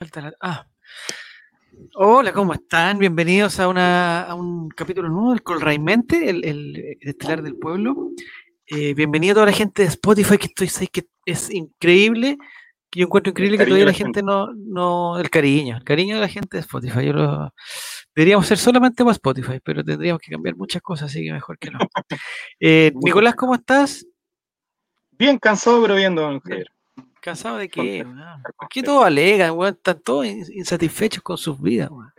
salta la. Ah. Hola, ¿cómo están? Bienvenidos a, una, a un capítulo nuevo del Colraimente, el, el estelar del pueblo. Eh, bienvenido a toda la gente de Spotify, que estoy sé que es increíble. que Yo encuentro increíble que cariño todavía de la la gente no, no. El cariño, el cariño de la gente de Spotify. Yo lo, deberíamos ser solamente para Spotify, pero tendríamos que cambiar muchas cosas, así que mejor que no. Eh, Muy Nicolás, ¿cómo estás? Bien cansado, pero bien, don Javier. ¿Cansado de qué? Contento, weón? ¿Por qué todos alegan, weón? Están todos in- insatisfechos con sus vidas, weón.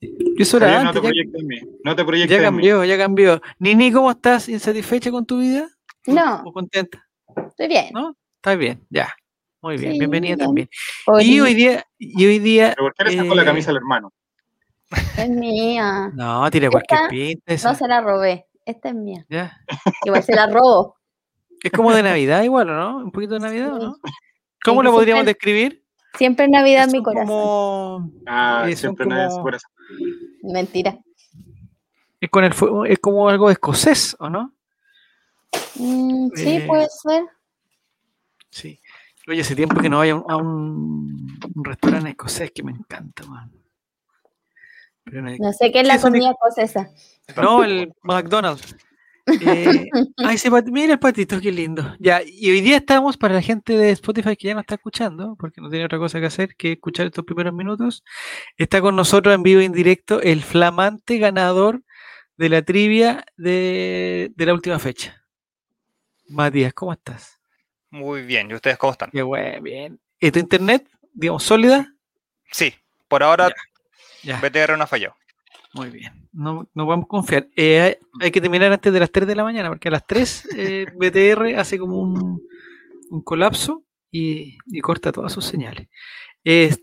Yo eso era Javier, no te antes, Ah, ya, proyectes en mí. No te ya proyectes en mí. cambió, ya cambió. Nini, ¿cómo estás? ¿Insatisfecha con tu vida? No, ¿O contenta? estoy bien. ¿No? Estás bien, ya. Muy bien, Sí, bienvenida bien. también. Oli, Y hoy día, y hoy día. ¿Pero por qué le sacó la eh, camisa al hermano? es mía. No, tira cualquier pinta esa, No se la robé. Esta es mía. ya. Igual se la robo. Es como de Navidad igual, ¿o ¿no? Un poquito de Navidad, ¿o Sí. ¿no? ¿Cómo Sí, lo podríamos siempre- describir? Siempre Navidad en mi Son corazón. Como... Ah, eh, son siempre nadie se como- fuera. Mentira. Es, con el fuego- es como algo escocés, ¿o no? Mm, sí, Eh, puede ser. Sí. Oye, hace tiempo que no vaya a un- a un, un restaurante escocés que me encanta, man. Pero no, hay- No sé qué es la sí, son comida escocesa. no, el McDonald's. Eh, ay, se pat- mira el patito, qué lindo. Ya, y hoy día estamos para la gente de Spotify que ya nos está escuchando, porque no tiene otra cosa que hacer que escuchar estos primeros minutos. Está con nosotros en vivo y en directo el flamante ganador de la trivia de, de la última fecha. Matías, ¿cómo estás? Muy bien, ¿y ustedes cómo están? Qué bueno, bien. ¿Y tu internet, digamos, sólida? Sí, por ahora Ya, BTR no ha fallado. muy bien. No, no vamos a confiar. Eh, hay, hay que terminar antes de las 3 de la mañana, porque a las 3 eh, BTR hace como un, un colapso y, y corta todas sus señales. Eh,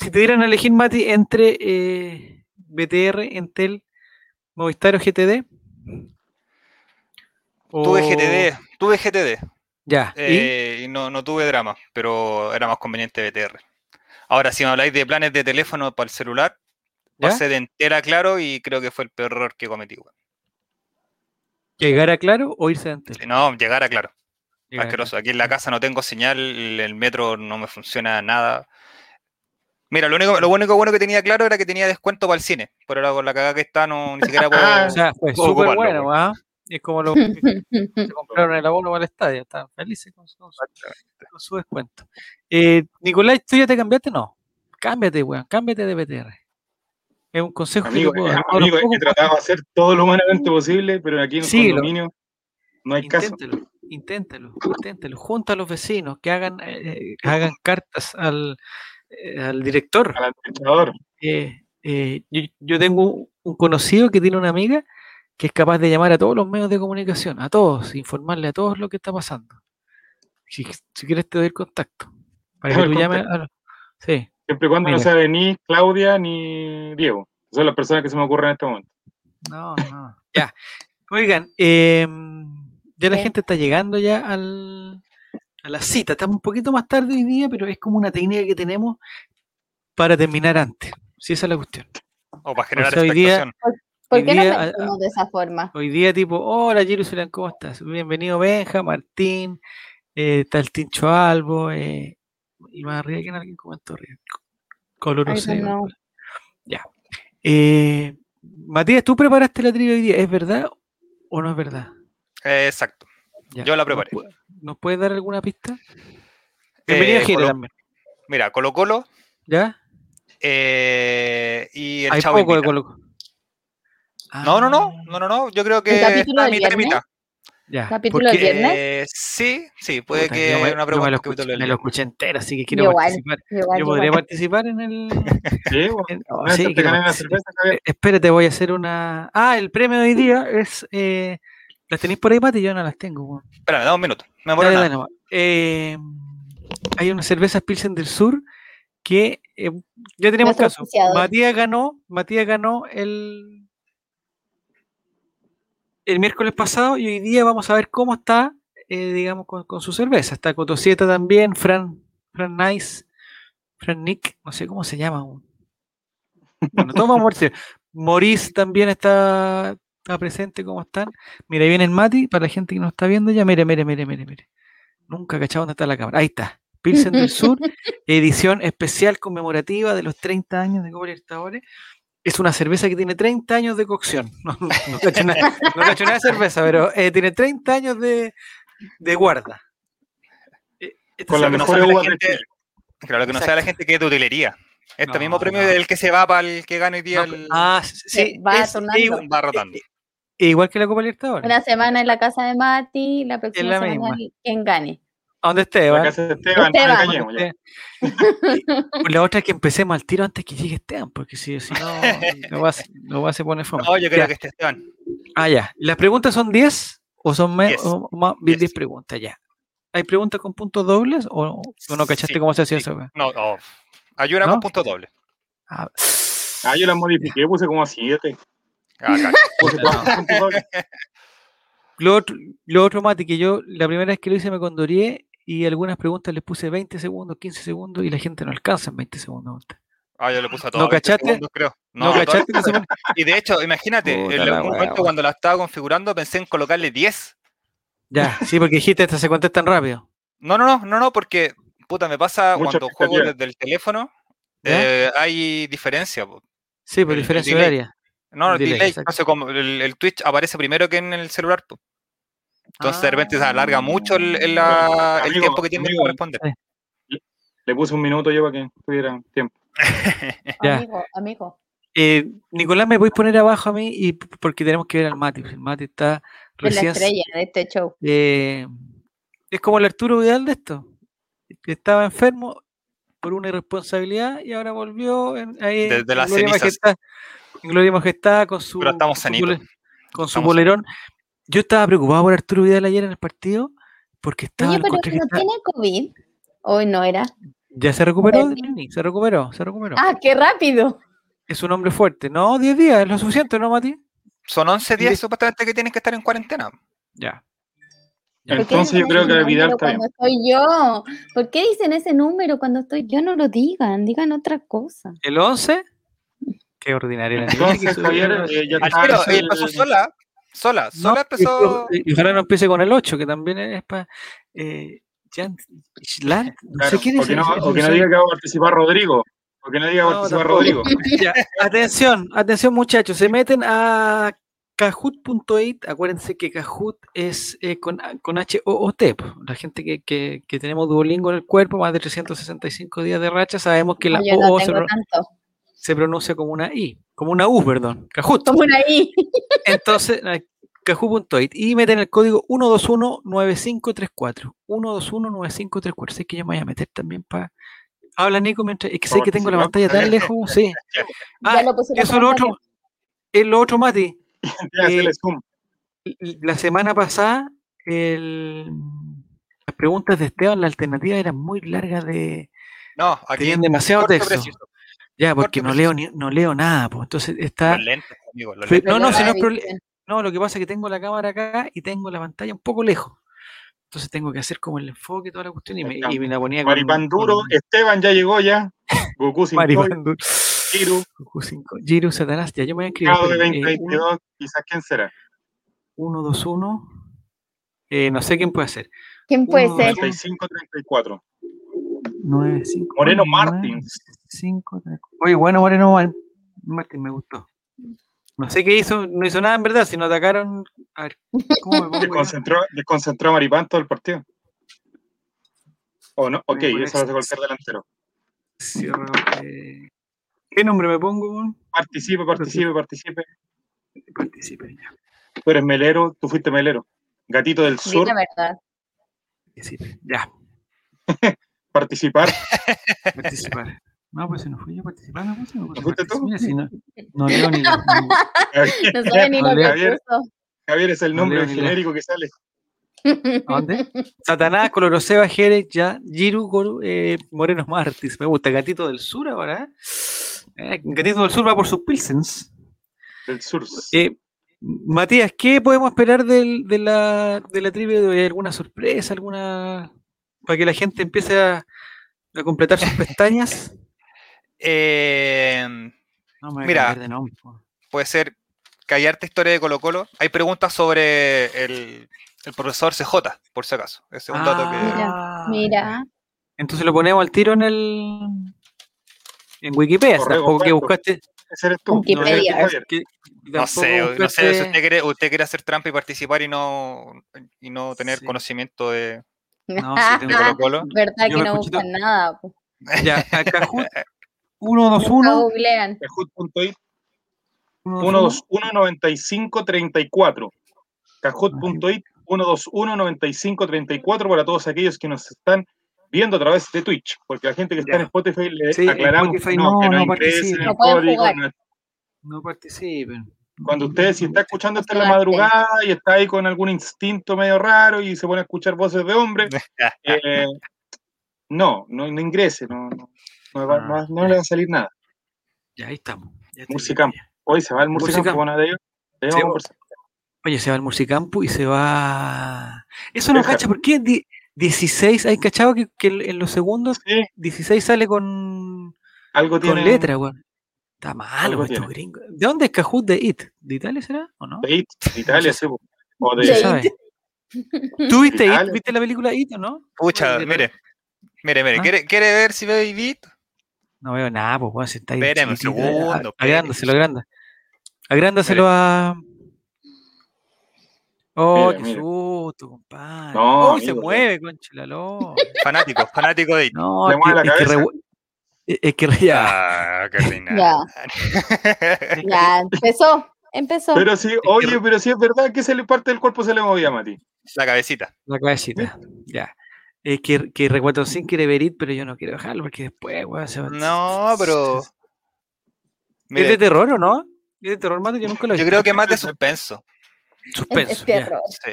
si te dieran a elegir, Mati, entre eh, BTR, Entel, Movistar o GTD. Tuve o- GTD, tuve GTD, Ya. Oh. ¿y? eh, y no, no tuve drama, pero era más conveniente BTR. Ahora, si me habláis de planes de teléfono para el celular, ¿Ya? pasé de entera a claro y creo que fue el peor error que cometí. weón. ¿Llegar a Claro o irse a Entel? Si No, llegar a claro, Llegar a Claro. asqueroso. Aquí en la casa no tengo señal, el metro no me funciona nada. Mira, lo único, lo único bueno que tenía claro era que tenía descuento para el cine. Por ahora con la cagada que está, no ni siquiera puedo. Ah, O sea, fue Puedo súper ocuparlo, bueno, ¿ah? Es como lo que se compraron el abono para el estadio, estaban felices con su, con su- con su descuento. Eh, Nicolás, ¿tú ya te cambiaste? No. Cámbiate, weón, cámbiate de BTR. Es un consejo Amigo, que te puedo eh, dar. amigo, he Ahora, tratado de hacer todo lo humanamente posible, pero aquí en el Síguelo. condominio no hay caso. Inténtalo, inténtalo, inténtalo. Junta a los vecinos que hagan, eh, que hagan cartas al, eh, al director. Al administrador. Eh, eh, yo, yo tengo un- un conocido que tiene una amiga que es capaz de llamar a todos los medios de comunicación, a todos, informarle a todos lo que está pasando. Si, si quieres te doy el contacto. Para que Dame el tú llames a los- Sí, Siempre y cuando no Mira. sabe ni Claudia ni Diego. Son las personas que se me ocurren en este momento. no, no. Ya. Oigan, em, ya la ¿Qué? gente está llegando ya al, a la cita. Estamos un poquito más tarde hoy día, pero es como una técnica que tenemos para terminar antes. Si esa es la cuestión. O para generar sea, hoy día- expectación. Hoy ¿Por qué nos día, a- vestimos de esa forma? Hoy día, tipo, hola Jerusalén, ¿cómo estás? Bienvenido Benja, Martín, eh, está el Tincho Albo, eh, y más arriba que alguien comentó arriba. Color I don't Océano, know. hola. Ya. Eh, Matías, ¿tú preparaste la trivia hoy día? ¿Es verdad o no es verdad? Eh, Exacto. Ya. Yo la ¿Nos preparé. pu- ¿Nos puedes dar alguna pista? Bienvenido Eh, Jere colo- también, Mira, Colo Colo ¿ya? eh, y el Hay Chavo poco de Invita. Colo. Ah. No, no, no, no, no, no. Yo creo que capítulo está del mitad y mitad. viernes? Ya, Capítulo porque- del viernes. Eh, sí, sí, puede puta, que yo me, una yo pregunta me lo que escuché, tú lo me lo leas. escuché entera, así que quiero Igual. participar. Igual, Yo igual. podría participar en el... Diego, En- no, sí, te que lo gané la participe. cerveza, Javier. Eh, Espérate, voy a hacer una. Ah, el premio de hoy día es. eh, ¿Las tenéis por ahí, Mati? Yo no las tengo. weón. Espérame, dame un minuto. Me Dale, muero nada. dale nomás. Eh, hay una cerveza Pilsen del Sur que eh, ya tenemos Nuestro caso. auspiciador. Matías ganó, Matías ganó el el miércoles pasado y hoy día vamos a ver cómo está, eh, digamos, con, con su cerveza. Está Cotosieta también, Fran, Fran Nice, Fran Nick, no sé cómo se llama. weón. Bueno, todos vamos a ver si- Maurice también está, está presente, ¿cómo están? Mira, ahí viene el Mati, para la gente que nos está viendo ya. Mire, mire, mire, mire, mire. Nunca cachado dónde está la cámara. Ahí está. Pilsen del Sur, edición especial conmemorativa de los 30 años de Copa Libertadores. Es una cerveza que tiene 30 años de cocción. No, no, no cacho nada, no cacho nada de cerveza, pero eh, tiene 30 años de, de guarda. Eh, esta Con la Lo que no cerveza- mejor sabe la uva de gente- Chile. Claro, lo que no sabe la gente que es de utilería. Este No, mismo premio no. es el que se va para el que gana hoy día no, el ah, eh, sí, Va es tornando. igual- eh, va rotando. igual que la Copa Libertadores. Una semana en la casa de Mati, la próxima la semana misma. en- quien gane. ¿A dónde esté, La va? casa de Esteban, Esteban. ahí cañemos, ya. Y Pues La otra es que empecemos al tiro antes que llegue Esteban, porque si, si no, no va, a, se- no va a se poner fome. No, yo creo Ya. que este Esteban. Ah, ya. ¿Las preguntas son 10 o son Diez. menos? o más? Bien, Diez. 10 preguntas, ya. ¿Hay preguntas con puntos dobles o, o no cachaste Sí, cómo se hacía sí. eso? güey? No, no. Ayuda ¿No? con punto doble. Ah, Ah, yo la modifiqué, puse como a 7. Ah, cacha. Puse cuatro puntos dobles. Lo otro, lo otro, Mati, que yo la primera vez que lo hice me condoreé y algunas preguntas les puse 20 segundos, 15 segundos y la gente no alcanza en 20 segundos. Gonzalo. Ah, yo le puse a ¿No todos. 20 cachaste? segundos, creo. No, a todos. cachaste que se pone- Y de hecho, imagínate, Puta en la algún wea, momento weón. cuando la estaba configurando pensé en colocarle 10. Ya, sí, porque dijiste, estas se contestan rápido. No, no, no, no, no, porque puta, me pasa Mucha cuando juego expectativa. desde el teléfono, ¿Ya? eh, hay diferencia. po. sí, por el- el diferencia delay. horaria. No, Un el delay, delay, exacto. no sé cómo, el, el Twitch aparece primero que en el celular. po. Entonces de repente se alarga mucho el, el- la- el Amigo, tiempo que tiene amigo. para responder. Le puse un minuto yo para que tuviera tiempo. Ya. Amigo, amigo. Eh, Nicolás, me voy a poner abajo a mí y p- porque tenemos que ver al Mati. El Mati está Es la recién. estrella de este show. eh, es como el Arturo Vidal de esto, que estaba enfermo por una irresponsabilidad y ahora volvió en, ahí Desde en gloria las y cenizas. majestad, en gloria y majestad con su, Pero estamos con su sanitos. bole- con su Estamos bolerón. Yo estaba preocupado por Arturo Vidal ayer en el partido Ah, porque estaba Oye, lo pero encontré que no está- tiene COVID. Hoy no era. ya se recuperó, Bueno. Nini, se recuperó, se recuperó. Ah, qué rápido. Es un hombre fuerte. No, 10 días es lo suficiente, ¿no, Mati? Son 11 De- días supuestamente que tienes que estar en cuarentena. Ya. ¿Por qué Entonces dicen yo creo ese que Vidal número está bien. cuando estoy yo. ¿Por qué dicen ese número cuando estoy yo? No lo digan, digan otra cosa. El 11. Qué ordinaria la niña que Entonces, subió Javier, el- eh, ya el- Al Ah, tiro, ese eh, el- pasó sola, sola, No, sola y eh, eso- empezó. Y ojalá no empiece con el 8, que también es para. Eh, Jan Schland, no Claro, sé quién o es que no, ese- o que no ese- diga que va a participar Rodrigo. O que no diga que va a No, participar tampoco. Rodrigo. Ya, atención, atención muchachos, se meten a kahoot.it, acuérdense que Kahoot es eh, con, a- con H-O-O-T, po. la gente que, que- que tenemos Duolingo en el cuerpo, más de 365 días de racha, sabemos que la oh, yo no O-O se, Ah, tengo pro- tanto. se pronuncia como una I, como una U, perdón, Kahoot. Como una I. Entonces, cajú.it y meten el código 1219534. 1219534. Sé que yo me voy a meter también para. Habla Nico mientras. Es que sé Por que tengo la favor, pantalla tan lejos. Sí. ya Ah, lo puse en la eso es lo pantalla. otro. Es lo otro, Mati. Ya, Eh, hacerle zoom. La semana pasada, el- las preguntas de Esteban, la alternativa eran muy largas de. No, aquí Tenían demasiado corto, texto. preciso. Ya, porque corto, no leo, ni- no leo nada. pues, Entonces está. Los lentes, amigo, los Sí, lentes. No, no, Pero si no es la proble- viste. No, lo que pasa es que tengo la cámara acá y tengo la pantalla un poco lejos. Entonces tengo que hacer como el enfoque y toda la cuestión y me, y me la ponía con... Maripán duro, con Esteban ya llegó ya. Goku sin Maripán duro. Giru, Goku cinco- Giru, Satanás, ya yo me voy a escribir. Cabo de espérame, eh, 2022, quizás quién será. uno, dos, uno. Eh, no sé quién puede hacer. ¿Quién puede Uno, ser? 95-34. 9, 5, Moreno Martins. 5, Oye, bueno, Moreno Mar- Martins, me gustó. No sé qué hizo, no hizo nada en verdad, sino atacaron... A ver, ¿cómo me pongo yo? Desconcentró, desconcentró a Maripán todo el partido. O no, ok, Muy eso lo hace bien. cualquier delantero. Cierro, eh, ¿Qué nombre me pongo? weón? Participe, participe, participe. Participe ya. Tú eres melero, tú fuiste melero. Gatito del Di sur, la verdad. Participe. Ya. participar. participar. No, pues si no fui yo a participar, no, pues si no, pues, ¿No fuiste tú? mira, si no, no leo ni la- ni- Javier, No sabe ni lo que Javier. puso. Javier es el No nombre leo ni idea. genérico que sale. ¿A dónde? Satanás, Coloroseba, Jerez, ya, Giru, Goru- eh, Morenos Martins. Me gusta. Gatito del Sur ahora. ¿eh? Eh, Gatito del Sur va por sus Pilsens. Del sur. Eh, Matías, ¿qué podemos esperar del- de, la, de la trivia de hoy? ¿Hay ¿Alguna sorpresa? ¿Alguna.? Para que la gente empiece a, a completar sus pestañas. Eh, No, me voy a Mira. cambiar de nombre, po. puede ser que hay harta historia de Colo Colo. Hay preguntas sobre el, el profesor CJ, por si acaso. Ese es un dato que... Mira, Ah, Mira, Entonces lo ponemos al tiro en el. En Wikipedia, Correo tampoco que completo. buscaste. Ese eres tú. no eres Wikipedia. tú, Javier. que- No sé, tampoco no sé, si buscaste- usted quiere, usted quiere hacer trampa y participar y no, y no tener Sí. conocimiento de No, sí, tengo Colo Colo. Ah, Verdad Yo que me no escucho- buscan nada. po. Ya, acá Kahoot, Nunca 121. googlean. Kahoot.it unos 121-95-34. Kahoot.it 121-95-34 para todos aquellos que nos están viendo a través de Twitch. Porque la gente que está Ya. en Spotify le Sí, en aclaramos Spotify que no, que no, no no ingresen participen. el No pueden código, jugar. no- No participen. Cuando ustedes si está escuchando hasta la Arte. madrugada y está ahí con algún instinto medio raro y se pone a escuchar voces de hombre, eh, no, no, no ingrese, no, no, no va- Ah, no- no le va a salir nada. Ya, ahí estamos. Ya está Musicamp. bien. Hoy se va el Música. música bueno, de ellos. de ellos Sí, vamos a conversar. Oye, se va al Musicampo y se va. Eso no Deja. cacha, ¿por qué? Di- 16, hay cachado que, que en los segundos Sí, 16 sale con, algo con tiene. letra, weón. Está malo Algo estos tiene. gringos. ¿De dónde es Kahoot de It? ¿De Italia será o no? De It, de Italia, sí, po. o No se de, Sí. sabe. ¿Tú viste It? Italia. ¿Viste la película It o no? Pucha, Oye, mire, mire, mire, ¿Ah? ¿quiere, quiere ver si ve Beat? No veo nada, pues weón, si está ahí. Espérame un chiquitito, eh, a- segundo, Agrándaselo, agranda. Agrándaselo a. Oh, Mira, qué mira. susto, compadre. No, Oh, se amigo, mueve, concha la lora. Fanático, fanático de It. No, Le es mueve que, la es que cabeza. revu- es- es que re- ya. Ah, qué ordinario. Ya, ya, empezó, empezó. Pero sí, oye, pero sí es verdad que se le parte del cuerpo se le movía, Mati. La cabecita. La cabecita, ya. Es que, que Recuatroncín quiere ver It, pero yo no quiero dejarlo porque después, weón, se va. No, pero. ¿Es de Mire, terror o no? ¿Es de terror, Mate? Yo nunca lo he yo visto. creo que más de suspenso. Es- Suspenso. es ya. teatro. Sí.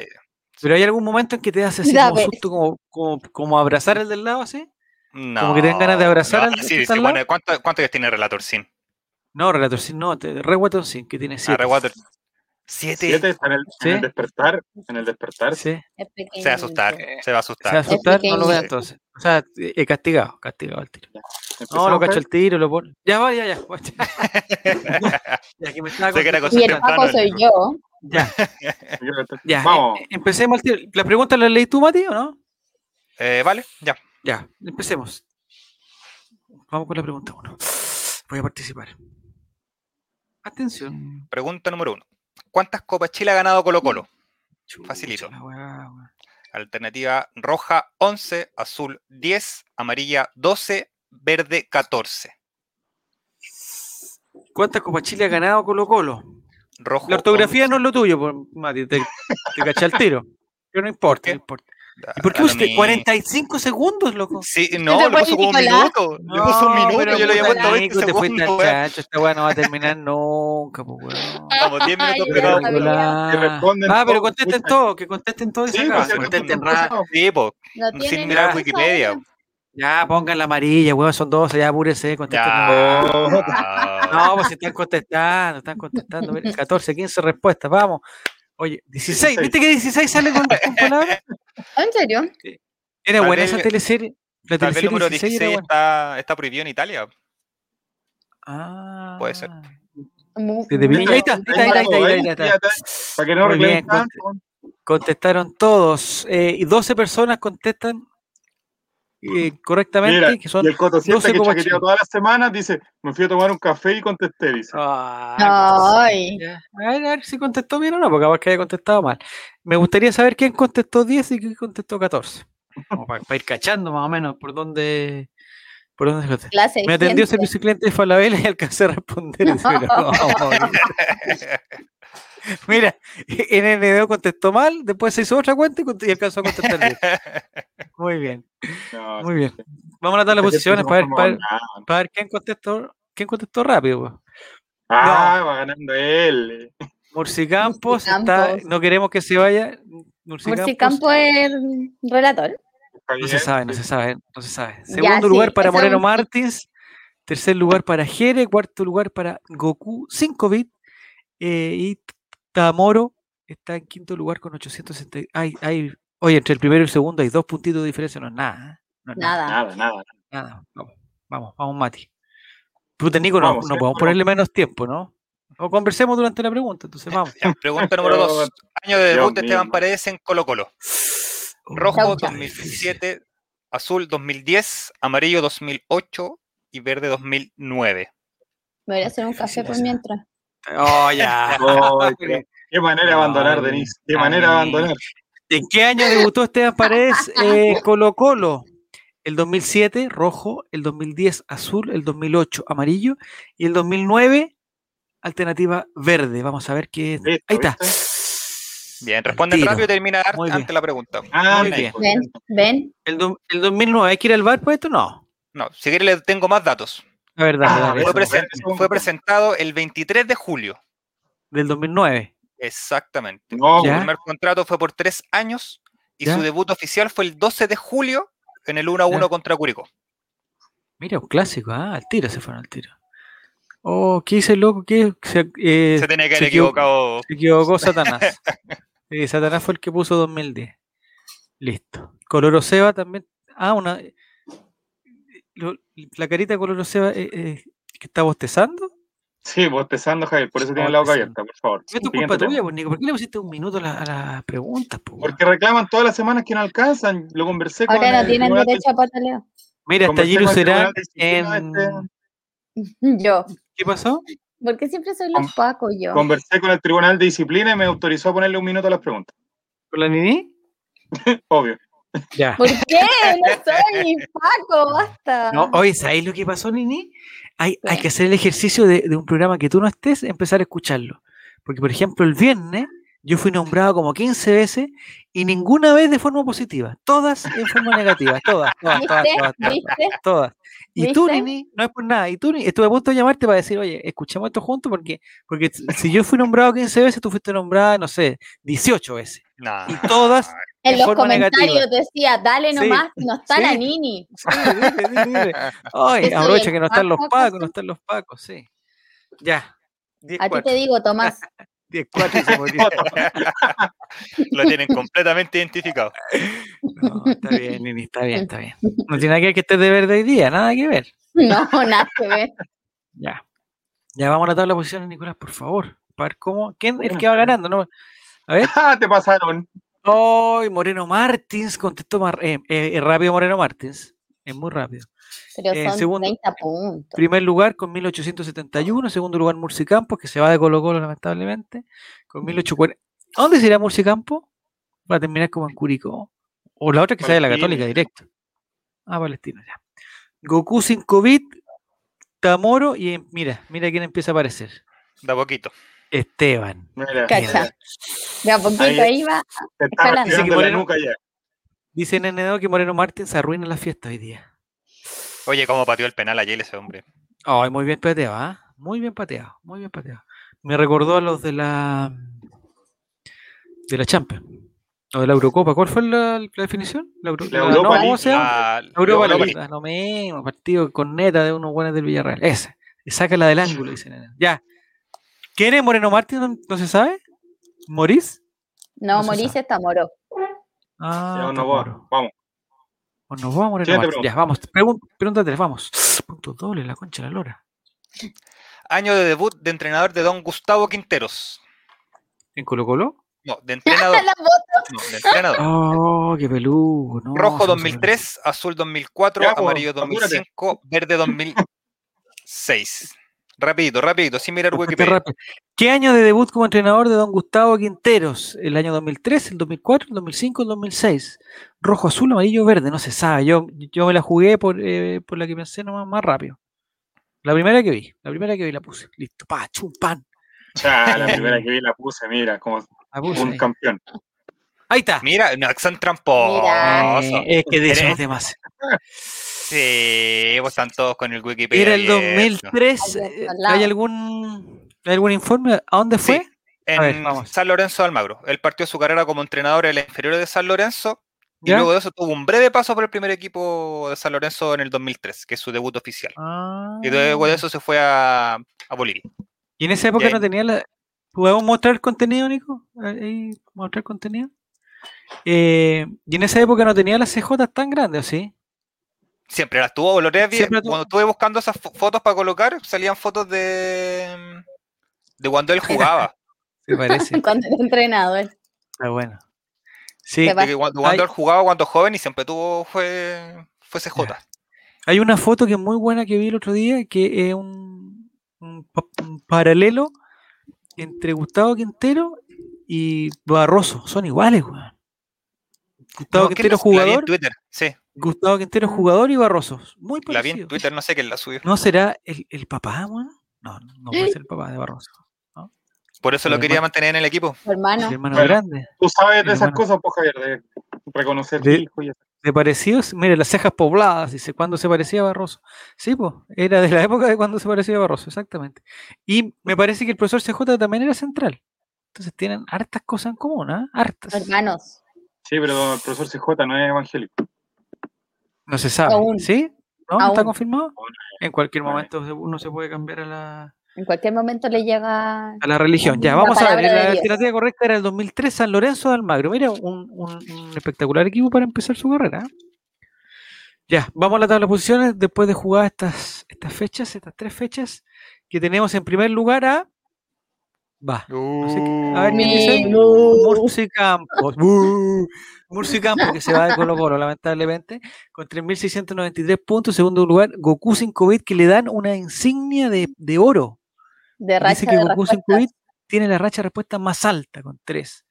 Pero hay algún momento en que te hace así Da como ver. susto, como, como, como abrazar al del lado, así. No. que te dan ganas de abrazar al que sí, está sí, al bueno, lado. ¿cuánto, ¿Cuánto que tiene Relator Sin? No, Relatorcín, no, te- Reguatoncín, que tiene siete. Arre Water. Siete. Siete está en el, en el Sí. despertar, en el despertar. Sí, Es Se va a asustar. pequeñito. Se va a se va a asustar. asustar, no lo vea pequeño. entonces. O sea, he castigado, castigado al tiro. No, Empezamos, lo cacho Javier. el tiro, lo pon. Ya va, ya, ya. ya que me estaba Sé que era Y el concentrando. Paco Temprano, soy ¿no? yo. Ya, ya. Vamos. eh, empecemos al tiro. ¿La pregunta la leí tú, Mati, o no? Eh, vale, ya. Ya, empecemos. Vamos con la pregunta 1. Voy a participar. Atención. Pregunta número uno. ¿Cuántas copas Chile ha ganado Colo Colo? Chucha, Facilito. la weá, weá. Alternativa roja 11, azul 10, amarilla 12, verde 14. ¿Cuántas Copa Chile ha ganado Colo Colo? Rojo. La ortografía no es lo tuyo, po, Mati. Te, te caché al tiro. Pero no importa, qué? no importa. once. ¿Y por qué Da lo usted mismo. 45 segundos, loco? Sí, no, te le fuiste, puso como un Nicolás. minuto. le puso un minuto, pero yo le había puta, puesto 20 Nico, te fuiste al segundos. weón. chancho, esta weá no va a terminar nunca, pues weón. Estamos 10 minutos Ay, Nicolás. pegados. Regular. Que responden Ah, pero todos, contesten pucha. todo, que contesten todo y se Sí, acaba. pues, se Contesten responden rápido. todos. Sí, po. No Sin tiene mirar nada. Wikipedia. Ya, pongan la amarilla, weón, son 12, ya apúrese, contesten. Ya. eh, No, pues si están contestando, están contestando. mira, 14, 15 respuestas, vamos. Oye, 16, 16. ¿viste que 16 sale con, con palabras? ¿Ah, ¿En serio? Era Tal buena vez- esa teleserie. La Tal vez teleserie el número 16 16 era buena. está, está prohibido en Italia. Ah, Puede ser. Mu- Desde mu- Viña- Ahí está, ahí está, ahí está, ahí está, ahí está. Para que no Muy bien, reclamen tanto. Contestaron todos. eh, y 12 personas contestan eh, correctamente, Mira, que son. y el Coto Sienta 12,8. que chaqueteó todas las semanas dice, me fui a tomar un café y contesté, dice. Ah, Ay, ya. A ver, a ver si contestó bien o no, porque capaz que haya contestado mal. Me gustaría saber quién contestó 10 y quién contestó 14. Como para, ir cachando más o menos por dónde, por dónde se contesta. clase. Me atendió servicio al cliente de Falabella y alcancé a responder. Dice, pero vamos a ver. Mira, en NDO contestó mal, después se hizo otra cuenta y cont- y alcanzó a contestar bien. Muy bien, No, muy bien. Vamos a notar las este posiciones tipo para ver, no para ver- formó nada. para ver quién contestó, quién contestó rápido. pues. Ah, va ganando él. eh. Murci Campos, está- Campos. no queremos que se vaya. Murci Por si Campos, Campo es el relator. Está no se bien, sabe, no sí. se sabe, no se sabe. Ya, Segundo lugar sí, para esa Moreno última. Martins, tercer lugar para Jere, cuarto lugar para Goku 5 bit eh, y Tamoro está en quinto lugar con 860. Hay, hay, oye, entre el primero y el segundo hay dos puntitos de diferencia, no es nada. ¿eh? No es Nada. Nada, nada. nada. Vamos, vamos, vamos, Mati. Puta, Nico, no, Vamos, no ¿eh? podemos ponerle menos tiempo, ¿no? O conversemos durante la pregunta, entonces vamos. Ya, pregunta número Yo- 2. Año de debut Dios de Esteban mío. Paredes en Colo Colo. Oh, Rojo está difícil. 2017, azul 2010, amarillo 2008 y verde 2009. Me voy a hacer un café por mientras. Oh, ya. Oh, qué, qué manera de abandonar, Ay, Denise. Qué manera de ay. abandonar. ¿En qué año debutó Esteban Paredes eh, Colo Colo? El 2007, rojo, el 2010, azul, el 2008, amarillo y el 2009, alternativa verde. Vamos a ver qué... Listo, Ahí está. Bien, responden Tiro. rápido y termina ar- Muy bien. ante la pregunta. Ah, Muy no, bien. Ven, ven. El, do- el 2009, ¿hay que ir al bar para esto? No. No, si quieres le tengo más datos. La verdad, Ah, dale, Fue, Eso, dale. presen- eso. fue presentado el 23 de julio. del 2009. Exactamente. no, Ya. Su primer contrato fue por tres años y Ya. su debut oficial fue el 12 de julio en el 1-1 Ya. contra Curicó. Mira, un clásico. Ah, al tiro se fueron al tiro. Oh, ¿qué hice, loco? ¿Qué? Se, eh, Se tenía se que haber equivo- equivocado. Se equivocó Satanás. Eh, Satanás fue el que puso 2010. Listo. Coloroseba también. Ah, una. lo- la carita de Coloroseba eh, eh, que está bostezando. Sí, bostezando, Javier, por eso tiene la boca abierta, por favor. Esto es Siguiente culpa tema. tuya, pues, Nico. ¿Por qué le pusiste un minuto a, la- a las preguntas? po, weón? Porque reclaman todas las semanas que no alcanzan. Lo conversé con Ahora el no tienen tribunal de- derecho a pataleo. Mira, hasta conversé allí con el será tribunal de en. disciplina Yo. ¿Qué pasó? Porque siempre soy Con- los pacos yo. Conversé con el tribunal de disciplina y me autorizó a ponerle un minuto a las preguntas. ¿Con la Nini? Obvio. Ya. ¿Por qué? No soy Paco, basta. No, oye, ¿sabéis lo que pasó, Nini? Hay, hay que hacer el ejercicio de, de un programa que tú no estés, empezar a escucharlo. Porque, por ejemplo, el viernes yo fui nombrado como 15 veces y ninguna vez de forma positiva. Todas en forma negativa. Todas, todas, todas, ¿Viste? todas, todas. ¿Viste? todas. Y tú, ¿Viste? Nini, no es por nada. Y tú, Nini, estuve a punto de llamarte para decir, oye, escuchemos esto juntos porque, porque si yo fui nombrado 15 veces, tú fuiste nombrada, no sé, 18 veces. Y Nah. todas En de los forma comentarios negativa. decía, dale Sí, nomás, no está sí. la Nini. Sí, dile, dile, dile. Ay, Eso y aprovecha el que no están los Paco, pacos, no José. están los pacos, sí. Ya. A ti te digo, Tomás. 10 4 se murió. Lo tienen completamente identificado. No, está bien, Nini, está bien, está bien. No tiene nada que ver que estés de verde hoy día, nada que ver. No, nada que ver. Ya. Ya vamos a la tabla de posiciones, Nicolás, por favor. Para ver cómo. ¿Quién es el que va ganando? No. A ver. ¡Ah, te pasaron! ¡Ay, Moreno Martins! Contestó mar- eh, eh, eh, rápido Moreno Martins. Es muy rápido. Pero Eh, son segundo. 30 puntos. Primer lugar con 1871. Segundo lugar Murci Campos, que se va de Colo Colo lamentablemente. Con 1840. ¿A dónde se irá Murci Campos? Va a terminar como en Curicó. O la otra que sale de la Palestina. Católica directo. Ah, Palestina, ya. Goku sin COVID, Tamoro y em- mira, mira quién empieza a aparecer. Da poquito. Esteban. Mira, Cacha. Mira. De a poquito Ahí- ahí va. te están Ojalá. Dice que tirando la Moreno- nuca ya. Dice Nenedo que Moreno Martins arruina la fiesta hoy día. Oye, cómo pateó el penal ayer ese hombre. Ay, muy bien pateado, ¿ah? Muy bien pateado, muy bien pateado. Me recordó a los de la de la Champions. O de la Eurocopa. ¿Cuál fue la, la definición? La, Euro- La la- Europa no, ¿cómo League. se llama? Ah, La Europa Europa League. Ah, Lo mismo, partido con neta de unos buenos del Villarreal. Ese. Y sácala del ángulo, dice Nenedo. Ya. ¿Quién es Moreno Martins? ¿No, no se sabe? ¿Morís? No, No se Mauricio está moro. Ah, Ya, uno, Tamoro. vos. Vamos. O nos vamos, Moreno Siguiente Martins. Ya, vamos. Pregun- pregúntatele, vamos. Punto doble, la concha de la lora. Año de debut de entrenador de don Gustavo Quinteros. ¿En Colo Colo? No, de entrenador. La voz no, de entrenador. Oh, qué peludo. No, Rojo se me olvidó. 2003, azul 2004, Ya, po, amarillo apúrate. 2005, verde 2006. Rapidito, rapidito, sin mirar Respuesta Wikipedia. rápida. ¿Qué año de debut como entrenador de don Gustavo Quinteros? ¿El año 2003, el 2004, el 2005, el 2006? Rojo, azul, amarillo, verde, no se sabe. Yo, yo me la jugué por, eh, por la que pensé nomás más rápido. La primera que vi, la primera que vi la puse. Listo, pa, chum, pan. Ya, la primera que vi la puse, mira, como La puse un ahí. campeón. Ahí está. Mira, no, son tramposos. Mira. Eh, es que de eso Eres- es demás. Sí, pues están todos con el Wikipedia. Era el abierto. 2003. Ahí está, eh, al ¿Hay lado. algún, ¿hay algún informe? ¿A dónde Sí. fue? A En ver, vamos. San Lorenzo de Almagro. Él partió su carrera como entrenador en la inferior de San Lorenzo y ¿Ya? luego de eso tuvo un breve paso por el primer equipo de San Lorenzo en el 2003, que es su debut oficial. Y luego de Ah. eso se fue a, a Bolivia. Y en esa época ahí- no tenía la. ¿Podemos mostrar contenido, Nico? Ahí, mostrar contenido. Eh, y en esa época no tenía las CJ tan grandes, ¿o sí? Siempre las tuvo, lo tenía bien. Siempre la tuvo. Cuando estuve buscando esas fo- fotos para colocar, salían fotos de, de cuando él jugaba. Se parece. cuando era entrenador. Está bueno. Sí, Se va. Porque cuando, cuando Ay. él jugaba cuando joven y siempre tuvo fue, fue CJ. hay una foto que es muy buena que vi el otro día, que es un, un pa- un paralelo entre Gustavo Quintero y Barroso. Son iguales, weón. Gustavo No, ¿quién Quintero la- la vi en jugador, Twitter, sí, Gustavo Quintero jugador y Barroso. Muy la vi en parecido. Twitter, no sé quién la subió. ¿No será el, el papá, weón? No, no puede ser el papá de Barroso. Por eso Pero lo quería bueno. mantener en el equipo. su hermano. El hermano Bueno. grande. Tú sabes de Pero esas bueno. cosas, pues, Javier, de reconocer De- hijo y eso. de parecidos, mire, las cejas pobladas, dice, cuando se parecía a Barroso. Sí, pues, era de la época de cuando se parecía a Barroso, exactamente. Y me parece que el profesor CJ también era central. Entonces tienen hartas cosas en común, ¿ah? Hartas. Hermanos. Sí, pero el profesor CJ no es evangélico. No se sabe. Aún. ¿Sí? ¿No? ¿No está Aún. confirmado? En cualquier Vale. momento se- uno se puede cambiar a la, En cualquier momento le llega. a la religión. Ya, Una vamos a ver. palabra de La Dios. alternativa correcta era el 2003 San Lorenzo de Almagro. Mira, un, un- un espectacular equipo para empezar su carrera. ¿eh? Ya, vamos a la tabla de posiciones después de jugar estas, estas fechas, estas tres fechas, que tenemos en primer lugar a... Va. sé qué- a ver, ¿quién dice? Murci Campos. Buh. Murci Campos, que se va de Colo Colo, lamentablemente, con 3.693 puntos. Segundo lugar, Goku 5-bit, que le dan una insignia de, de oro. Y De Dice racha que de Goku respuestas. Senkubit tiene la racha de respuesta más alta con tres.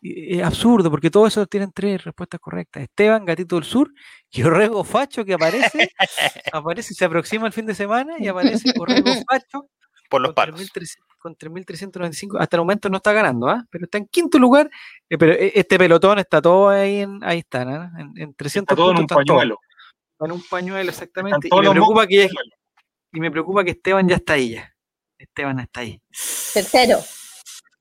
Y- eh, Es absurdo, porque todos esos tienen tres respuestas correctas. Esteban, Gatito del Sur, y Orrego Facho, que aparece, aparece, se aproxima el fin de semana y aparece Orrego Facho Por los con palos. 3.300 con 3.395. Hasta el momento no está ganando, ¿ah? pero está en quinto lugar. eh, pero eh, este pelotón está todo ahí, en, ahí están, ¿ah? en, en 300 Está todo en un puntos están todos. pañuelo. Está en un pañuelo, exactamente. Y todos me, los preocupa mocos que, en ya- y me preocupa que Esteban ya está ahí. Ya. Esteban está ahí. Tercero.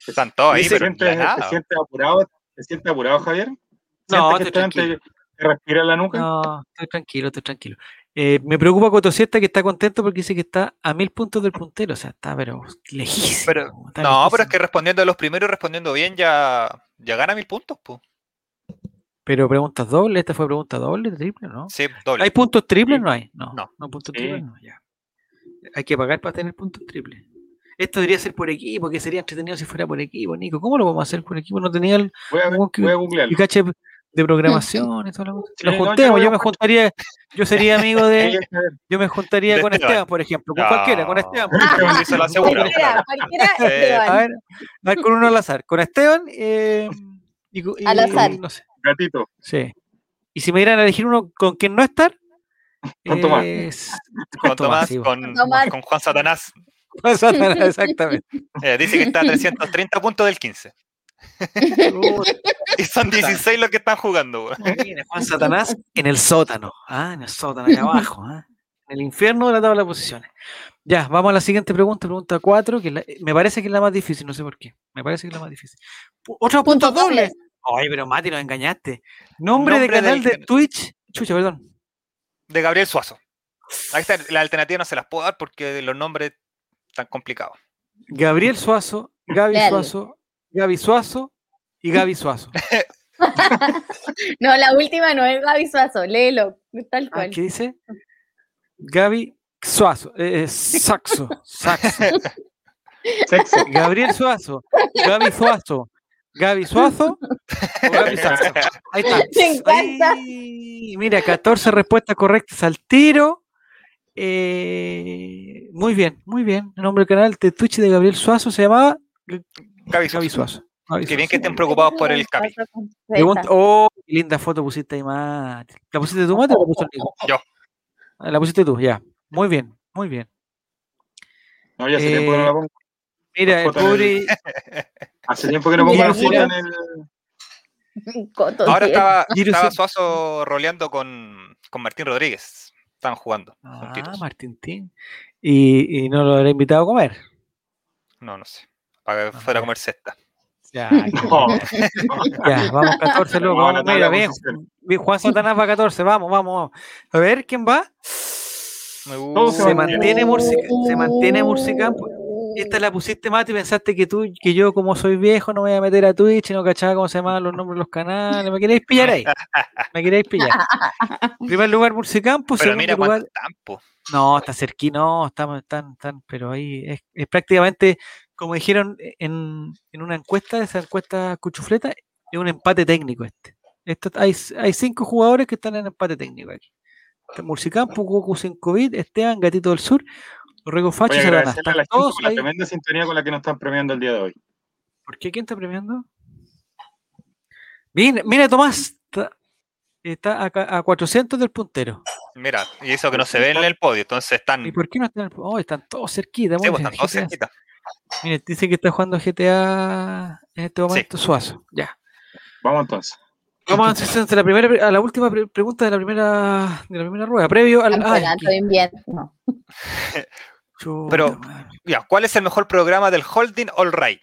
Están todos ahí, Dice- ¿Te pero sientes, ya te nada. sientes apurado? ¿Te sientes apurado, Javier? ¿Sientes estoy que estás ante- tranquilo. te respira la nuca? No, estoy tranquilo, estoy tranquilo. Eh, me preocupa Cotosieta que está contento porque dice que está a mil puntos del puntero. O sea, está pero lejísimo. Pero- está No, pero es lejísimo. que respondiendo a los primeros, respondiendo bien, ya, ya gana mil puntos. po. Pero preguntas dobles, esta fue pregunta doble, triple, ¿no? Sí, doble. ¿Hay puntos triples? Sí. No hay. No, no, No. puntos Sí. triples no, ya. Hay que pagar para tener puntos triples. Esto debería ser por equipo, que sería entretenido si fuera por equipo, Nico. ¿Cómo lo vamos a hacer por equipo? No tenía el, Voy a, como que- voy a googlearlo. el caché de programación y toda la cosa. Sí, Nos no, yo lo juntemos, voy a yo me juntaría, yo sería amigo de, Sí, Javier. Yo me juntaría De con Esteban. Esteban, por ejemplo, con cualquiera, con No. Esteban. Esteban se la asegura. Ah, Cualquiera, cualquiera, Sí. A Esteban. ver, a ver, con uno al azar, con Esteban eh, y, co- y- Al azar. no sé, Gatito. sí. Y si me dieran a elegir uno con quien no estar, Con Tomás. es- Con Tomás, sí, con, Tomás. con Juan Satanás. con Satanás, exactamente. Eh, dice que está a 330 puntos del 15. Y son 16 los que están jugando. weón. Mira, Juan Satanás en el sótano, ah, en el sótano, allá abajo, ah, en el infierno de la tabla de posiciones. Ya, vamos a la siguiente pregunta, pregunta 4, que es la- me parece que es la más difícil, no sé por qué, me parece que es la más difícil. Pu- Otros Puntos puntos dobles. dobles. Ay, pero Mati, nos engañaste. Nombre, de Nombre canal del de canal. Twitch. Chucha, perdón. De Gabriel Suazo. Ahí está, la alternativa no se las puedo dar porque los nombres están complicados. Gabriel Suazo, Gaby Dale. Suazo, Gaby Suazo y Gaby Suazo. No, la última no es Gaby Suazo, léelo, tal Ah, cual. ¿Qué dice? Gaby Suazo. eh, eh, saxo. Saxo. Sexo. Gabriel Suazo. Gaby Suazo. Gaby Suazo. o Gaby Saxo. Ahí está. Me encanta. Ay, mira, 14 respuestas correctas al tiro. Eh, muy bien, muy bien. El nombre del canal de Twitch de Gabriel Suazo se llamaba Gaby Suazo. Gaby Suazo. Gaby Qué bien Suazo. que estén preocupados por el Capi. Pregunta- oh, qué linda foto pusiste ahí, Mati. ¿La pusiste tú, Mati, o la puso el Nico? Yo. Ah, La pusiste tú, ya. Muy bien, muy bien. No, ya hace Eh, tiempo que no la pongo. Mira, el foto en el- pobre. Hace tiempo que no pongo la Mira, foto en el. Coto, Ahora sí. estaba, Giro estaba sí. Suazo roleando con, con Martín Rodríguez. Estaban jugando. Ah, juntitos. Martín Tin. Y, y no lo habrá invitado a comer. No, no sé. Para que Ah, fuera ya. a comer cesta. Ya, No, ya, vamos 14 luego. Vamos Vamos, a la mira, tabla bien, posición. bien, Juan Satanás va 14. Vamos, vamos. vamos. A ver, ¿quién va? Uh, se Se van bien. mantiene Murcica- se mantiene Murcicampo. Esta la pusiste, Mati, y pensaste que tú, que yo, como soy viejo, no me voy a meter a Twitch y no cachaba cómo se llamaban los nombres de los canales. ¿Me queréis pillar ahí? ¿Me queréis pillar? Primer lugar, Murcicampo. Pero Segundo mira lugar. cuánto tampo. No, está cerquita, no, estamos, están, están, pero ahí es, es prácticamente, como dijeron en, en una encuesta, esa encuesta cuchufleta, es un empate técnico este. Esto- hay, hay cinco jugadores que están en empate técnico aquí. Está Murcicampo, Goku sin COVID, Esteban, Gatito del Sur, Orrego Facho, Voy a Sarana. agradecerle Están a la gente todos por la ahí. tremenda sintonía con la que nos están premiando el día de hoy. ¿Por qué? ¿Quién está premiando? Mira, mira Tomás. Está, está a, ca- a 400 del puntero. Mira, y eso que no se ve en el podio, entonces están, ¿Y por qué no están? Oh, están todos cerquita. Mm. sí, pues, bueno, están todos GTA. cerquita. Mira, dice que está jugando GTA en este momento Suazo. Ya. Vamos entonces. Vamos entonces a la, primera, a la última pre- pregunta de la primera, de la primera rueda. Previo al. ay, Campeonato de invierno. chuta, Pero- madre. Ya, ¿cuál es el mejor programa del holding All Ray?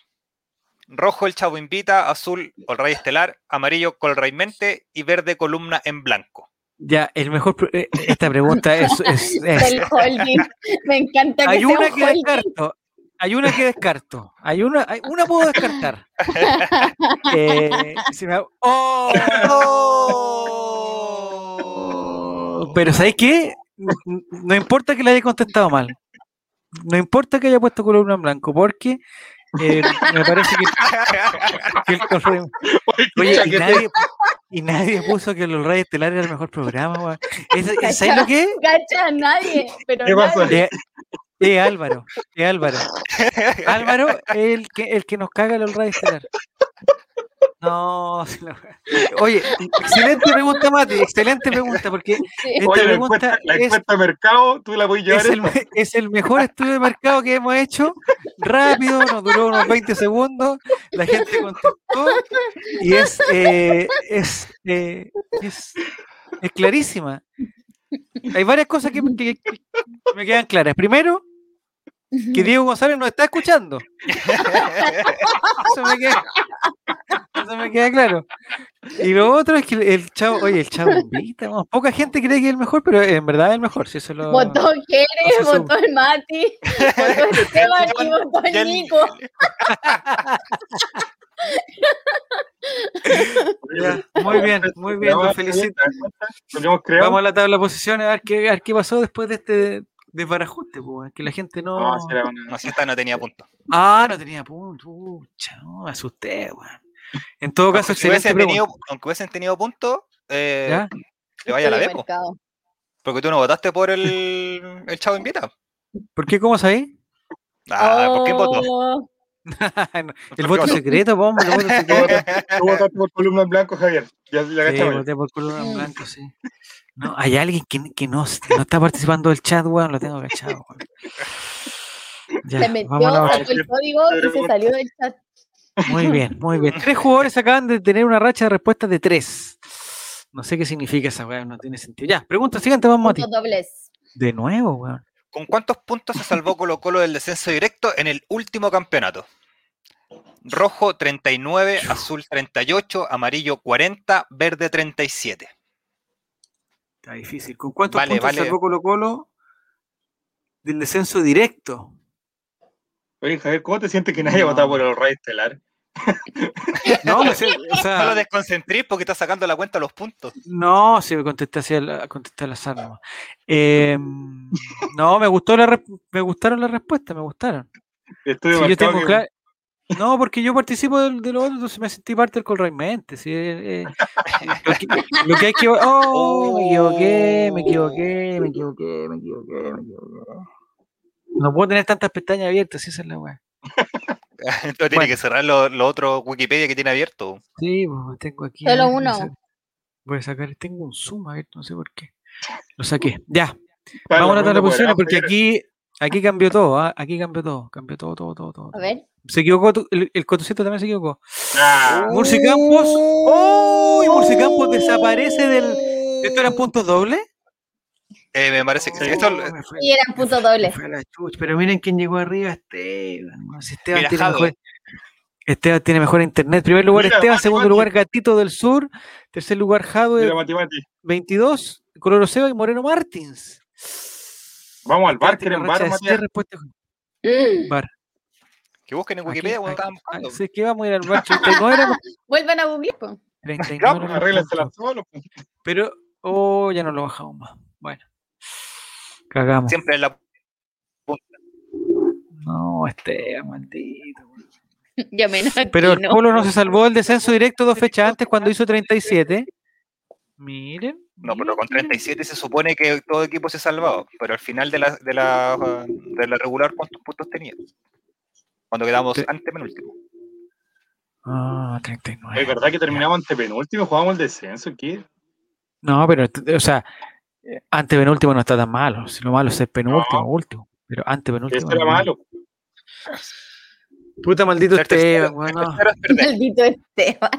Rojo el Chavo Invita, azul All Ray Estelar, amarillo Colray Mente y verde Columna en Blanco. Ya, el mejor. pro- eh, Esta pregunta es- es- es Del holding. Me encanta que hay sea una un que holding. descarto. Hay una que descarto. Hay una, hay una puedo descartar. Eh, si me hago- ¡Oh! Pero ¿sabes qué? N- No importa que le haya contestado mal. No importa que haya puesto columna en blanco, porque eh, me parece que, que el correo- Oye, y nadie, y nadie puso que los Reyes Estelar era el mejor programa. weón. Eso- ¿Sabes lo que es? Cacha a nadie. Pero ¿Qué pasó? Eh, nadie. eh, Álvaro, eh, Álvaro. Álvaro es el que, el que nos caga el All Estelar. este No, si la wea. oye, excelente pregunta, Mati, excelente pregunta, porque Sí. esta Oye, la pregunta encuesta, la es, encuesta de mercado, tú la puedes llevar. es el, me- es el mejor estudio de mercado que hemos hecho. Rápido, nos duró unos 20 segundos, la gente contestó y es, eh, es, eh, es, es clarísima. Hay varias cosas que- que- que me quedan claras. Primero, que Diego González nos está escuchando. Eso me queda, eso me queda claro. Y lo otro es que el- el chavo, oye, el chavo invita, vamos, poca gente cree que es el mejor, pero en verdad es el mejor. Si eso lo, Votó Jerez, No sé, votó el Mati, votó Esteban y votó Ya el el- Nico. muy bien, muy bien, lo felicito. Lo que hemos creado. Vamos a la tabla de posiciones a ver qué, a ver qué pasó después de este desbarajuste, po, weón, que la gente no. No, será una- No, si esta no tenía punto. Ah, no tenía punto, pucha, no, me asusté, weón. En todo caso, Aunque hubiesen, excelente tenido, pregunta. aunque hubiesen tenido punto, eh, ¿ya? le vaya a la Estudio Bebo, mercado. porque tú no votaste por el, el Chavo Invita. ¿Por qué? ¿Cómo sabéis? Ah, ¿por quién votó? Oh, el voto Porque- secreto, po, hombre, el voto secreto. Tú votaste por columna en blanco, Javier. Ya, ya Sí, cachamos. voté por color en Mm. blanco, sí. No, hay alguien que, que no, no está participando del chat, weón, lo tengo cachado, weón. Ya, Se metió, vamos a la otra. sacó el código y se salió del chat. Muy bien, muy bien. Tres jugadores acaban de tener una racha de respuestas de tres. No sé qué significa esa weá, no tiene sentido. Ya, pregunta siguiente, vamos a ti. Puntos dobles. De nuevo, weón. ¿Con cuántos puntos se salvó Colo Colo del descenso directo en el último campeonato? Rojo 39, azul 38, amarillo 40, verde 37. Está difícil. ¿Con cuántos Vale, puntos vale. salvó Colo Colo del descenso directo? Oye, Javier, ¿cómo te sientes que nadie ha No. votado por el Rey Estelar? No, no sé, o No lo sea, desconcentrís porque está sacando la cuenta los puntos. no, si me contesté así al contesté al azar nomás. Eh, no, me gustó la re- me gustaron las respuestas, me gustaron. Estudio Sí, yo mercado tengo que- clar- No, porque yo participo del- de, lo otro, entonces me sentí parte del Colray Mente. sí, eh, eh, lo, que, lo que hay que. ¡Oh! Me equivoqué, me equivoqué, me equivoqué, me equivoqué, me equivoqué. No puedo tener tantas pestañas abiertas, sí, esa es la weá. Entonces tiene Bueno. que cerrar lo, lo otro Wikipedia que tiene abierto. Sí, pues, tengo aquí. Solo a ver, voy a uno. sa- Voy a sacar, tengo un zoom abierto, no sé por qué. Lo saqué. Ya, Para vamos a la tratar ronda la posición cuadrada, porque Javier. aquí, aquí cambió todo, ah, aquí cambió todo, cambió todo, todo, todo, todo. A ver. Se equivocó, tu- el, el Cotucito también se equivocó. Ah, Murci Campos. Uh. ¡Oh! Y Murci Campos desaparece del. ¿Esto eran puntos dobles? Eh, me parece que sí. Oh, Esto- me fue- Y eran puntos me dobles. fue a la chucha. Pero miren quién llegó arriba, Esteban. bueno, si Esteban, Mira, tiene Jado. mejor, Esteban tiene mejor internet. Primer lugar, Mira, Esteban. Mati, Segundo Mati. lugar, Gatito del Sur. Tercer lugar, Jado mira, de Mati, Mati. 22. Coloroseo y Moreno Martins. Vamos al bar, Esteban tiene ¿quieren racha de bar, pues, Matías? seis respuestas. Mm. Bar. que busquen en Aquí, Wikipedia cuando aquí, estaban Ah, buscando. sí, es que vamos a ir al bar. 39 éramos- Vuelvan a googlear. po. 39 Ya, éramos arréglensela puntos. pues, solo. pues. Pero, oh, ya no lo bajamos más. Bueno. Cagamos. Siempre en la. No, Esteban, maldito. weón. Ya menos aquí, Pero el ¿no? Colo no se salvó el descenso directo dos fechas antes cuando hizo 37. Miren. No, miren, pero con miren. 37 se supone que todo equipo se salvaba, pero al final de la, de la, uh, de la regular, ¿cuántos puntos tenía? Cuando quedamos Te- antes penúltimo. Ah, Es 39. verdad que terminamos antepenúltimo, jugábamos el descenso, ¿qué? No, pero, t- o sea, antes penúltimo no está tan malo. Si lo malo es el penúltimo, último. Pero antes penúltimo. Eso Este era malo. Puta maldito Ser tercero- Esteban, weón, ser no. tercero es perder, Maldito Esteban.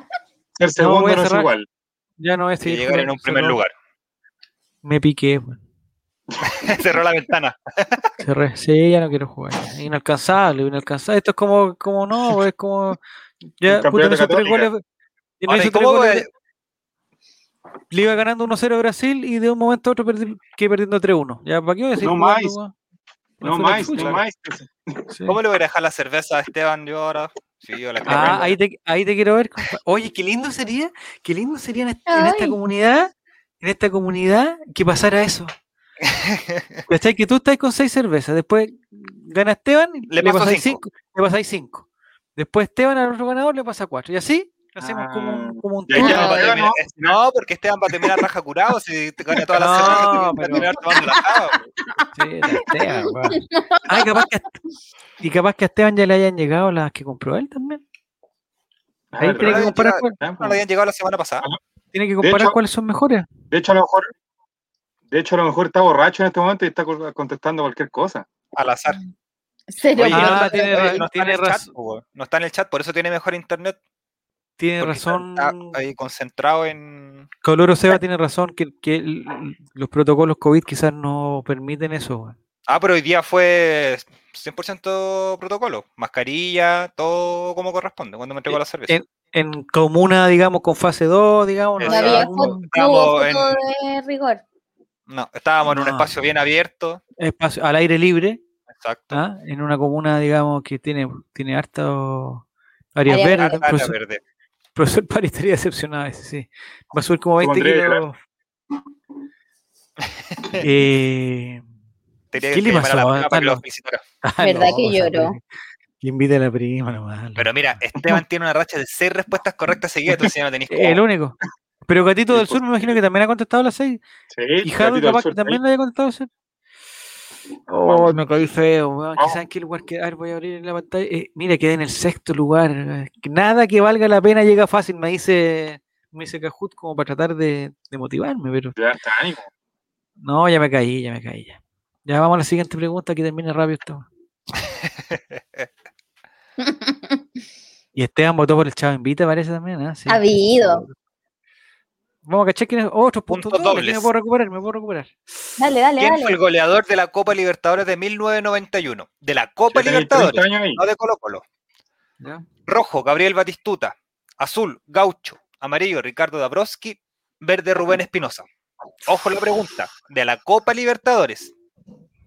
Ser segundo voy a no es cerrar. igual. Ya no es. que sí, llegar en un solo primer lugar. Me piqué, weón. Cerró la ventana. Cerré, sí, ya no quiero jugar. ya. Inalcanzable, inalcanzable. Esto es como, como no, es como. Ya, puta, campeonato no hizo tres Católica. goles. ya no Ahora, ¿y hizo tres cómo goles, voy Le iba ganando 1-0 a Brasil y de un momento a otro perdi- que perdiendo 3-1. Ya, ¿para qué voy a decir? No jugando, más. weón? No Fue la más, chucha. no más. Sí. a- ¿Cómo le voy a dejar la cerveza a Esteban yo ahora? Sí, yo la Ah, ahí te, ahí te quiero ver. compa- Oye, qué lindo sería, qué lindo sería en, est- en esta Ay. comunidad, en esta comunidad que pasara eso. ¿Cachai? Que tú estás con seis cervezas, después gana Esteban, y Le paso pasáis cinco. cinco, le pasáis cinco. Después Esteban al otro ganador le pasa cuatro. Y así hacemos como Ah. un, como un Ya, ya, tour. Esteban va a ya, terminar- no. es- no, porque Esteban va a terminar raja curado si te gana toda la No, cerveza. Va a pero- terminar tomando la java. Sí, la Esteban, weón. Ay, capaz que a- y capaz que a Esteban ya le hayan llegado las que compró él también. Ahí Ah, tiene que verdad, ¿verdad? comparar, ya- cuál- No le habían llegado la semana pasada. tiene que comparar hecho- cuáles son mejores. De hecho, a lo mejor, de hecho, a lo mejor está borracho en este momento y está co- contestando cualquier cosa. Al azar. Cero. Oye, Ah, no está- tiene oye, ra- no está en tiene el chat, razón. po, No está en el chat, por eso tiene mejor internet. Tiene porque está- razón. Está ahí concentrado en. Coloro Seba tiene razón que, que el- los protocolos COVID quizás no permiten eso. weón. Ah, pero hoy día fue 100% protocolo. Mascarilla, todo como corresponde cuando me entregó Eh, la cerveza. En comuna, digamos, con fase 2, digamos. no No había Exacto. ningún foto, no hubo Estamos en- foto de rigor. No, estábamos en un No. espacio bien abierto. espacio al aire libre, Exacto. ¿ah? en una comuna, digamos, que tiene, tiene harto áreas Área verdes. Área El profesor, verde. profesor Pari estaría decepcionado, ese sí. Va a subir como 20 pondría a llorar. kilos. Eh, Tenía ¿Qué que le llamar a la pasó, prima para que lo Carlos? felicitara. ah, ¿Verdad que o sea, lloró? pero- Que invite a la prima nomás. Pero mira, Esteban tiene una racha de seis respuestas correctas seguidas, entonces ya no tenéis el cómo. único. Pero Gatito del Sur me imagino que también ha contestado las 6. Sí, Y Jado Gatito del capaz Sur, que también ahí. le haya contestado ese. Oh, me caí feo, weón. Quizás en qué lugar que. A ver, voy a abrir la pantalla. Eh, mira, quedé en el sexto lugar. eh, que Nada que valga la pena llega fácil, me dice, me dice Cajut como para tratar de, de motivarme, pero. De harta ánimo. No, ya me caí, ya me caí ya. Ya vamos a la siguiente pregunta que termina rápido esto. Y Esteban votó por el Chavo Invita, parece también, ¿ah? Sí. Habido. Vamos a cachar quién es. Otros puntos Puntos dobles. que Me dobles. puedo recuperar, me puedo recuperar. Dale, dale, ¿Quién fue dale. el goleador de la Copa Libertadores de 1991? De la Copa Ya tenéis 30 Libertadores, años ahí. no de Colo Colo. ¿ya? Rojo, Gabriel Batistuta. Azul, Gaucho. Amarillo, Ricardo Dabrowski. Verde, Rubén Espinosa. Ojo la pregunta. De la Copa Libertadores.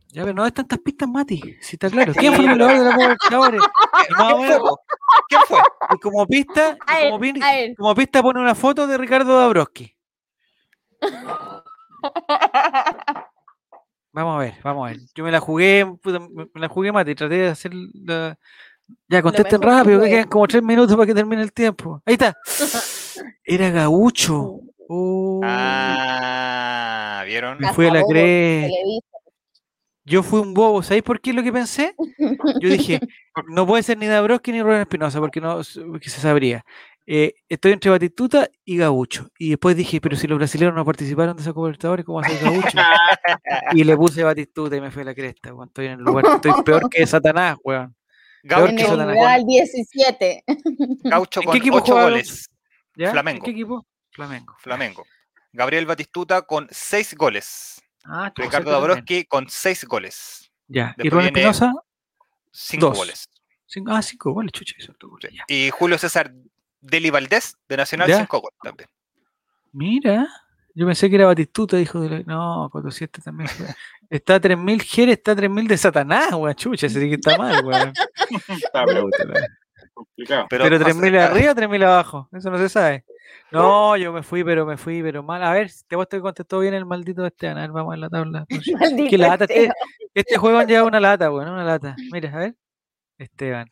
Ya, pero no hay tantas pistas, Mati. Si está claro. ¿Quién fue el goleador de la Copa Libertadores? Y más o Ah, ¿Quién fue? menos, po? ¿Quién fue? y como pista, y A ver, como, pin- a ver. como pista pone una foto de Ricardo Dabrowski. Vamos a ver, vamos a ver. Yo me la jugué, puta, me me la jugué mate y traté de hacer la... Ya, contesten mejor que rápido, que puedas. quedan como tres minutos para que termine el tiempo. Ahí está. Era Gaucho. Oh, Ah, ¿vieron? me fui a la Cazador, cree. Televisa. Yo fui un bobo, ¿sabéis por qué es lo que pensé? Yo dije, no puede ser ni Dabrowski ni Rubén Espinosa, porque no s- porque se sabría. Eh, estoy entre Batistuta y Gabucho. Y después dije, pero si los brasileños no participaron de esa Copa Libertadores, ¿cómo va a ser Gabucho? Y le puse Batistuta y me fui a la cresta, weón. Estoy en el lugar, estoy peor que Satanás, weón. Gaucho, Peor En que el Satanás. lugar 17. Gaucho ¿En qué con equipo 8 jugaba goles. ¿Ya? ¿En Flamengo. ¿Qué equipo? Flamengo. Flamengo. Gabriel Batistuta con 6 goles. Ah, estuvo Ricardo cerca también. Dabrowski con 6 goles. Ya. Y Después Rubén viene- Espinosa, 5 Dos. goles. cinco- ah, cinco goles, chucha, hizo harto goles, ya. Y Julio César Deli Valdés de Nacional, Ya. 5 goles también. Mira, yo pensé que era Batistuta, hijo de la... No, 407 también. fue. Está a 3000 Jerez, está a 3000 de Satanás, weón. Chucha, se que está mal, weón. Ah, Está pero complicado. Pero, Pero más 3000 cerca- arriba, 3000 abajo. Eso no se sabe. No, yo me fui, pero me fui, pero mal. A ver, te puesto que contestó bien el maldito Esteban. A ver, vamos a la tabla. Maldito Qué lata. Este, Esteban. este juego han llevado una lata, weón, una lata. Mira, a ver. Esteban.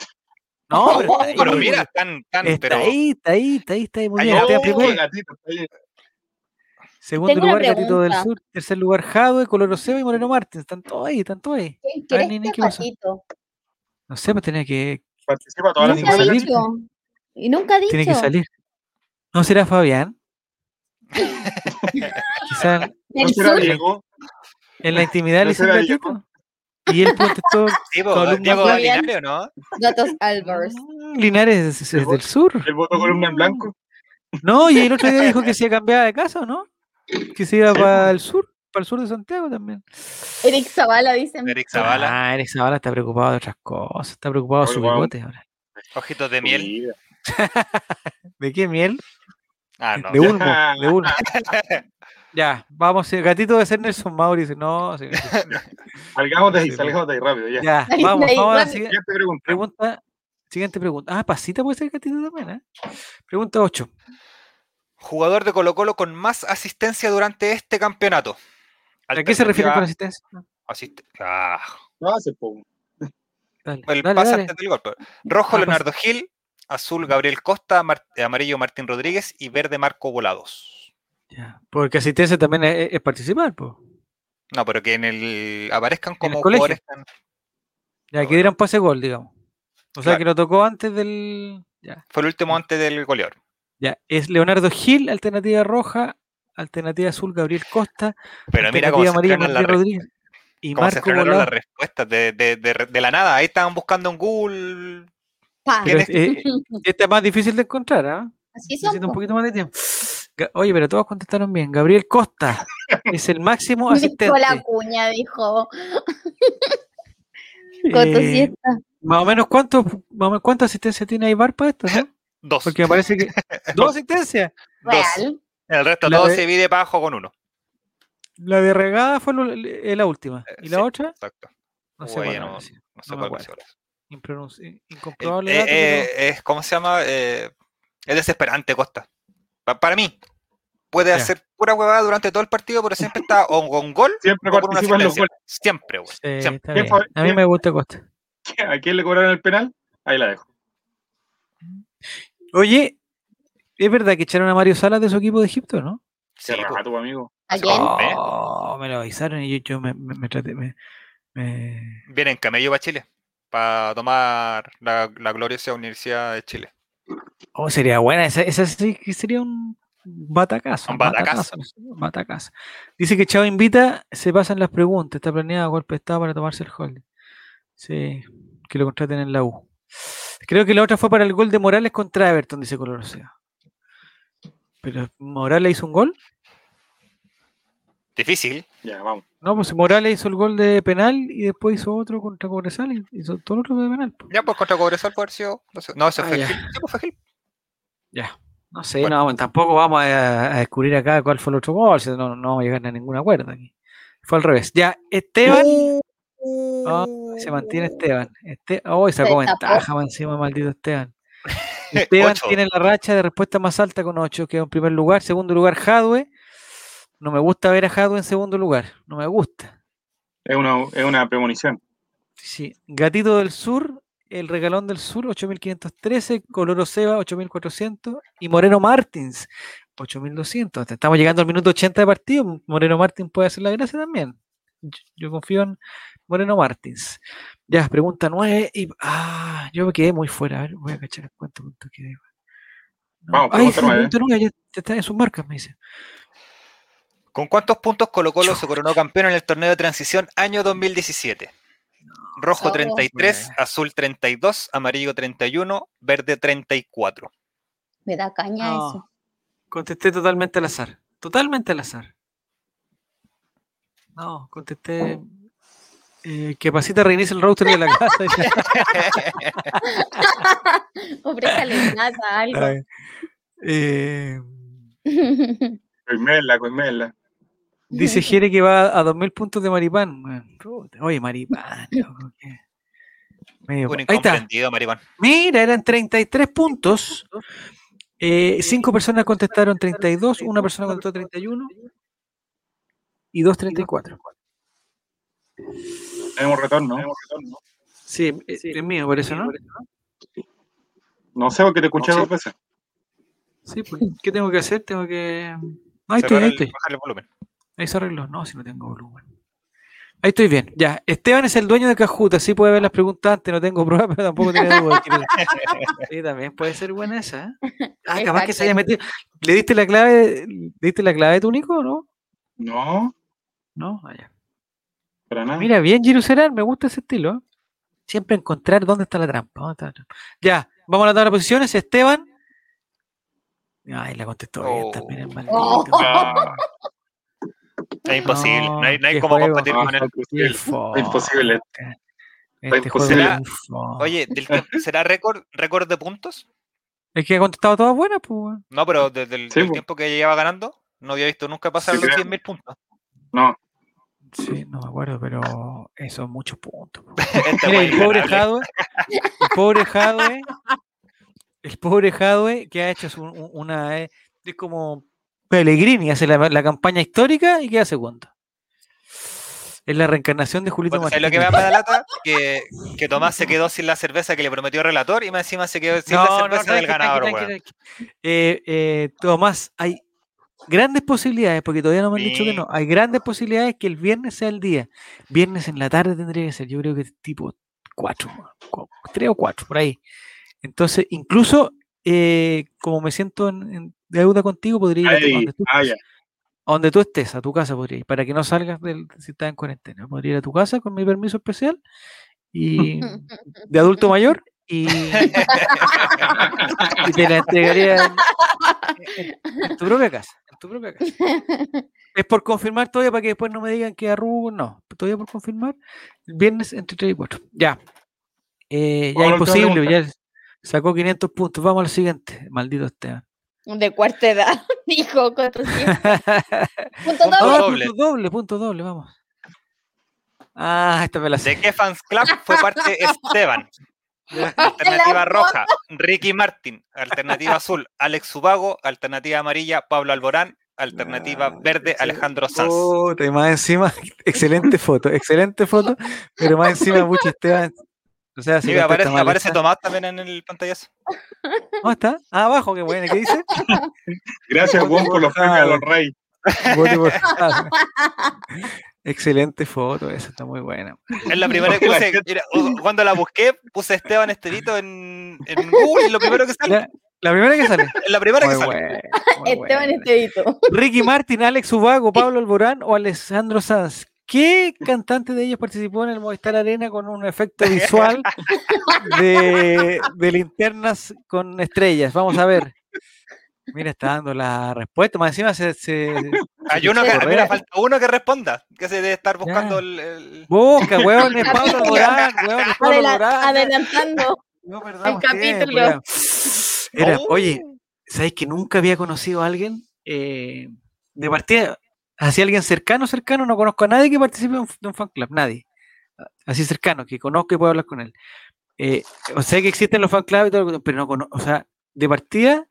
No, pero está ahí. Pero mira, están, están, está pero ahí, está ahí, está ahí, está ahí. Muy Ahí bien. va. Esteban Oh, primero. gatito, oye, Segundo Tengo una lugar, Gatito del pregunta. Sur. Tercer lugar, Jadwe, Coloroseo y Moreno Martins. Están todos ahí, están todos ahí. ¿Quién Ah, crees Nini, que ¿qué pasó? patito? No sé, pues tenía que, participa todas las Nunca ha salir. semanas. dicho. Y nunca ha dicho. tiene que salir. ¿No será Fabián? Quizás No Del será sur, Diego. en la intimidad ¿No le hizo un será gatito. Y él contestó, Sí, po, Columna Diego Fabián. Ordinario, ¿no? gatos Albers. "Mm, Linares es, es del sur. El voto columna en blanco. No, y el otro día dijo que se cambiaba de casa, ¿o ¿no? Que se iba Sí, para el sur, para el sur de Santiago también. Eric Zavala, dicen. Eric Zavala, Ah, Eric Zavala está preocupado de otras cosas. Está preocupado de Oye, su weón. bigote ahora. ojitos de miel. Mira. ¿De qué miel? Ah, no. De uno, de uno. ya, vamos, eh, gatito de ser Nelson Mauri. dice, No, sí, Salgamos de ahí, Sí, salgamos de ahí rápido. Ya. ya, Ahí, vamos, ahí, vamos a la vale. siguiente Siguiente pregunta. pregunta. Siguiente pregunta. Ah, pasita puede ser gatito también, ¿eh? Pregunta 8. Jugador de Colo Colo con más asistencia durante este campeonato. ¿A qué se refiere con Alternativa asistencia? asist- Ah, No hace poco. Dale, el dale, pase dale. antes del gol, pero- Rojo Ah, pasa. Leonardo Gil, azul Gabriel Costa, Mar- eh, amarillo Martín Rodríguez y verde Marco Volados. Ya, Porque asistencia también es, es participar, pues. No, pero que en el aparezcan como colegio. jugadores tan- Ya, que dieran pase gol, digamos. O sea, Claro. que lo tocó antes del. Ya. Fue el último antes del goleador. ya. Es Leonardo Gil, alternativa roja, alternativa azul, Gabriel Costa, Pero mira alternativa cómo se amarilla, estrenan las Martín re- Rodríguez. Y cómo se Marco estrenaron las Volado. respuestas de, de- de- de la nada. Ahí estaban buscando en Google. Pa. Pero ¿Quién este? es- eh, esta es más difícil de encontrar, ¿ah? Así son. Necesita un po. poquito más de tiempo. Ga- Oye, pero todos contestaron bien. Gabriel Costa es el máximo asistente. Nicola Cuña dijo. Coto Eh, siesta. más o menos cuánto, más o menos cuánta asistencia tiene Aibar para esto, ¿no? Dos. Porque me parece que. ¿Dos asistencias? dos. Real. El resto La todo de- se divide para abajo con uno. La de regada fue lo- eh, la última. Eh, ¿Y la sí. otra? Exacto. No sé Uy, cuál no- habrá sido. No sé No me cuál acuerdo. versión es. Impronunci- El- incomprobable eh, dato, pero- eh, es- ¿Cómo se llama? Eh, es desesperante, Costa. Pa- para mí. Puede Ya. hacer pura huevada durante todo el partido, pero siempre está o con gol Siempre o con una participan los asistencia. goles. Siempre, güey. Eh, siempre. está ¿Quién bien. fue- A mí quién- me gusta Costa. ¿A quién le cobraron el penal? Ahí la dejo. Oye, es verdad que echaron a Mario Salas de su equipo de Egipto, ¿no? Sí, Se pues. raja tu amigo. ¿A sí, quién? po. ¿Ven? Oh, me lo avisaron y yo, yo me, me, me traté. Me, me- Viene en camello para Chile, para tomar la, la gloriosa Universidad de Chile. Oh, sería buena. Esa, esa sí que sería un batacazo. Un batacazo. no sé, un batacazo. Dice que Chavo invita, se pasan las preguntas. Está planeado golpe de estado para tomarse el holding. Sí, que lo contraten en la U. Creo que la otra fue para el gol de Morales contra Everton, dice Colorosea. Pero Morales hizo un gol. Difícil. Ya, vamos. No, pues Morales hizo el gol de penal y después hizo otro contra Cobresal y hizo todo el otro de penal. po. Ya, pues contra Cobresal por sido. No, sé- no, ese Ah, fue ya. Gil. Sí, pues, fue Gil. Ya. No sé, Bueno. no, bueno, tampoco vamos a, a descubrir acá cuál fue el otro gol, si no, no vamos a llegar a ningún acuerdo aquí. Fue al revés. Ya, Esteban, Ah, se mantiene Esteban. Este, oh, sacó Se tapó. ventaja más encima, maldito Esteban. Esteban Ocho. tiene la racha de respuesta más alta con 8, queda en primer lugar. Segundo lugar, Jadwe. No me gusta ver a Jadwe en segundo lugar, no me gusta. Es una, es una premonición. Sí, Gatito del Sur, El Regalón del Sur, 8513, Coloro Seba, 8400 y Moreno Martins, 8200. Te- Estamos llegando al minuto 80 de partido. Moreno Martins puede hacer la gracia también. Yo, yo confío en Moreno Martins. Ya, pregunta 9 y... Ah, yo me quedé muy fuera. A ver, voy a cachar cuánto punto quedé. No, Vamos, ay, pregunta sí, nueve. pregunta nueve, ya está en sus marcas, me dice. ¿Con cuántos puntos Colo Colo se coronó campeón en el torneo de transición año 2017? Rojo Oh. 33, azul 32, amarillo 31, verde 34. Me da caña No, eso. Contesté totalmente al azar. Totalmente al azar. No, contesté. eh, que pasita reinicia el router de la casa. Ofrézale nada, algo. Eh, Coimerla, coimerla. dice Jere que va a 2000 puntos de Maripán. weón. Puta, Oye, Maripán. loco, que- medio Un pa- Ahí está. incomprendido, Maripán. Mira, eran 33 puntos. Eh, cinco personas contestaron 32, una persona contestó 31 y dos 34. Tenemos retorno. Tenemos retorno. Sí, eh, es mío, por eso, ¿no? No sé, porque te escuché No, sí. dos veces. Sí, pues, ¿qué tengo que hacer? Tengo que. Ahí estoy, Cerrar ahí el- estoy. bajar el volumen. Ahí se arregló. No, si no tengo volumen. Ahí estoy bien. Ya, Esteban es el dueño de Cajuta. Sí puede ver las preguntas antes. No tengo pruebas, pero tampoco tiene duda. de quién es. Sí, también puede ser buena esa. ¿eh? Ah, capaz que se haya metido. ¿Le diste la clave, le diste la clave de tu Nico o no? No, No, allá. para nada. Mira, bien, Giro Serán, me gusta ese estilo. ¿eh? Siempre encontrar dónde está la trampa. dónde está la trampa. Ya, vamos a la tabla de posiciones. Esteban. Ay, la contestó bien también, el maldito. Oh. Ah. Es imposible. No, hay, no hay qué cómo juego. competir Ah, con él. Qué imposible. foca. imposible. Este Está juego imposible. es un foca. Oye, del que- ¿será récord récord de puntos? Es que ha contestado todas buenas, pues. weón. No, pero desde el Sí, del po. tiempo que lleva ganando, no había visto nunca pasar Sí, los creo. 100.000 puntos. No, Sí, no me acuerdo, pero eso es muchos puntos. pues. po. Este Mira, güey el pobre ganable. Hadwe, el pobre Hadwe, el pobre Hadwe que ha hecho su- un- una. eh, Es como Pellegrini, hace la, la campaña histórica y queda segundo. Es la reencarnación de Julito Bueno, ¿sabes lo que me da mala lata? Que, que Tomás se quedó sin la cerveza que le prometió el relator y más encima se quedó sin la cerveza tranqui, del ganador, tranqui, weón. tranqui, tranqui. Eh, eh, Tomás, hay grandes posibilidades, porque todavía no me han dicho que Sí. no, hay grandes posibilidades que el viernes sea el día. Viernes en la tarde tendría que ser, yo creo que tipo 4, 3 o 4, por ahí. Entonces, incluso eh, como me siento en, en deuda contigo, podría ir a tu- ahí, donde tú, ah, ya. a donde tú estés, a tu casa podría ir, para que no salgas del, si estás en cuarentena. Podría ir a tu casa con mi permiso especial y de adulto mayor y, y te la entregaría en, en- en tu propia casa. en tu propia casa. Es por confirmar todavía para que después no me digan que arrugo, no. Todavía por confirmar. El Viernes entre 3 y 4. Ya. Eh, ya Vamos a la última imposible, pregunta. ya sacó 500 puntos. Vamos al siguiente. Maldito Esteban. De cuarta edad, dijo 400. Punto Punto Ah, doble. doble. punto doble, punto doble, vamos. Ah, esta me la sé. ¿De qué fans club fue parte Esteban? Alternativa roja, Ricky Martin. Alternativa azul, Alex Subago. Alternativa amarilla, Pablo Alborán. Alternativa Ah, verde, sí. Alejandro Sanz. Puta, y más encima, excelente foto, excelente foto, pero más encima Buchi Esteban. O sea, si Sí, contesta aparece, mal aparece esta- Tomás también en el pantallazo. ¿Cómo está? Ah, abajo, qué bueno, ¿qué dice? Gracias, Juan, por los premios a Ah, los reyes. Vote por Jadwe. excelente foto, esa está muy buena. Es la primera que La puse. gente- mira, u- cuando la busqué, puse Esteban Estevito en, en Google y lo primero que sale. La, la primera que sale. es La primera que Muy sale. buena, muy Esteban buena. Estevito. Ricky Martin, Alex Eh. Ubago, Pablo Alborán o Alessandro Sanz. ¿Qué cantante de ellos participó en el Movistar Arena con un efecto visual de, de linternas con estrellas? Vamos a ver. Mira, está dando la respuesta. Más encima se. se- Hay uno que, Correa. mira, falta uno que responda, que se debe estar Ya. buscando el, el- Busca, weón, es Pablo Alborán, weón, es Pablo Adela- Alborán. adelantando. No perdamos capítulo. tiempo, ya. Era, Oh. oye, ¿sabéis que nunca había conocido a alguien eh, de partida? Así alguien cercano, cercano, no conozco a nadie que participe de un, de un fan club, nadie. A- Así cercano, que conozco y puedo hablar con él. Eh, o sea que existen los fan club y todo, pero no conozco, o sea, de partida,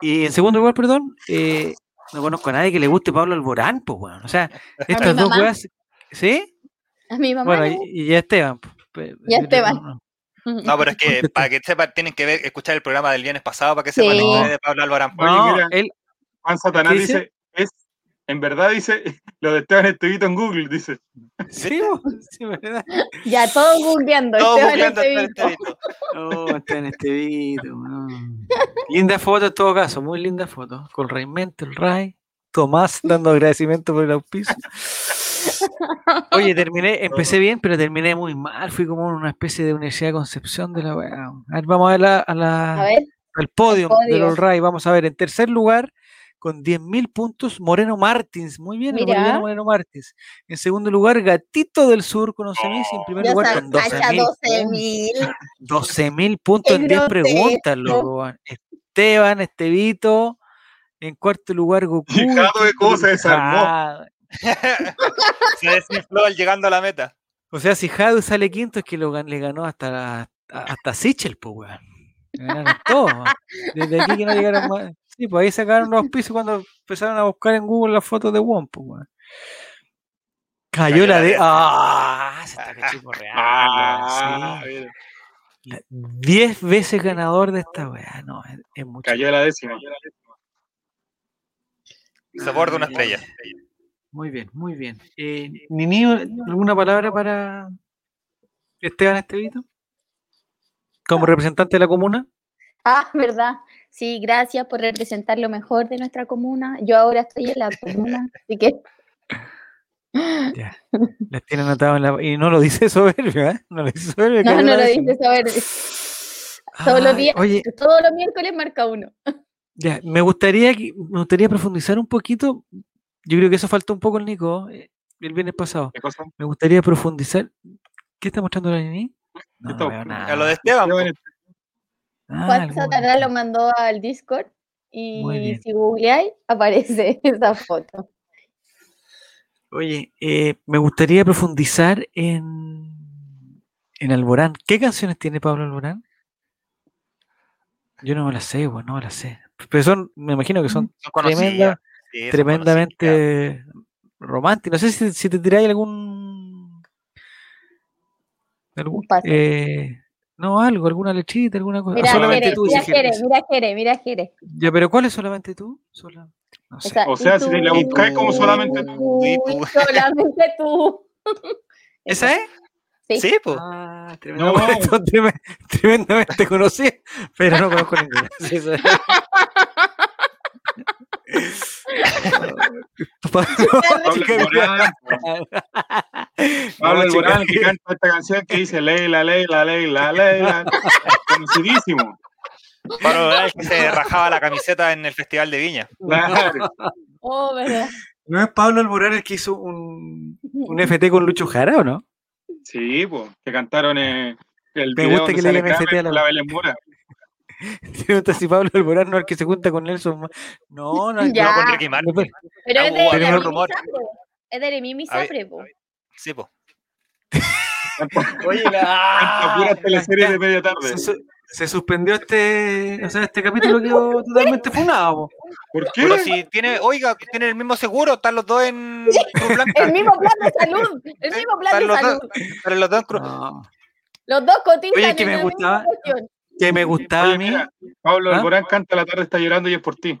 y en segundo lugar, perdón, eh, no conozco a nadie que le guste Pablo Alborán, pues bueno, o sea, estas dos mamá. weas, ¿sí? A mi mamá. Bueno, le y, y ya Esteban. pues, pe- yo creo que Esteban. no- no. gusta. No, pero es que para que sepan, tienen que ver, escuchar el programa del viernes pasado para que sepan la Sí. historia de Pablo Alborán. Oye, No, mira. él, Juan Satanás ¿Qué dice? dice, es, en verdad dice, lo de Esteban Estevito en Google, dice. sí, bo, sí, verdad. Ya todos googleando. Todo Esteban buscando a Esteban Estevito. Estevito. Oh, está en este video. weón. Linda foto en todo caso, muy linda foto. Con Raimente, el Ray. Tomás dando agradecimiento por el auspicio. Oye, terminé, empecé bien, pero terminé muy mal. Fui como en una especie de Universidad de Concepción de la weá. A ver, vamos a ver, la- a la- A ver, al podio del podio. All Ray. Vamos a ver, en tercer lugar, con 10.000 puntos, Moreno Martins. Muy bien, el Mira. boliviano Moreno Martins. En segundo lugar, Gatito del Sur con 11.000 y en primer ya lugar sa- con cacha 12.000 puntos. 12.000. 12.000 puntos en 10 preguntas, loco. weón. Esteban, Estevito. En cuarto lugar, Goku. en Jadwe, quinto ¿cómo se lugar- desarmó? Jadwe. Se desinfló al llegando a la meta. O sea, si Jadu sale quinto, es que lo, gan- le ganó hasta, la- a- hasta Sichel, pues, weón. Le ganaron todo. Desde aquí que no llegaron más. Sí, pues ahí sacaron los pisos cuando empezaron a buscar en Google las fotos de Won, pues, weón. Cayó la de. ¡Ah! Se está cachimorreando, weón, Ah, sí. mira. 10 veces ganador de esta weá. No, es, es mucho. Cayó la décima. Sabor de una estrella. Muy bien, muy bien. Eh, Nini, ¿alguna palabra para Esteban Estevito? Como representante de la comuna. Ah, verdad. Sí, gracias por representar lo mejor de nuestra comuna. Yo ahora estoy en la comuna, así que. Ya. Las tiene anotado en la. Y no lo dice soberbio, ¿eh? No lo dice soberbio. No, cayó no la lo décima. dice soberbio. Todos los Ay, días, Oye, todos los miércoles marca uno. Ya, me gustaría, que- me gustaría profundizar un poquito. Yo creo que eso faltó un poco el Nico eh, el viernes pasado. ¿Qué cosa? Me gustaría profundizar. ¿Qué está mostrando la Nini? No, está no veo buscando? nada. A lo de Esteban. po. Esteban, Ah, Juan algún- Satanás lo mandó al Discord Muy y bien. si googleáis aparece esa foto. Oye, eh, me gustaría profundizar en, en Alborán. ¿Qué canciones tiene Pablo Alborán? Yo no me las sé, bueno, no me las sé. Pero son, me imagino que son Son conocidas, tremenda- sí, son conocidas. tremendamente románticas. No sé si, si te tiráis algún. algún, pase. eh, no, algo, alguna lechita, alguna cosa. Ah, Mira a solamente Jere, tú, mira a dice Jere, Jere, eso. mira a Jere, mira a Jere. Ya, pero ¿cuál es solamente tú? Sola- no sé. O sea, si la buscáis como solamente tú. tú. y Solamente tú. ¿Esa es? Sí. Sí, po. Ah, No. tremendamente, tremendamente conocí, pero no conozco ninguna. Sí, eso es. Pablo Alborán, Pablo No, chica, Alborán, que canta esta canción que dice Leila, Leila, Leila, Leila. Conocidísimo. Pablo Alborán, el que se rajaba la camiseta en el Festival de Viña. Claro. Oh, verdad. ¿No es Pablo Alborán el que hizo un, un FT con Lucho Jara o no? Sí, pues, que cantaron eh, el Me video gusta donde que le sale digan Kramer FT a la- con la Belén Mora. Pregunta si Pablo Alborán no es el que se junta con Nelson. Ma- No, no, Ya. No, no, con Ricky Martin. no, Pero Ah, es hubo de la algún Mimi rumor. Sapre. Es de la Mimi A ver, Sapre, po. Sí, po. Oye, la Canta puras teleseries de media tarde. se, su- se suspendió este, o sea, este capítulo quedó totalmente funado. po. ¿Por qué? Pero si tiene, oiga, tienen el mismo seguro, están los dos en Cruz Blanca. El mismo plan de salud, el mismo plan de Están los salud. dos, están los dos en Cruz No. Los dos cotizan Oye, que en me la misma gustaba- cuestión. que me gustaba Oye, a mí. mira, Pablo ¿Ah? Alborán canta La tarde está llorando y es por ti.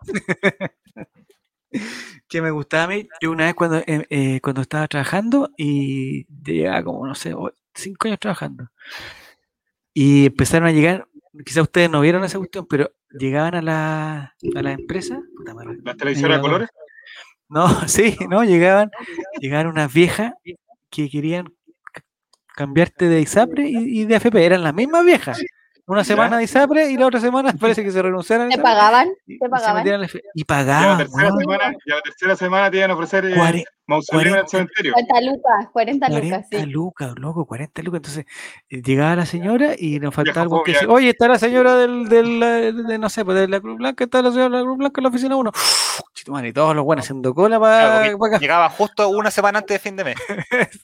que me gustaba a mí. Yo una vez cuando, eh, eh, cuando estaba trabajando y llevaba como, no sé, o- cinco años trabajando. Y empezaron a llegar, quizás ustedes no vieron esa cuestión, pero llegaban a la, a la empresa. puta madre, me Las televisoras llegó- de colores. No, sí, no, llegaban, llegaban unas viejas que querían ca- cambiarte de ISAPRE y, y de AFP. Eran las mismas viejas. Una semana de ISAPRE y la otra semana parece que se renunciaron. a ¿Te ISAPRE pagaban? y- y te se pagaban? metieron al F- Y Y a la pagaban. tercera weón, semana, y a la tercera semana te iban a ofrecer eh, Ah, cuare- mausoleo en el cuarenta- cementerio. 40 lucas, 40 lucas, 40 sí. lucas, loco, 40 lucas. Entonces eh, llegaba la señora y nos faltaba algo que Viajafobia. decía, oye, está la señora del, del, eh, de, no sé, pues de la Cruz Blanca, está la señora de la Cruz Blanca en la oficina 1. Y todos los buenos haciendo cola para, Claro, porque Llegaba justo una semana antes de fin de mes.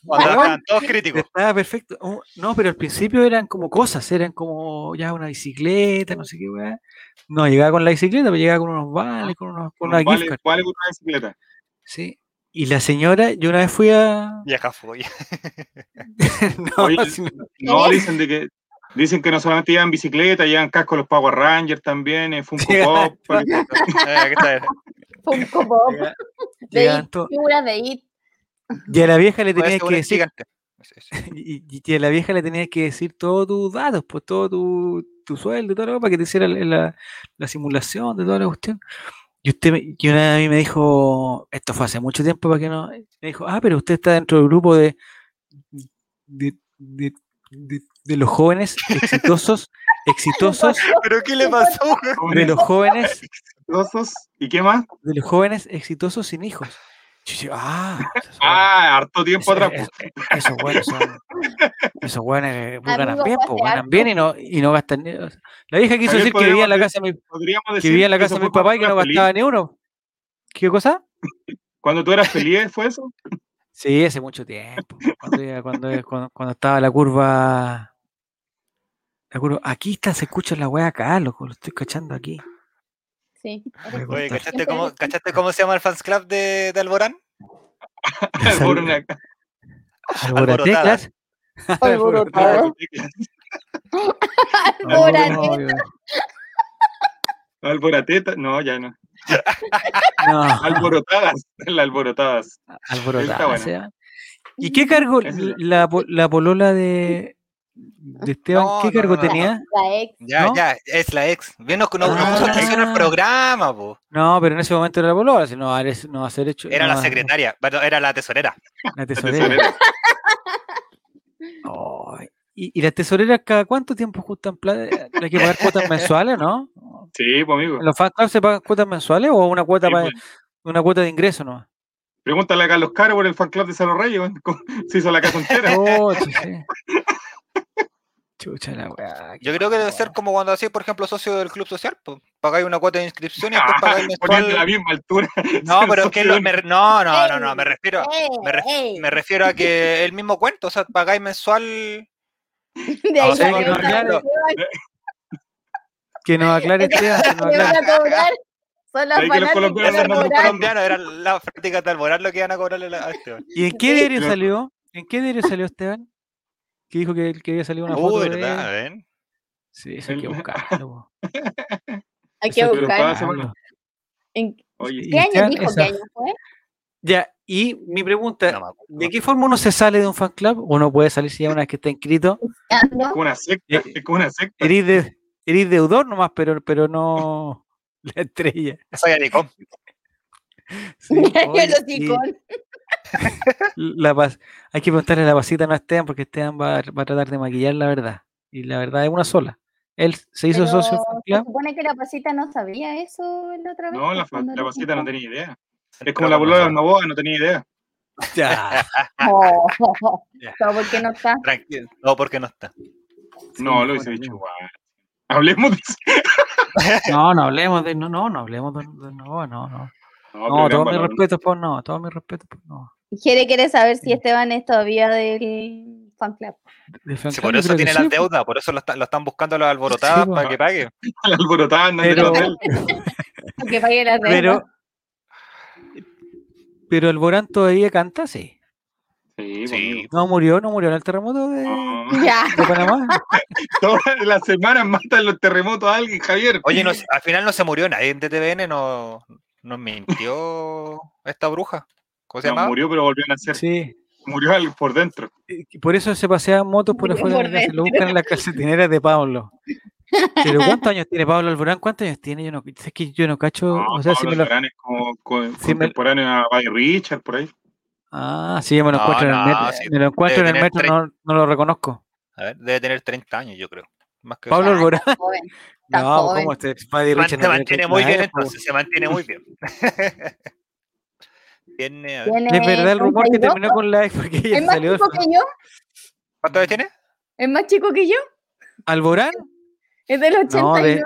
Cuando Weón. estaban todos críticos. Estaba perfecto. Oh, No, pero al principio eran como cosas, eran como ya una bicicleta, no sé qué, weá. No, llegaba con la bicicleta, pero llegaba con unos vales, con, unos, con una gift Vale, card, vale una bicicleta. ¿sí? Y la señora, yo una vez fui a... Vieja fobia. No, Oye, si no- No, dicen de que dicen que no solamente llevan bicicleta, llevan casco los Power Rangers también, eh, Funko Sí. Pop. eh, Eh, ¿qué tal? Funko Pop, llegaba- de llegaban It, todos- figuras de It. y a la vieja le Puede tenía ser un que decir gigante. Sí, sí. Y, y- y a la vieja le tenías que decir todos tus datos, pues todo tu, tu sueldo, y todo lo para que te hiciera la, la- la simulación de toda la cuestión. Y usted me- y una vez a mí me dijo, esto fue hace mucho tiempo para que no. Me dijo, ah, pero usted está dentro del grupo de de, de- de- de los jóvenes exitosos, exitosos, ¿Pero qué le pasó? de los jóvenes, exitosos. ¿Y qué más? de los jóvenes exitosos sin hijos. Yo dije, ah, esos jóvenes- Ah, harto tiempo Eso- atrás. pues. eso- Esos buenos son. Esos buenos eh, pues, ganan Amigos, bien, hace pues, ganan harto. bien y no, y no gastan. ni- o sea, la vieja quiso Javier, decir que vivía en la podríamos casa de mi, Podríamos que decir vivía en la que casa de eso mi fue papá y que no cuando tú eras gastaba ni uno. ¿Qué cosa? feliz. Cuando tú eras feliz fue eso. Sí, hace mucho tiempo. pues, Cuando, ya- cuando, ya- cuando- cuando estaba la curva. La curva. Aquí está, se escucha la wea acá, loco. Lo estoy cachando aquí. Sí. Voy a Oye, contar. ¿cachaste cómo, cachaste cómo se llama el fans club de, de Alborán? Las Por una- alborotecas. Ah. Alborotadas. Alborotadas. Alboroteta. Alborateta, no, ya no. No, Alborotadas, las alborotadas. alborotada, buena. se llama. ¿Y qué cargo Esa es la, po- la polola de, de Esteban? No, ¿Qué no, cargo no, no. tenía? La ex. Ya, ¿No? ya, es la ex. Bien, nos, nos, nos Ah. puso atención al programa, po. No, pero en ese momento era la polola, si no, eres- no va a ser hecho. Era no la va- secretaria, perdón, era la tesorera. La La tesorera. tesorera. Ay, ¿Y, y las tesoreras cada cuánto tiempo juntan plata? ¿Hay que pagar cuotas mensuales, no? Sí, pues amigo. ¿En los fan clubs se pagan cuotas mensuales o una cuota, Sí, pa- pues. una cuota de ingreso nomás? Pregúntale a Carlos Caro por el fan club de San Reyes, weón, cómo se hizo la casa entera. Oh, chucha. Chucha la weá. qué Yo creo que debe mala ser como cuando hacéis, por ejemplo, socio del club social, po. pagáis una cuota de inscripción y después pagáis Poniendo la mensual. misma altura. No, pero es que lo- me re- no, no, no, no, Ey, me refiero, ey, me ref- ey. me refiero a que el mismo cuento, o sea, pagáis mensual De ahí No, sí, salió no, otra claro. vez, weá. Que nos aclare Esteban, que nos me van aclare. a cobrar. Son las Ahí que los colombianos Eso fanáticas andan no es cobrando. un laborales. colombiano, eran las prácticas de alborar lo que iban a cobrarle la- a Esteban. ¿Y en qué diario Yo- salió? ¿En qué diario salió Esteban? Que dijo que, que había salido una foto Uh, de ¿verdad? él. ¿Ven? Sí, eso hay que El- buscarlo. po. Hay que Eso hay Pero buscar. pasa, bueno. ¿En Oye, Y qué año Esteban, dijo? esa- ¿Qué año fue? Ya, y mi pregunta, No me acuerdo. ¿De qué forma uno se sale de un fan club? Uno puede salir si ya una vez que está inscrito. Ah, es ¿no? como una Eh, secta, es como una secta. Eres, de, eres deudor nomás, pero, pero no la estrella. Soy Adicom. Sí, oye, Los sí, icon- la Paz- hay que preguntarle a la pasita no a Esteban, porque Esteban va, a- va a tratar de maquillar la verdad. Y la verdad es una sola. Él se hizo Pero socio del fan se club. supone que la pasita no sabía eso la otra vez. No, la, pues, cuando la lo pasita no contó. tenía idea. Es como la bolola de Almaboa, no tenía idea. Ya, Oh, oh, oh. Ya. No, ¿por qué no está? Tranquilo. No, porque no está. sí, no, lo mejor hubiese dicho, hablemos. guau. Hablemos de eso. No, no hablemos de. No, no, no hablemos de. de- no, no, no. No, No, pero todos gran mis valor. respetos por no. Todos mis respetos por no. Jere quiere saber si Sí. Esteban es todavía del fan club. De fan Sí, club por yo eso creo que tiene sí, la po. deuda, por eso lo, está- lo están buscando las alborotadas po. para que pague. La alborotada andan de Pero- los del- Que pague la deuda. pues. Pero. Pero el Borán todavía canta, sí. Sí, pues, Sí. amigo. No murió, no murió en el terremoto de, de No, Ya. Panamá. Todas las semanas matan los terremotos a alguien, Javier. Oye, no, al final no se murió nadie en TVN, no, nos mintió esta bruja. ¿Cómo se No, llama? murió, pero volvió a nacer. Sí. Murió al- por dentro. Eh, que Por eso se pasean motos por Murió afuera de por la casa. Lo buscan en las calcetineras de Pablo. Pero ¿cuántos años tiene Pablo Alborán? ¿Cuántos años tiene? Yo no, es que yo no cacho. No, o sea, si Pablo me lo, Alborán es como co- si me- contemporáneo a Guy Richard, por ahí. ah, sí, yo me lo No, encuentro en el no, metro. sí, me lo encuentro en el tener metro, tres- no, no lo reconozco. A ver, debe tener 30 años, yo creo. Más que Pablo Ah, Alborán. está joven. está No, joven. ¿cómo este? Buddy se man- Richard pues? se no tiene mantiene 30 muy bien, años, po. entonces, se mantiene muy bien. tiene, a ver, Tiene Es verdad el rumor que 32. terminó con la ex porque ella ¿Es se más salió. del chico fan- que yo? ¿Cuántos años tiene? ¿Es más chico que yo? ¿Alborán? Es del 89.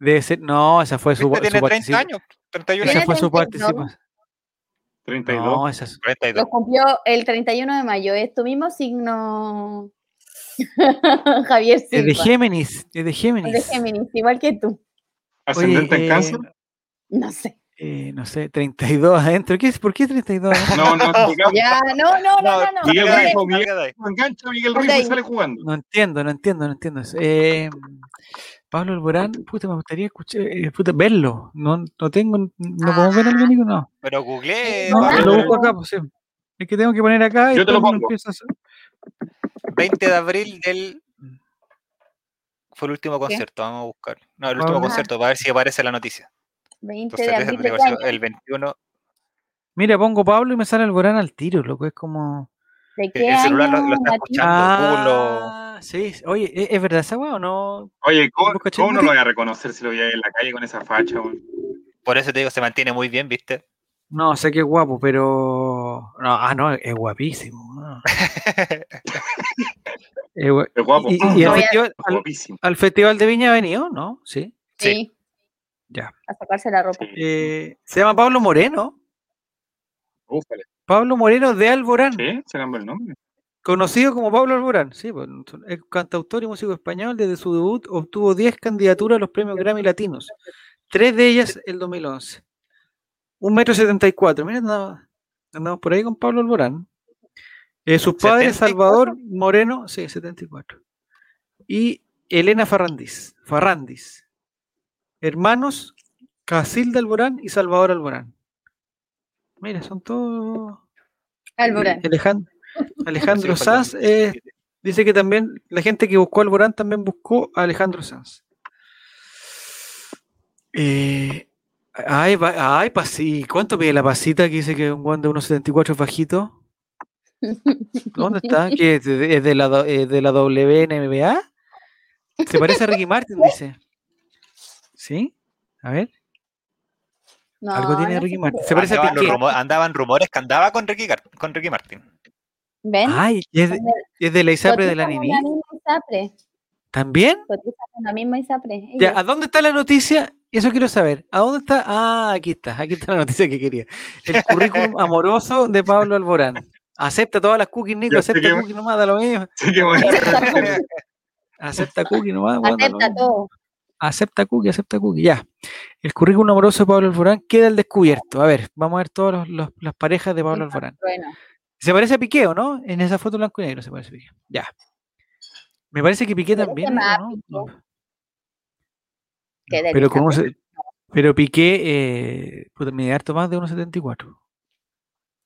Debe ser. No, esa fue su, ¿Viste? su Este Tiene 30 participación. años, 31 Esa años. fue su 32. participación. 32. No, esa es. 32. Lo cumplió el 31 de mayo. Es tu mismo signo, Javier Es de Silva. Géminis. Es de Es de Géminis. Géminis, igual que tú. ¿Ascendente Oye, en cáncer? No sé. eh, no sé, 32 adentro. ¿Qué es? ¿Por qué 32 adentro? No, no, digamos. Ya, no, no, no, no. no, Miguel Jere, Rifo, Miguel. Salga de ahí. Engancha a Miguel Ok. Ruiz y sale jugando. No entiendo, no entiendo, no entiendo. eso. Eh, Pablo Alborán, puta, me gustaría escuchar, eh, puta, verlo. No, no tengo, no podemos ver algo, Nico, no. Pero googleé No, Pablo lo Alborán. busco acá, pues sí. Es que tengo que poner acá y Yo te lo después uno pongo. empieza a hacer- 20 de abril del. Fue el último concierto, vamos a buscar. No, el último Ah. concierto, para ver si aparece la noticia. 20 Entonces, de ese abril tendría de que haber qué sido año? el 21. Mira, pongo Pablo y me sale Alborán al tiro, loco, es como. ¿De que qué Eh, el celular lo- año, lo está Mati? escuchando. Ah, sí, sí. oye, ¿es, es verdad esa weá o no? Oye, ¿cómo, ¿Vos cachai, cómo no Mati? lo voy a reconocer si lo veía en la calle con esa facha? weón? Por eso te digo, se mantiene muy bien, ¿viste? No, sé que es guapo, pero. No, ah, no, es guapísimo. ah. no. Es gua- Es guapo. Y, y- y al, No, ya- festival, al- Guapísimo. al festival de Viña ha venido, ¿no? Sí. Sí. Sí, Ya. a sacarse la ropa. Sí. Eh, se llama Pablo Moreno. Búfale. Pablo Moreno de Alborán, Sí, se cambió el nombre. conocido como Pablo Alborán. Sí, pues, es cantautor y músico español. Desde su debut obtuvo 10 candidaturas a los premios Grammy Latinos. Tres de ellas el 2011. Un metro setenta y cuatro. Mira, andaba- andamos por ahí con Pablo Alborán. Eh, sus padres, 74. Salvador Moreno, sí, 74. y Elena Ferrandis. Ferrandis. Hermanos Casilda Alborán y Salvador Alborán. Mira, son todos. Alborán. Alejandro, Alejandro Sanz eh, dice que también la gente que buscó Alborán también buscó a Alejandro Sanz. Eh, ay, va- ay, Pasi, ¿cuánto pide la pasita que dice que un guante de 1.74 es bajito? ¿Dónde está? ¿Que es de, es de la, do- es de la WNBA? Se parece a Ricky Martin, dice. ¿Sí? A ver, No, algo tiene no Ricky sé. Martin. Se parece a andaban, los Piqué. rumo- andaban rumores que andaba con Ricky, Gar- con Ricky Martin. Eh, ¿Ven? Ay, y es de, y es de la ISAPRE de la Cotizan Nini. en misma ISAPRE. ¿También? Cotizan en la misma ISAPRE. Ya, ¿A dónde está la noticia? Eso quiero saber. ¿A dónde está? Ah, aquí está. Aquí está la noticia que quería. El currículum amoroso de Pablo Alborán. Acepta todas las cookies, Nico. Ya sé Acepta que- cookies nomás, da lo mismo. Así que bueno, Acepta Acepta cookies nomás. weón, da lo Acepta mismo. todo. Acepta cookie, acepta cookie, ya. El currículum amoroso de Pablo Alborán queda al descubierto. A ver, vamos a ver todas los- los- las parejas de Pablo Alborán. Bueno, Se parece a Piqué, ¿o no? En esa foto blanco y negro se parece a Piqué. Ya. Me parece que Piqué Parece también, más era, ¿no? Piqué. No. Qué Pero, como delicado. se- pero Piqué, eh, puta, mide harto más de 1,74.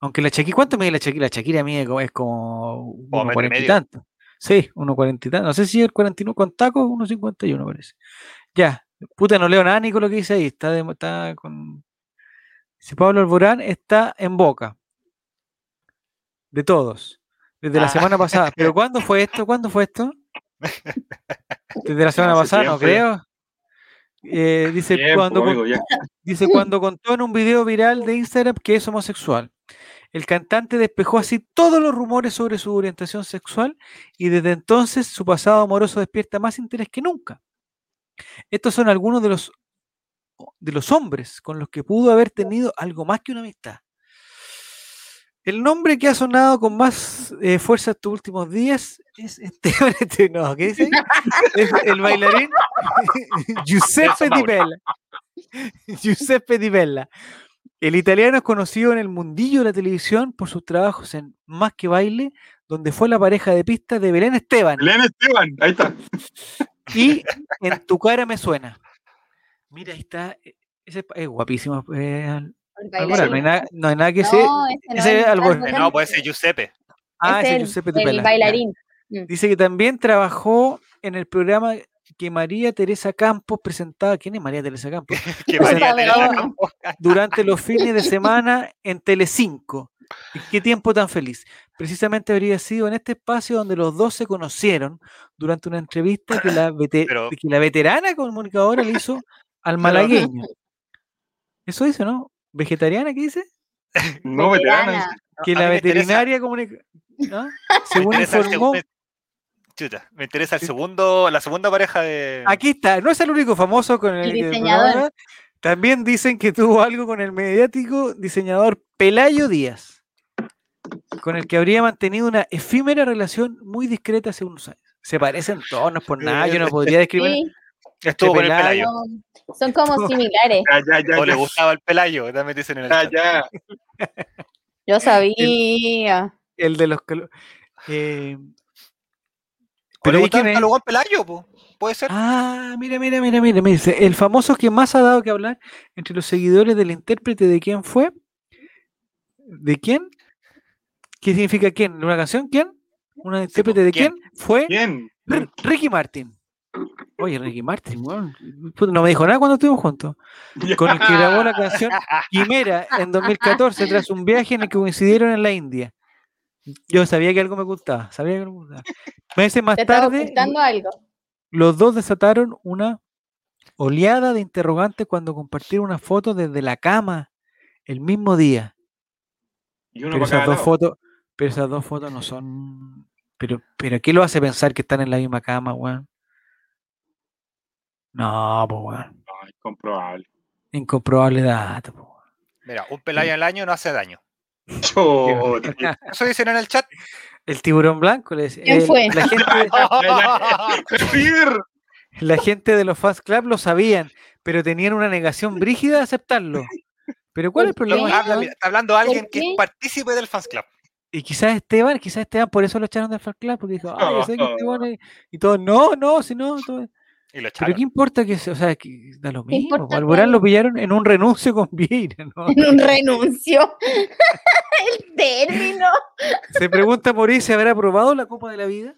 Aunque la Shakira, ¿cuánto mide la Shakira? La Shakira mide como, es como Como metro y 1,40 y medio. tanto. Sí, 1,40 y tanto. No sé si el 41 con tacos, 1,51 parece. Ya, puta, no leo nada, Nico, lo que dice ahí. Está, de- está con... Dice Pablo Alborán está en boca. De todos. Desde la Ah. semana pasada. ¿Pero cuándo fue esto? ¿Cuándo fue esto? Desde la semana Hace pasada, no tiempo ya. creo. Eh, dice, tiempo, cuando, con- pues, amigo, ya. Dice cuando contó en un video viral de Instagram que es homosexual. El cantante despejó así todos los rumores sobre su orientación sexual y desde entonces su pasado amoroso despierta más interés que nunca. Estos son algunos de los, de los hombres con los que pudo haber tenido algo más que una amistad. El nombre que ha sonado con más eh, fuerza estos últimos días es Esteban este, no, ¿qué dice? ahí? Es el bailarín Giuseppe Di Mauri. Bella. Giuseppe Di Bella. El italiano es conocido en el mundillo de la televisión por sus trabajos en Más que Baile, donde fue la pareja de pista de Belén Esteban Elena Esteban, ahí está. y En tu cara me suena. Mira, ahí está. eh, Ese es, pa- es guapísimo. eh, Al- El Alborán, no, hay bailarín. nada, no hay nada que No, se. ese no ese es Alborán. Eh, No, puede ser Giuseppe. Ah, es ese es el- Giuseppe el Tupela, ya. bailarín. Dice que también trabajó en el programa que María Teresa Campos presentaba. ¿Quién es María Teresa Campos? Que Pues María está Teresa Verona. Campos. durante los fines de semana en Telecinco. ¿Y qué tiempo tan feliz? Precisamente habría sido en este espacio donde los dos se conocieron durante una entrevista que la, vete- Pero- que la veterana comunicadora le hizo al malagueño. Eso dice, ¿no? ¿Vegetariana qué dice? No, veterana. dice. Que A la mí me interesa- veterinaria comunica... ¿no? me Según interesa el informó... segundo- Chuta, me interesa el segundo, la segunda pareja de. Aquí está, no es el único famoso con el, El que diseñador. colabora. También dicen que tuvo algo con el mediático diseñador Pelayo Díaz, con el que habría mantenido una efímera relación muy discreta hace unos años. Se parecen todos, no es por nada, yo no podría describir. Sí, Estuvo con el Pelayo. Pelayo. son- son como similares. Ya, ya, ya. O le ya, gustaba el Pelayo, también dicen en el. ya, chat. ya. Yo sabía. El de los colo- eh, ¿O pero le ¿y gustaba quién el es? Calugón Pelayo? po? Puede ser. Ah, mira, mira, mira, mira, me dice, el famoso que más ha dado que hablar entre los seguidores del intérprete de quién fue, de quién, qué significa quién, ¿De una canción, quién, una intérprete de quién, ¿quién? fue ¿Quién? R- Ricky Martin. Oye, Ricky Martin, weón, puta, no me dijo nada cuando estuvimos juntos, con el que grabó la canción Quimera en 2014 tras un viaje en el que coincidieron en la India. Yo sabía que algo me gustaba, sabía que algo me gustaba. Meses más Te estaba tarde, ocultando algo. los dos desataron una oleada de interrogantes cuando compartieron una foto desde la cama el mismo día. Y uno Pero para cada esas dos lado. fotos, pero esas dos fotos no son. Pero, pero ¿qué lo hace pensar que están en la misma cama, weón? No, pues weón. No, incomprobable. Incomprobable dato, po, weón. Mira, un Pelayo al año no hace daño. Chota. Eso dicen en el chat. El tiburón blanco le decía. ¿Quién el- fue? La gente, Peter, la gente de los fans club lo sabían, pero tenían una negación brígida de aceptarlo. Pero ¿cuál es el ¿Por problema? qué? ahí, Habla, weón? mira, está hablando alguien que qué? es partícipe del fans club. Y quizás Esteban, quizás Esteban por eso lo echaron del fan club, porque dijo, ah, yo sé que No. Esteban es-". Y todo, no, no, si no. todo- Y lo Pero echaron. ¿qué importa que se- o sea, que da lo mismo? importa Alborán cuál? lo pillaron en un renuncio con Vieira, ¿no? En un renuncio. El término. Se pregunta por si habrá aprobado la Copa de la Vida.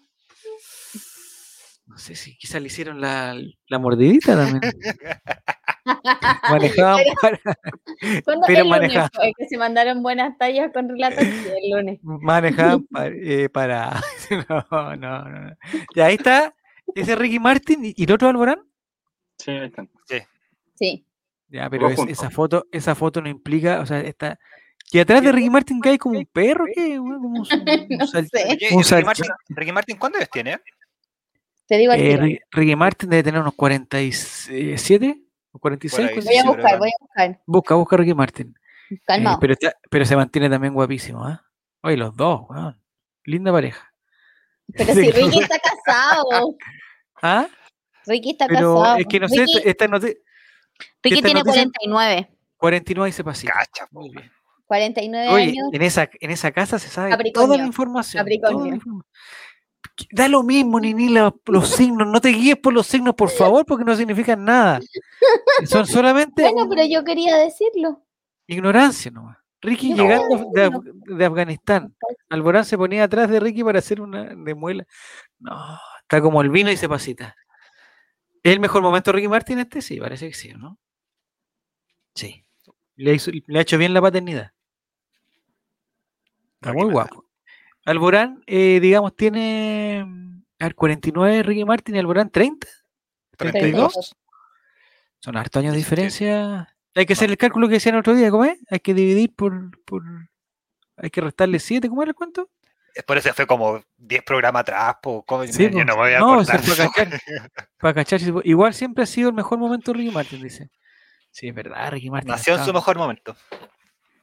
No sé si quizás le hicieron la, la mordidita también. Manejaban para, ¿Cuándo Pero el lunes manejado. fue que se mandaron buenas tallas con relatos? Sí, el lunes. manejaban pa- eh, para. No, no, no. no. Y ahí está ese Ricky Martin y, y el otro Alborán. Sí, ahí están. Sí. Ya, pero es- juntos. esa foto esa foto no implica. O sea, está. Y atrás de Ricky Martin que hay como un perro, ¿qué? Una- Como un, un No sal- sé. un Oye, y Ricky, salchicha. Martin, Ricky Martin, ¿cuántos años tiene? Te digo al Eh, tiro. Ricky- Ricky Martin debe tener unos 47 o 46. ahí, Voy a sí, 47. pero buscar, bueno. voy a buscar. Busca, busca a Ricky Martin. Eh, Calmado. pero, está- pero se mantiene también guapísimo, ¿ah? Oye, los dos, weón. Linda pareja. Pero sí, si Ricky está casado. ¿Ah? Ricky está Pero casado. es que no sé, Ricky, esta- esta no sé- Ricky esta tiene noticia- 49. 49 y se pasita. Cacha, po, Muy bien. 49 Oye, años. en esa, en esa casa se sabe toda la Capricornio, información. toda la Capricornio. informa- Que- Da lo mismo, Nini, la- los signos. No te guíes por los signos, por favor, porque no significan nada. Son solamente Bueno, pero yo quería decirlo. ignorancia nomás. Ricky No, llegando de, no. Af- de Afganistán. Alborán se ponía atrás de Ricky para hacer una de muela. No, está como el vino y se pasita. ¿Es el mejor momento de Ricky Martin este? Sí, parece que sí, ¿no? Sí. Le, hizo- le ha hecho bien la paternidad. Está Ricky muy Martin. guapo. Alborán, eh, digamos, tiene mm, al 49 Ricky Martin y Alborán 30. 32. 32. Son hartos años de Sí, sí, sí. diferencia. Hay que hacer el cálculo que decían el otro día, ¿cómo es? Hay que dividir por. por hay que restarle 7, ¿cómo era el cuento? Es Por eso fue como 10 programas atrás, po, ¿cómo? Sí, yo po. no me voy a No, acordar se fue de a eso. cachar. Para cachar, si- igual siempre ha sido el mejor momento de Ricky Martin, dice. Sí, es verdad, Ricky Martin. Nació en su estaba- mejor momento.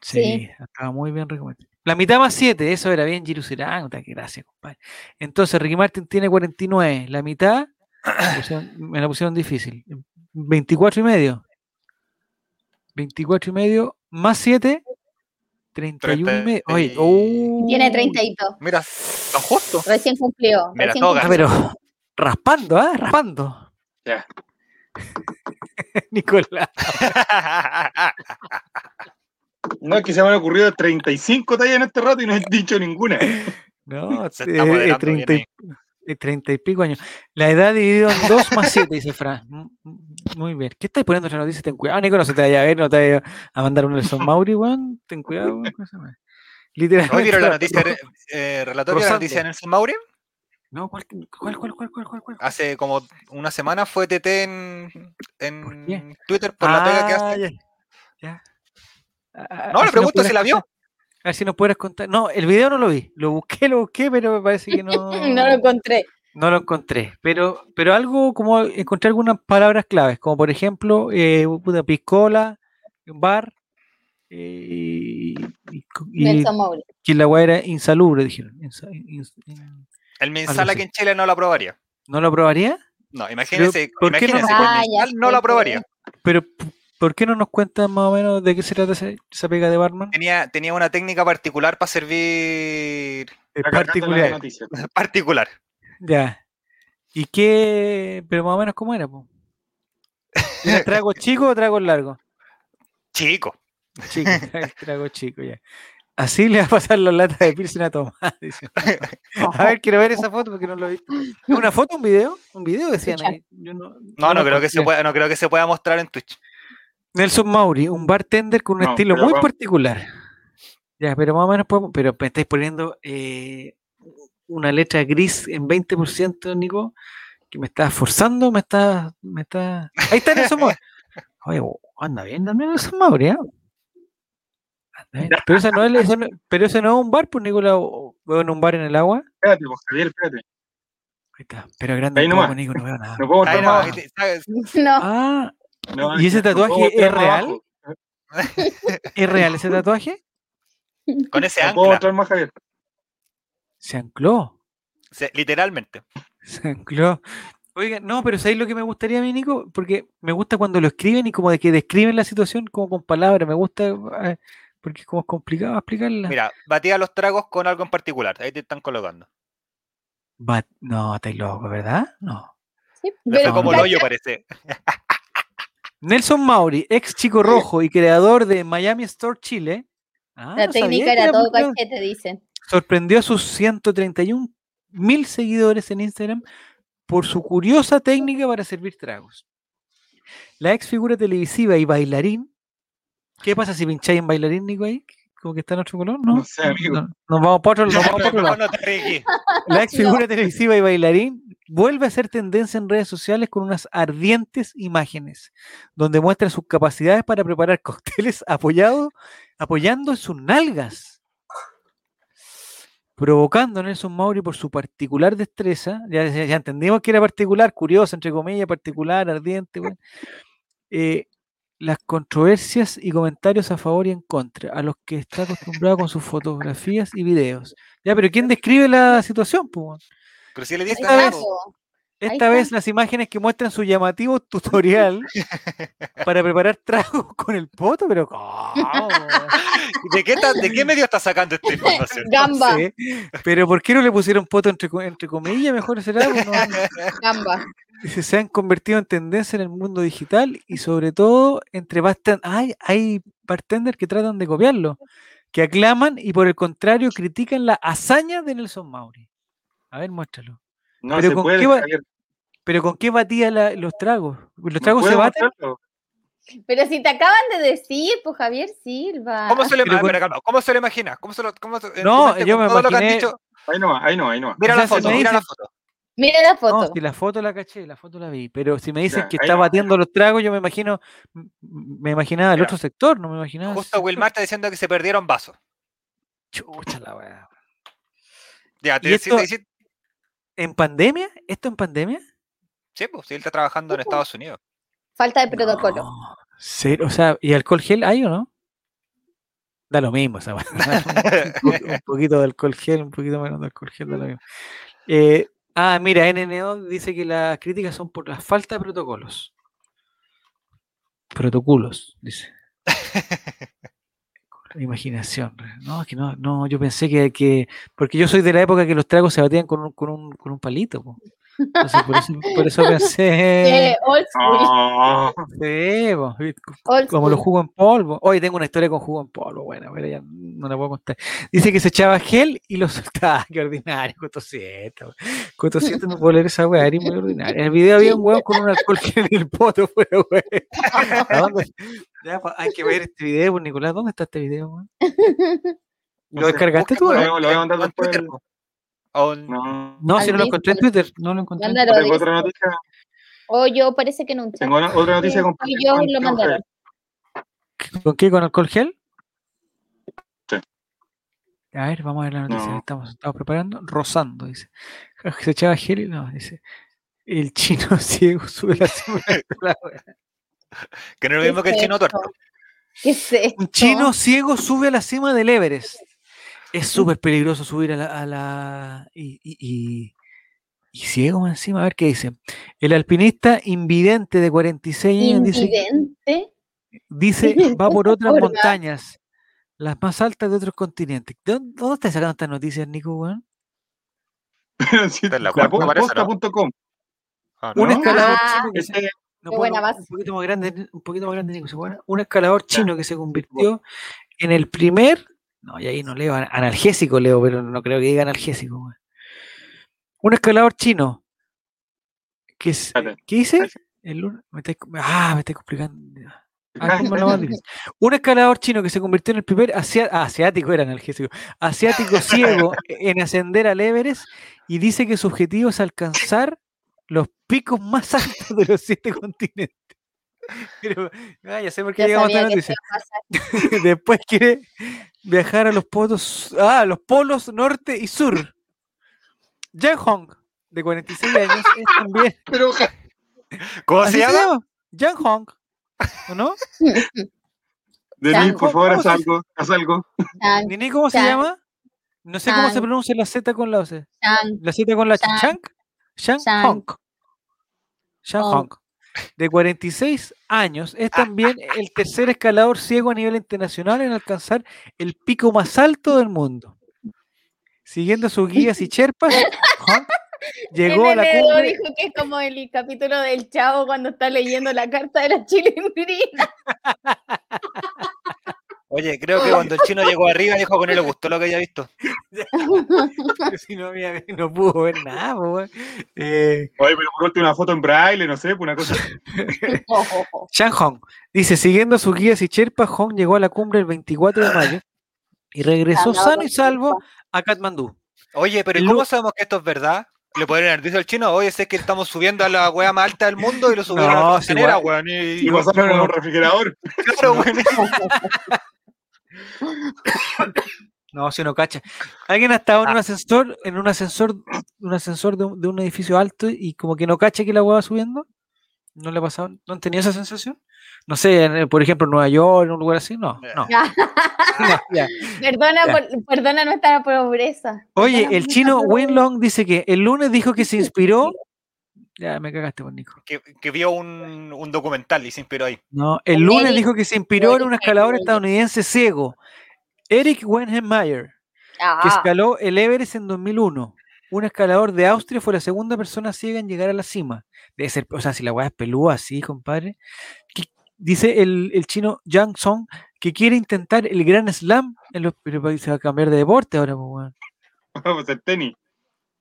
Sí, Sí. estaba muy bien Ricky Martin. La mitad más 7, eso era bien Girusirán, qué gracia, compadre. Entonces, Ricky Martin tiene 49, la mitad, me pusieron- me la pusieron difícil. 24 y medio. 24 y medio, más 7, 31 y medio. Oye, Treinta y- uy. Tiene 32. Mira, tan justo. Recién cumplió. Mira, recién todo Ah, cumplió. pero raspando, ¿ah? Raspando. Ya. Nicolás. No es que se me han ocurrido 35 tallas en este rato y no he dicho ninguna. No, Se eh, está moderando bien 30, y- ahí. eh, 30 y pico años. La edad dividido en 2 más 7, dice Fran. Mm, mm, Muy bien. ¿Qué estáis poniendo en la noticia? Ten cuidado, Nico, no se te vaya a ver, no te vaya a mandar un Nelson Mauri, weón. Ten cuidado, weón. con esa madre. Literalmente. ¿Hoy vieron la noticia, No, eh, relatorio de la Rosando. noticia de Nelson Mauri? No, ¿cuál, cuál, cuál, cuál, cuál, cuál? cuál? Hace como una semana fue TT en, en ¿Por qué? Twitter por la pega que hace. Ah, ya, ya. A- a- No, a ver si le nos pregunto si pudieras la vio. contar, A ver si nos pudieras contar. No, el video no lo vi. Lo busqué, lo busqué, pero me parece que no. No lo encontré. No lo encontré, pero, pero algo como encontré algunas palabras claves, como por ejemplo, eh, puta, piscola, bar, eh, y, y co- y Nelson Mauri. que la weá era insalubre, dijeron. Insa- ins- in- El mensal así. aquí en Chile no lo aprobaría. ¿No lo aprobaría? No, imagínense, ¿por qué no imagínense, nos- con Ah, el ya mensal no sé, lo aprobaría. Pero p- ¿por qué no nos cuentan más o menos de qué se trata ese- esa pega de barman? Tenía, tenía una técnica particular para servir En Está cargando la particular, noticia. particular. ya. ¿Y qué? Pero más o menos, ¿cómo era? po? ¿Era trago chico o trago largo? Chico. Chico, el trago chico, ya. Así le va a pasar la lata de Pilsen a Tomás. dice. A ver, quiero ver esa foto porque no lo he visto. ¿Es ¿Una foto, un video? ¿Un video decían Escucha. ahí? Yo no, No, lo no creo que se encontré. pueda, no creo que se pueda mostrar en Twitch. Nelson Mauri, un bartender con un No, estilo pero muy vamos. particular. Ya, pero más o menos podemos. Pero me estáis poniendo eh, una letra gris en 20%, Nico, que me está forzando, me está. Me está... Ahí está Nelson Mauri. Oye, oh, anda bien también Nelson Mauri, ¿ah? Anda bien. Pero, ese no es, ese no- pero ese no es un bar, pues Nicolás, o- o en un bar en el agua. Espérate, pues, Javier, espérate. Ahí está. Pero grande Ahí un poco, nomás. Nico, no veo nada. No puedo Ahí mostrar no, este, más ahí abajo. te- ¿sabes? No, Ah, No, ¿Y ese no puedo tatuaje mostrar es más real? abajo. ¿es real ese tatuaje? con ese No puedo ancla, mostrar más, Javier. Se ancló. se- literalmente. Se ancló. Oiga, no, pero ¿sabéis lo que me gustaría a mí, Nico? Porque me gusta cuando lo escriben y como de que describen la situación como con palabras. Me gusta eh, Porque es como complicado explicarla. Mira, batía los tragos con algo en particular. Ahí te están colocando. Bat- no, estáis loco, ¿verdad? No. Sí, Le fue Pero- como el hoyo, parece. Nelson Mauri, ex chico rojo y creador de Miami Store Chile. Ah, la no sabía técnica que era era todo popular. cachete, dicen. sorprendió a sus 131 mil seguidores en Instagram por su curiosa técnica para servir tragos. La ex figura televisiva y bailarín. ¿Qué pasa si pincháis en bailarín, Nico? Ahí? ¿Como que está en otro color? No, No sé, amigo. No, nos vamos para otro, nos vamos para No, otro lado. no, no te ríes. La ex figura televisiva y bailarín vuelve a ser tendencia en redes sociales con unas ardientes imágenes, donde muestra sus capacidades para preparar cócteles apoyado, apoyando en sus nalgas. Provocando a Nelson Mauri por su particular destreza, ya, ya- ya entendimos que era particular, curioso, entre comillas, particular, ardiente, bueno, eh, las controversias y comentarios a favor y en contra, a los que está acostumbrado con sus fotografías y videos. Ya, pero ¿quién describe la situación? po, weón? Pero si le Ahí diste Esta está, vez- po. Ahí Esta está. vez las imágenes que muestran su llamativo tutorial para preparar tragos con el poto, pero ¿cómo, weón? ¿De qué, ta- ¿De qué medio estás sacando esta información? Gamba, Sí, Pero ¿por qué no le pusieron poto entre, co- entre comillas? Mejor será. pues, no- gamba. Dice, se han convertido en tendencia en el mundo digital y sobre todo entre bartenders. Hay, hay bartenders que tratan de copiarlo, que aclaman y por el contrario critican la hazaña de Nelson Mauri. A ver, muéstralo. No Pero se ¿con puede. qué va- Javier, ¿Pero con qué batía la- los tragos? ¿no ¿Los tragos se puedo baten? mostrarlo? Pero si te acaban de decir, pues Javier Silva. ¿Cómo se lo Pero imagina? con- ¿Cómo se lo imagina? ¿Cómo se lo, cómo se- en No, tu mente, yo con me todo lo que han imaginé- dicho? Ahí no va, ahí no va, ahí no va. Mira O la sea, se foto, me mira dice- la foto. Mira la foto. No, si la foto la caché, la foto la vi, pero si me dicen Ya, que ahí está no, ahí batiendo los tragos, yo me imagino, m- me imaginaba el Mira. otro sector, no me imaginaba. Justo Wilmar está diciendo que se perdieron vasos. Chucha la weá. Ya, Y te, si te esto- hiciste- ¿En pandemia? ¿Esto en pandemia? sí, pues, si él está trabajando en Estados Unidos. Falta de protocolo. No, cero, o sea, ¿y alcohol gel hay o no? Da lo mismo esa weá. un, po- un poquito de alcohol gel, un poquito menos de alcohol gel, da lo mismo. Eh, ah, mira, NNO dice que las críticas son por la falta de protocolos. Protocolos, dice. Imaginación. No, es que no, no, yo pensé que, que- Porque yo soy de la época que los tragos se batían con un, con un, con un palito. po. Entonces, por, eso, por eso Eh, pensé. old Ah. No, school, Sí, po, vi- old como los school. jugos en polvo. Hoy tengo una historia con jugo en polvo, bueno, pero ya no la puedo contar. Dice que se echaba gel y lo soltaba. Qué ordinario, Coto 7. Coto 7 no puedo leer esa weá, era muy ordinario. En el video había un weón con un alcohol gel en el poto, pero weón. ¿A dónde? Ya, pa- hay que ver este video, pues, Nicolás. ¿Dónde está este video, weón? ¿Lo No sé, eh. descargaste tú? Búscalo, o no? lo veo- lo voy a mandar en después. Twitter, po. O en- no. No, si no lo Al encontré en Twitter. No lo encontré. en Mándalo. Twitter. Tengo otra noticia. O Oh, yo parece que en un chat. Tengo una- otra noticia Sí, compartida yo con lo Teo mandaron. Javier. ¿Con qué? ¿Con alcohol gel? Sí. A ver, vamos a ver la noticia. que No. Estamos, estamos preparando. Rozando, dice. Ja, Se echaba gel y no, dice. El chino ciego sube la cima de la wea". que no es lo mismo que el chino tuerto. ¿Qué es esto? Un chino ciego sube a la cima del Everest. Es súper peligroso subir a la. a la- y, y- y- y ciego más encima. A ver qué dice. El alpinista invidente de 46 años dice. Invidente. Dice, Miren, va por esta otras forma. montañas, las más altas de otros continentes. ¿De dónde, dónde estás sacando estas noticias, Nico? weón? Pero sí, Está en la la cuarta, po- parece, ¿no? posta.com. Ah, Un ¿no? escalador Ah, chino que se- Ese- no, qué puedo, buena no, base. un poquito más grande, un poquito más grande, Nico, ¿se acuerdan? Un escalador chino que se bueno. convirtió en el primer, no, y ahí no leo, ana- analgésico leo, pero no creo que diga analgésico. weón. Un escalador chino que es, Espérate, ¿qué dice? espérate. El, un- me estáis com- ah, me estáis complicando. Ah, Ah, pongo la más difícil. Un escalador chino que se convirtió en el primer asia- ah, asiático, era analgésico, asiático ciego en ascender al Everest y dice que su objetivo es alcanzar los picos más altos de los siete continentes. Pero, ah, ya sé por qué Ya llegamos a esta sabía que noticia. esto iba a pasar. Después quiere viajar a los polos, ah, a los polos norte y sur. Yang Hong, de 46 años, es también. Pero ¿Cómo ¿Así se se llama? llama? Yang Hong. ¿O no? Denis, Chango. por favor, haz ¿Cómo se- algo, haz algo. Chan, ¿Ni cómo se Yang. llama? No sé cómo se Yang. pronuncia la Z con la O. sea, chan. La Z con la Yang. Shank. Shank Yang. Hong. Shank Hong. Ah, Hong. de 46 años, es también el tercer escalador ciego a nivel internacional en alcanzar el pico más alto del mundo. Siguiendo sus guías y sherpas, Hunt llegó a la NNDO cumbre. dijo que es como el capítulo del chavo cuando está leyendo la carta de la chilindrina. Oye, creo que cuando el chino llegó arriba dijo que no le gustó lo que había visto. Si no, había- no pudo ver nada, po, weón. Eh, Oye, pero por último, una foto en braille, no sé, pues una cosa. Chan Hong dice, siguiendo sus guías y sherpas, Hong llegó a la cumbre el 24 de mayo y regresó sano y salvo a Katmandú. Oye, pero ¿y Lu- cómo sabemos que esto es verdad? Le podrían haber dicho al chino, oye, sé que estamos subiendo a la weá más alta del mundo y lo subieron No, a la sí, costanera, weón. Y, Y y- pasaron por un refrigerador. claro, weón. No, si no cacha. Alguien ha estado en un ascensor, en un ascensor, un ascensor de un, de un edificio alto y como que no cacha que la hueá va subiendo. ¿No le ha pasado? ¿No han tenido esa sensación? No sé, en, eh, por ejemplo, en Nueva York, en un lugar así, no, no. no, ya. Perdona, Ya. por- perdona nuestra pobreza. Oye, Perdona el chino nuestra pobreza. Winlong dice que el lunes dijo que se inspiró. Ya me cagaste con Nico. Que, que vio un, un documental y se inspiró ahí. No, el Con lunes Eric- dijo que se inspiró en Eric un escalador Wenham. estadounidense ciego, Eric Wenham-Meyer. que Ah, escaló el Everest en 2001. Un escalador de Austria fue la segunda persona ciega en llegar a la cima. Debe ser, o sea, si la weá es pelúa así, compadre. Que- dice el, el chino Yang Song que quiere intentar el gran slam en los pero pa- se va a cambiar de deporte ahora, pues, weón. Vamos a hacer tenis.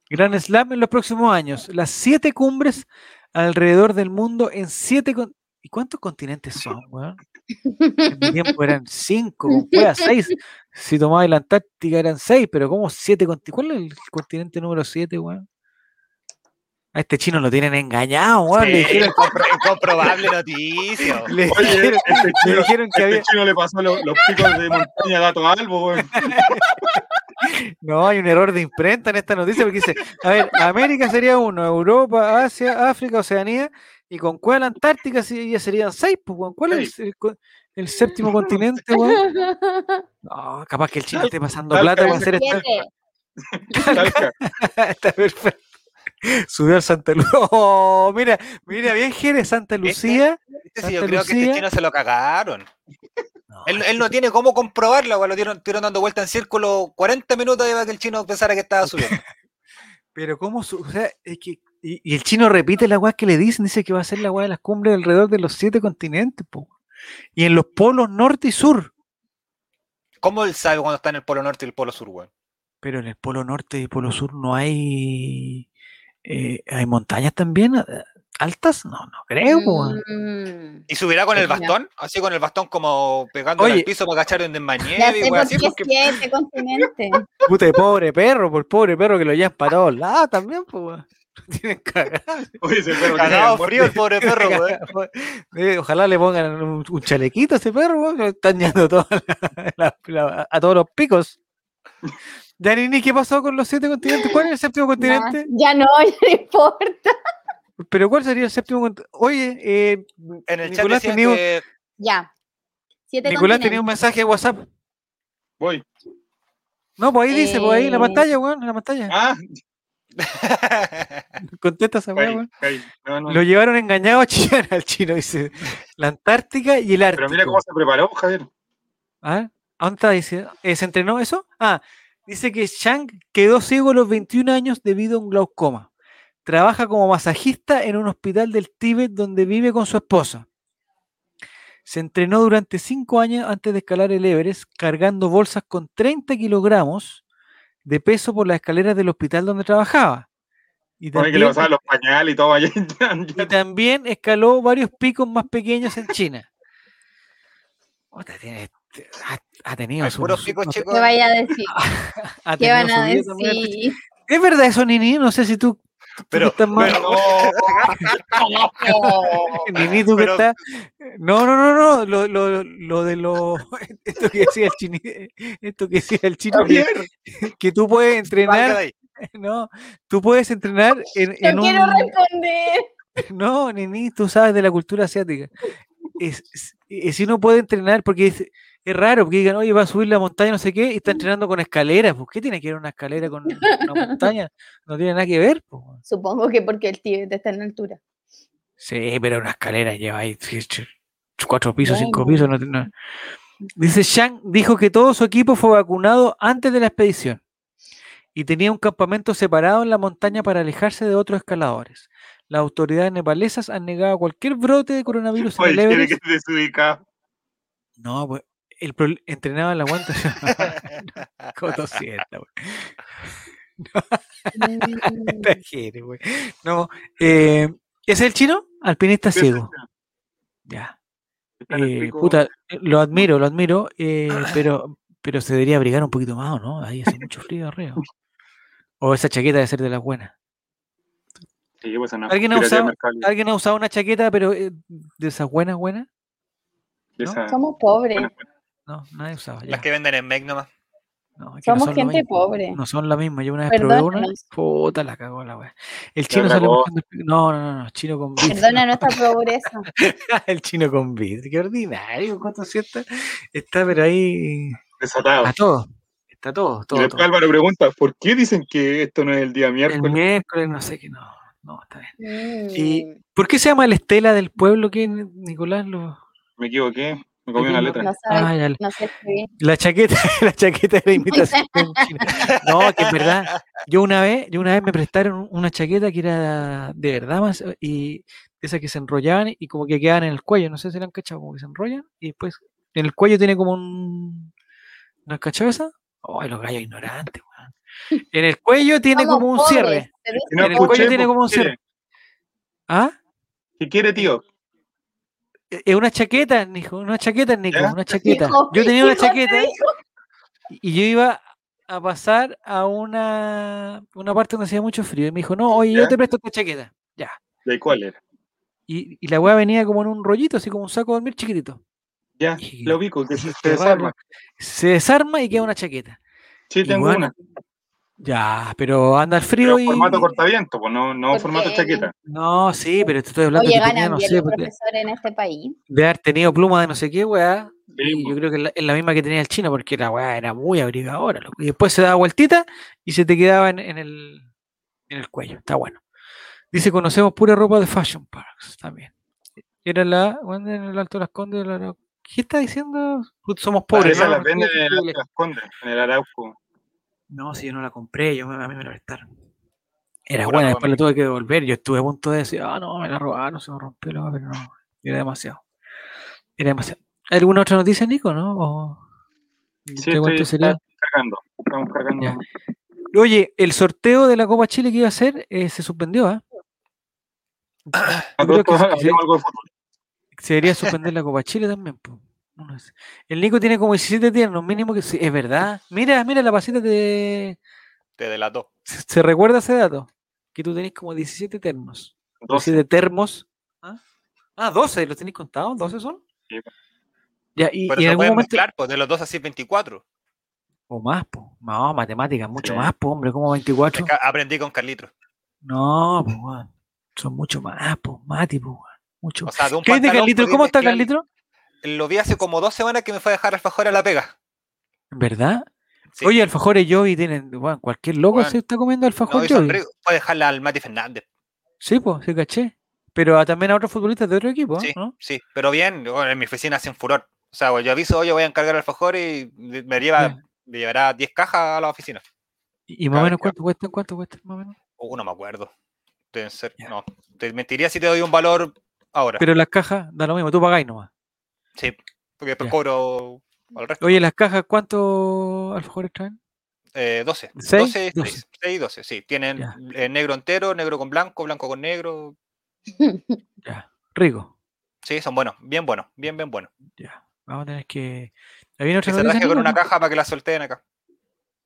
Gran slam en los próximos años. Las siete cumbres alrededor del mundo en siete con- ¿Y cuántos continentes son, weón? En mi tiempo eran cinco, con cueva, seis. Si tomaba la Antártica eran seis, pero como siete continentes. ¿Cuál es el continente número siete, weón? A este chino lo tienen engañado, weón. Le Sí, dijeron, incompro- incomprobable noticia. le Oye, dijeron- este le chino, dijeron que este había. chino le pasó lo- los picos de montaña a Gato Albo, weón. No, hay un error de imprenta en esta noticia porque dice: A ver, América sería uno, Europa, Asia, África, Oceanía, y con cuál la Antártica sí, ya serían seis, pues, weón. ¿Cuál es el, co- el séptimo continente, weón? Ah. No, capaz que el chino esté pasando Talca, plata para dice. hacer esta. siete. Talca. Está perfecto. Subió al Santa Lucía. mira, mira, bien Jerez Santa ¿Viste? Lucía. Sí, sí, Santa yo creo que Lucía. este chino se lo cagaron. Él, él no tiene cómo comprobarla, weón. Lo dieron, estuvieron dando vuelta en círculo 40 minutos y va que el chino pensara que estaba subiendo. Pero cómo su- o sea, es que- y, y el chino repite la weá que le dicen, dice que va a ser la weá de las cumbres alrededor de los siete continentes, po. Y en los polos norte y sur. ¿Cómo él sabe cuando está en el polo norte y el polo sur, weón? Pero en el polo norte y polo sur no hay eh, hay montañas también eh, altas, no, no creo, po, weón. Mm. ¿Y subirá con el Mira. bastón? Así con el bastón como pegando Oye. al piso para cachar donde Ya manieve sé y weón, así por qué porque siete continentes. Puta de pobre perro, por pobre perro que lo llevan para todos lados también, po, weón. Lo tienen cagado. Oye, ese perro tiene cagado memoria. frío el pobre perro, weón. Eh, Ojalá le pongan un, un chalequito a ese perro, weón, que lo están yendo toda la- la- la- a todos los picos. Yanini, ¿qué pasó con los siete continentes? ¿Cuál es el séptimo continente? No, ya no, ya no importa. Pero ¿cuál sería el séptimo continente? Oye, eh, En el chat Nicolás decían tenía un- que Ya. Siete Nicolás tenía un continentes. mensaje de WhatsApp. Voy. No, pues ahí dice, pues ahí en la Eh. pantalla, weón, en la pantalla. Ah, Contesta esa weá, caí, weón. caí. No, no. Lo llevaron engañado a Chillán al chino, dice. La Antártica y el Ártico. Pero mira cómo se preparó, Javier. A ver, ¿Ah? ¿a ¿dónde está? Dice, eh, ¿se entrenó eso? Ah, dice que Shang quedó ciego a los 21 años debido a un glaucoma. Trabaja como masajista en un hospital del Tíbet donde vive con su esposa. Se entrenó durante 5 años antes de escalar el Everest, cargando bolsas con 30 kilogramos de peso por las escaleras del hospital donde trabajaba. Y Pone que le también- pasaban los pañales y todo allá. y también escaló varios picos más pequeños en China. Puta, tiene- te- ha, ha tenido hay su- puros su- picos no sé, chicos. ¿Qué vaya a decir? ha ¿Qué tenido van a Ah, su vida también artística. decir? Es verdad eso, Nini. No sé si tú, tú que Pero, estás más- pero- Nini, tú que pero- estás- No, no, no, no. Lo, lo- lo de lo. Esto que decía el chino. Esto que decía el chino. Que, que tú puedes Valga de entrenar. ahí. No, tú puedes entrenar en, en No quiero un. responder. No, Nini, tú sabes de la cultura asiática. Es, es- eh, si uno puede entrenar, porque es, es raro, porque digan, oye, va a subir la montaña, no sé qué, y está entrenando con escaleras. ¿Por qué tiene que ver una escalera con una montaña? No tiene nada que ver. po, weón. Supongo que porque el Tíbet está en altura. Sí, pero una escalera lleva ahí cuatro pisos, cinco pisos. No, no. Dice Shang, dijo que todo su equipo fue vacunado antes de la expedición y tenía un campamento separado en la montaña para alejarse de otros escaladores. Las autoridades nepalesas han negado cualquier brote de coronavirus en el Oye, tiene Everest. que desubicado. No, pues, el pro- entrenaba en la guanta. Coto sienta, güey. Exagere, güey. No, eh, ¿es el chino? Alpinista ciego. Ya. Está en el Eh, pico. puta, eh, lo admiro, lo admiro, eh, Ah. pero, pero se debería abrigar un poquito más, ¿o no? Ahí hace mucho frío arriba. O esa chaqueta debe ser de las buenas. Sí, pues, no, ¿Alguien ha piratería usado- Mercado Libre, ¿Alguien ha usado una chaqueta, pero eh, de esas buenas, buenas? de no? esa- Somos pobres, bueno, bueno, No, nadie usaba. Las que venden en Meg nomás. No, es que no somos son lo gente mismo. pobre. No son la misma. Yo una vez probé una. Perdónanos. Puta, la cagó la wea. El chino la sale cagó. manejando- No, no, no, no. Chino con bif. Perdona nuestra pobreza. el chino con bif. Qué ordinario. ¿Cuánto sienta? Está, pero ahí. desatado. A todo. Está todo, y todo. después todo. Álvaro pregunta, ¿por qué dicen que esto no es el día El miércoles? miércoles, no sé qué. No, no, está bien. Y- Mm, ¿Por qué se llama la estela del pueblo que Nicolás lo.? Me equivoqué, me comí una Entiendo. letra. No Ah, sabes, ya, la- no sé escribir. la chaqueta, la chaqueta de la imitación china. No, que es verdad. Yo una vez, yo una vez me prestaron un- una chaqueta que era de verdad más y esas que se enrollaban y como que quedaban en el cuello, no sé si la han cachado, como que se enrollan y después en el cuello tiene como un ¿No has cachado esa? Ay, los gallos ignorantes, weón. En el cuello tiene Somos como un pobres, cierre. pero Que no en el cuello escuché, tiene pues, como un ¿qué quiere? cierre. ¿Ah? ¿Qué quiere, tío? Eh, eh, una chaqueta, Nico, una chaqueta, Nico, ¿Ya? una chaqueta. Hijo, yo tenía una hijo, te chaqueta y yo iba a pasar a una, una parte donde hacía mucho frío. Y me dijo, no, oye, yo ¿Ya? te presto esta chaqueta. Ya. ¿De cuál era? Y, y la weá venía como en un rollito, así como un saco de dormir chiquitito. Ya, Y- lo ubico, que se, Dije, se desarma. "Bárbaro". Se desarma y queda una chaqueta. Sí, Y tengo bueno, una, Ya, pero anda el frío pero y. formato cortaviento, pues no, no Porque- formato chaqueta. No, sí, pero te estoy hablando Oye, que tenía, ganan no bien sé, los pues, de, profesores en este país. de haber tenido pluma de no sé qué, weá. Sí, pues, Y yo creo que es la, es la misma que tenía el chino, porque la weá era muy abrigadora. loco. Y después se daba vueltita y se te quedaba en, en el, en el cuello. Está bueno. Dice, conocemos pura ropa de Fashion Parks también. Era la, ¿dónde en el Alto de las Condes? la- la- ¿Qué está diciendo? Put- Somos Pobre, pobres. esa no, la no, venden sí, en sí, el Arauco, en el Arauco. no, si yo no la compré, yo, me- a mí me la prestaron. Era Pura buena, ropa después la tuve que devolver. Yo estuve a punto de decir, ah, no, me la robaron, se me rompió la weá", pero no, era demasiado. Era demasiado. ¿Alguna otra noticia, Nico, no? O- Sí, te estoy, cuento, está sería- cargando, estamos cargando. Ya. Oye, el sorteo de la Copa Chile que iba a hacer eh, se suspendió, ¿ah? A Yo creo todos que se- hablemos algo de fútbol. Se debería suspender la Copa Chile también. po. Uno es- El Nico tiene como 17 tiernos, mínimo que sí, es verdad. Mira, mira, la pasita te... Te delató. se se recuerda ese dato, que tú tenés como 17 ternos. Doce. 17 termos. ¿Ah? ah, 12, ¿los tenéis contados? ¿12 son? Sí, po. Ya, y, Pero y en se algún pueden momento... mezclar, pues de los dos así 24. O más, po. No, matemáticas, mucho Sí. más, po, hombre, como 24. Es que aprendí con Carlitos. No, pues, weón. Son mucho más, pues, Mati, pues, weón. Mucho O sea, de un ¿Qué dice pantalón Carlitro? podí ¿Cómo está mezclar- Carlitro? Lo vi hace como dos semanas que me fue a dejar alfajor a la pega. ¿Verdad? Sí. Oye, alfajores Joey tienen. Bueno, cualquier loco Bueno, se está comiendo No, alfajor y son Joey. ricos. Fue a dejarla al Mati Fernández. Sí, pues, sí, caché. Pero a- también a otros futbolistas de otro equipo, ¿eh? Sí, ¿no? sí. Pero bien, bueno, en mi oficina hacen furor. O sea, yo aviso, oye, voy a encargar alfajor y me, lleva, Ya. me llevará 10 cajas a la oficina. Y y más o Claro, menos claro. cuánto cuesta, cuánto cuesta, más o menos. O no me acuerdo. Deben ser- Ya. no. Te mentiría si te doy un valor ahora. Pero las cajas da lo mismo, tú pagáis nomás. sí, porque después Ya. cobro al resto. Oye, las cajas, ¿cuántos alfajores traen? Eh, 12. ¿Seis? 12 y 12. 6. 6 y 12, sí. Tienen Ya. eh, negro entero, negro con blanco, blanco con negro. Ya, rico. Sí, son buenos. Bien buenos, bien, bien buenos. Ya, vamos a tener que. ¿Ahí viene Que otra se noticia, raje con Nico, una no? caja para que la solteen acá.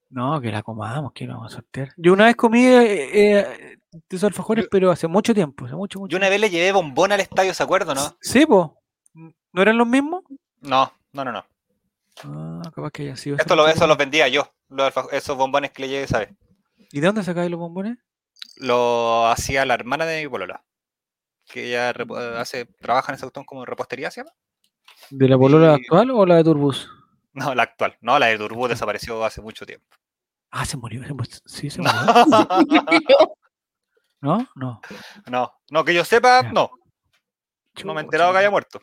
No, que la comamos, que la vamos a sortear. Yo una vez comí eh, eh, de esos alfajores, Yo- pero hace mucho tiempo, hace mucho, mucho. Yo una vez le llevé bombón al estadio, ¿se acuerdan, no? Sí, po. ¿No eran los mismos? No, no, no, no. Ah, capaz que haya sido. Esto esa lo, cuestión. eso los vendía yo, los alfa- esos bombones que le llevé, ¿sabes? ¿Y de dónde sacáis los bombones? Lo hacía la hermana de mi polola. Que ella repo- Mm. hace, trabaja en ese autónomo como repostería, ¿se llama? ¿De la polola Eh, actual o la de Turbus? No, la actual. No, la de Turbú desapareció hace mucho tiempo. Ah, se murió. se mu- sí, se No, murió. ¿No? No. no, no que yo sepa, Ya. no. No me he enterado que haya muerto.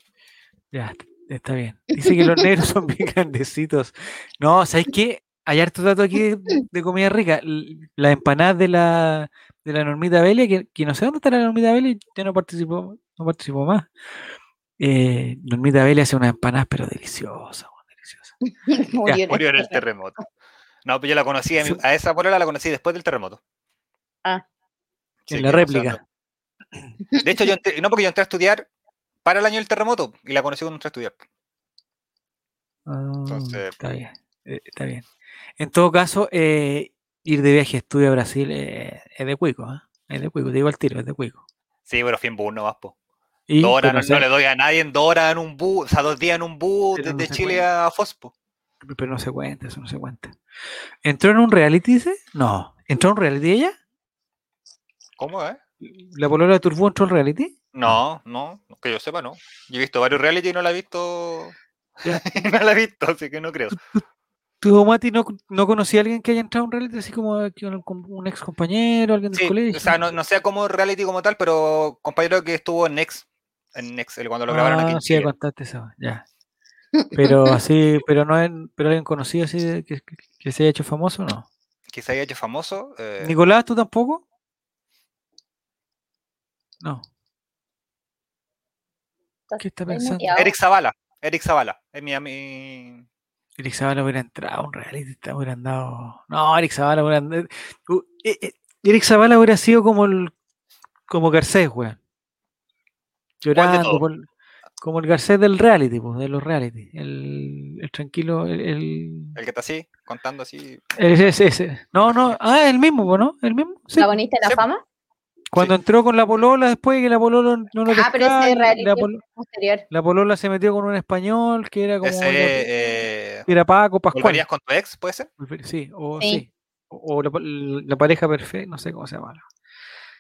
Ya, está bien. Dice que los negros son bien grandecitos. No, ¿sabes qué? Hay harto dato aquí de, de comida rica. L- Las empanadas de la, de la Normita Vélez, que, que no sé dónde está la Normita Vélez, ya no participó, no participó más. Eh, Normita Vélez hace unas empanadas, pero deliciosas, weón, deliciosas. este Murió en este. Murió en el el terremoto. No, pues yo la conocí, a, mí- Su- a esa polola la conocí después del terremoto. Ah. Sí, en la que, o sea, réplica. no. de hecho, yo entré- no porque yo entré a estudiar para el año del terremoto y la conocí cuando entré a estudiar. Ah, entonces- está bien, eh, está bien. En todo caso, eh, ir de viaje a estudio a Brasil eh, es de cuico, ¿ah? Es de cuico, te digo al tiro, es de cuico. Sí, pero fui en bus nomás, po. Y, Dos horas, pero no, no sé- no le doy a nadie en dos horas en un bus, o sea, dos días en un bus Pero no desde se Chile puede. a Fospo. Pero no se cuenta, eso no se cuenta. ¿Entró en un reality, dice? No. ¿Entró en un reality ella? ¿Cómo, eh? ¿La polola de Turbo entró en reality? No, no, que yo sepa, no. Yo he visto varios reality y no la he visto. Ya. no la he visto, así que no creo. ¿Tú, Mati, no, no conocía a alguien que haya entrado en un reality así como que un, un ex compañero, alguien del Sí, colegio? o sea, no, no sea como reality como tal, pero compañero que estuvo en Next, en Next, el- cuando lo grabaron aquí. Ah, en sí, ya Chile. contaste eso, ya. Pero así, pero no en- pero alguien conocido así de- que, que- que se haya hecho famoso, no. que se haya hecho famoso. eh, Nicolás, ¿tú tampoco? No. ¿Qué está Estoy pensando? muteado. Eric Zavala, Eric Zavala, es mi, ami- Eric Zavala hubiera entrado a un reality, está- hubiera andado. No, Eric Zavala hubiera eh, andado. eh, Eric Zavala hubiera sido como el como Garcés, weón. Llorando, todos? por- como el Garcés del reality, pues, de los reality. El, el tranquilo, el, el, el que está así, contando así. ese- ese- ese. No, no, ah, el mismo, pues, ¿no? El mismo. este. sí. ¿La bonita de la Sí. fama? Cuando entró con la polola, después de que la polola no lo Ah, pero pescaba, ese y reality la, pol- posterior. la polola se metió con un español que era como Ese, que eh, era Paco Pascual. ¿Volverías con tu ex, puede ser? Prefer- Sí, o sí. Sí. O, o la, pa- la pareja perfecta, no sé cómo se llama.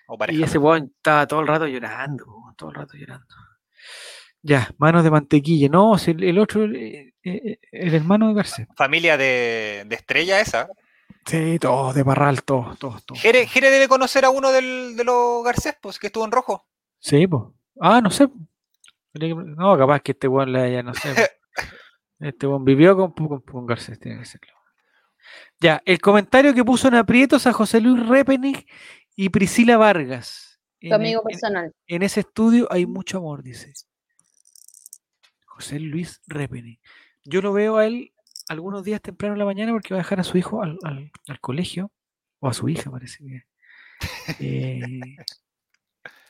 O pareja. Y ese weón estaba todo el rato llorando, weón, todo el rato llorando. Ya, manos de mantequilla. No, si el, el otro, el, eh, eh, el hermano de Garcés. Familia de, de estrella esa. Sí, todos de Barral, todos, todos, todos. Jere, Jere debe conocer a uno del, de los Garcés, pues que estuvo en rojo. Sí, pues. Ah, no sé. po. Tenía que- No, capaz que este weón la haya, no sé. po. Este weón vivió con, con, con Garcés, tiene que serlo. Ya, el comentario que puso en aprietos a José Luis Repenig y Priscila Vargas. Tu en el- amigo en- personal. En ese estudio hay mucho amor, dice. José Luis Repeni. Yo lo veo a él algunos días temprano en la mañana porque va a dejar a su hijo al, al- al colegio, o a su hija parece que. es. Eh,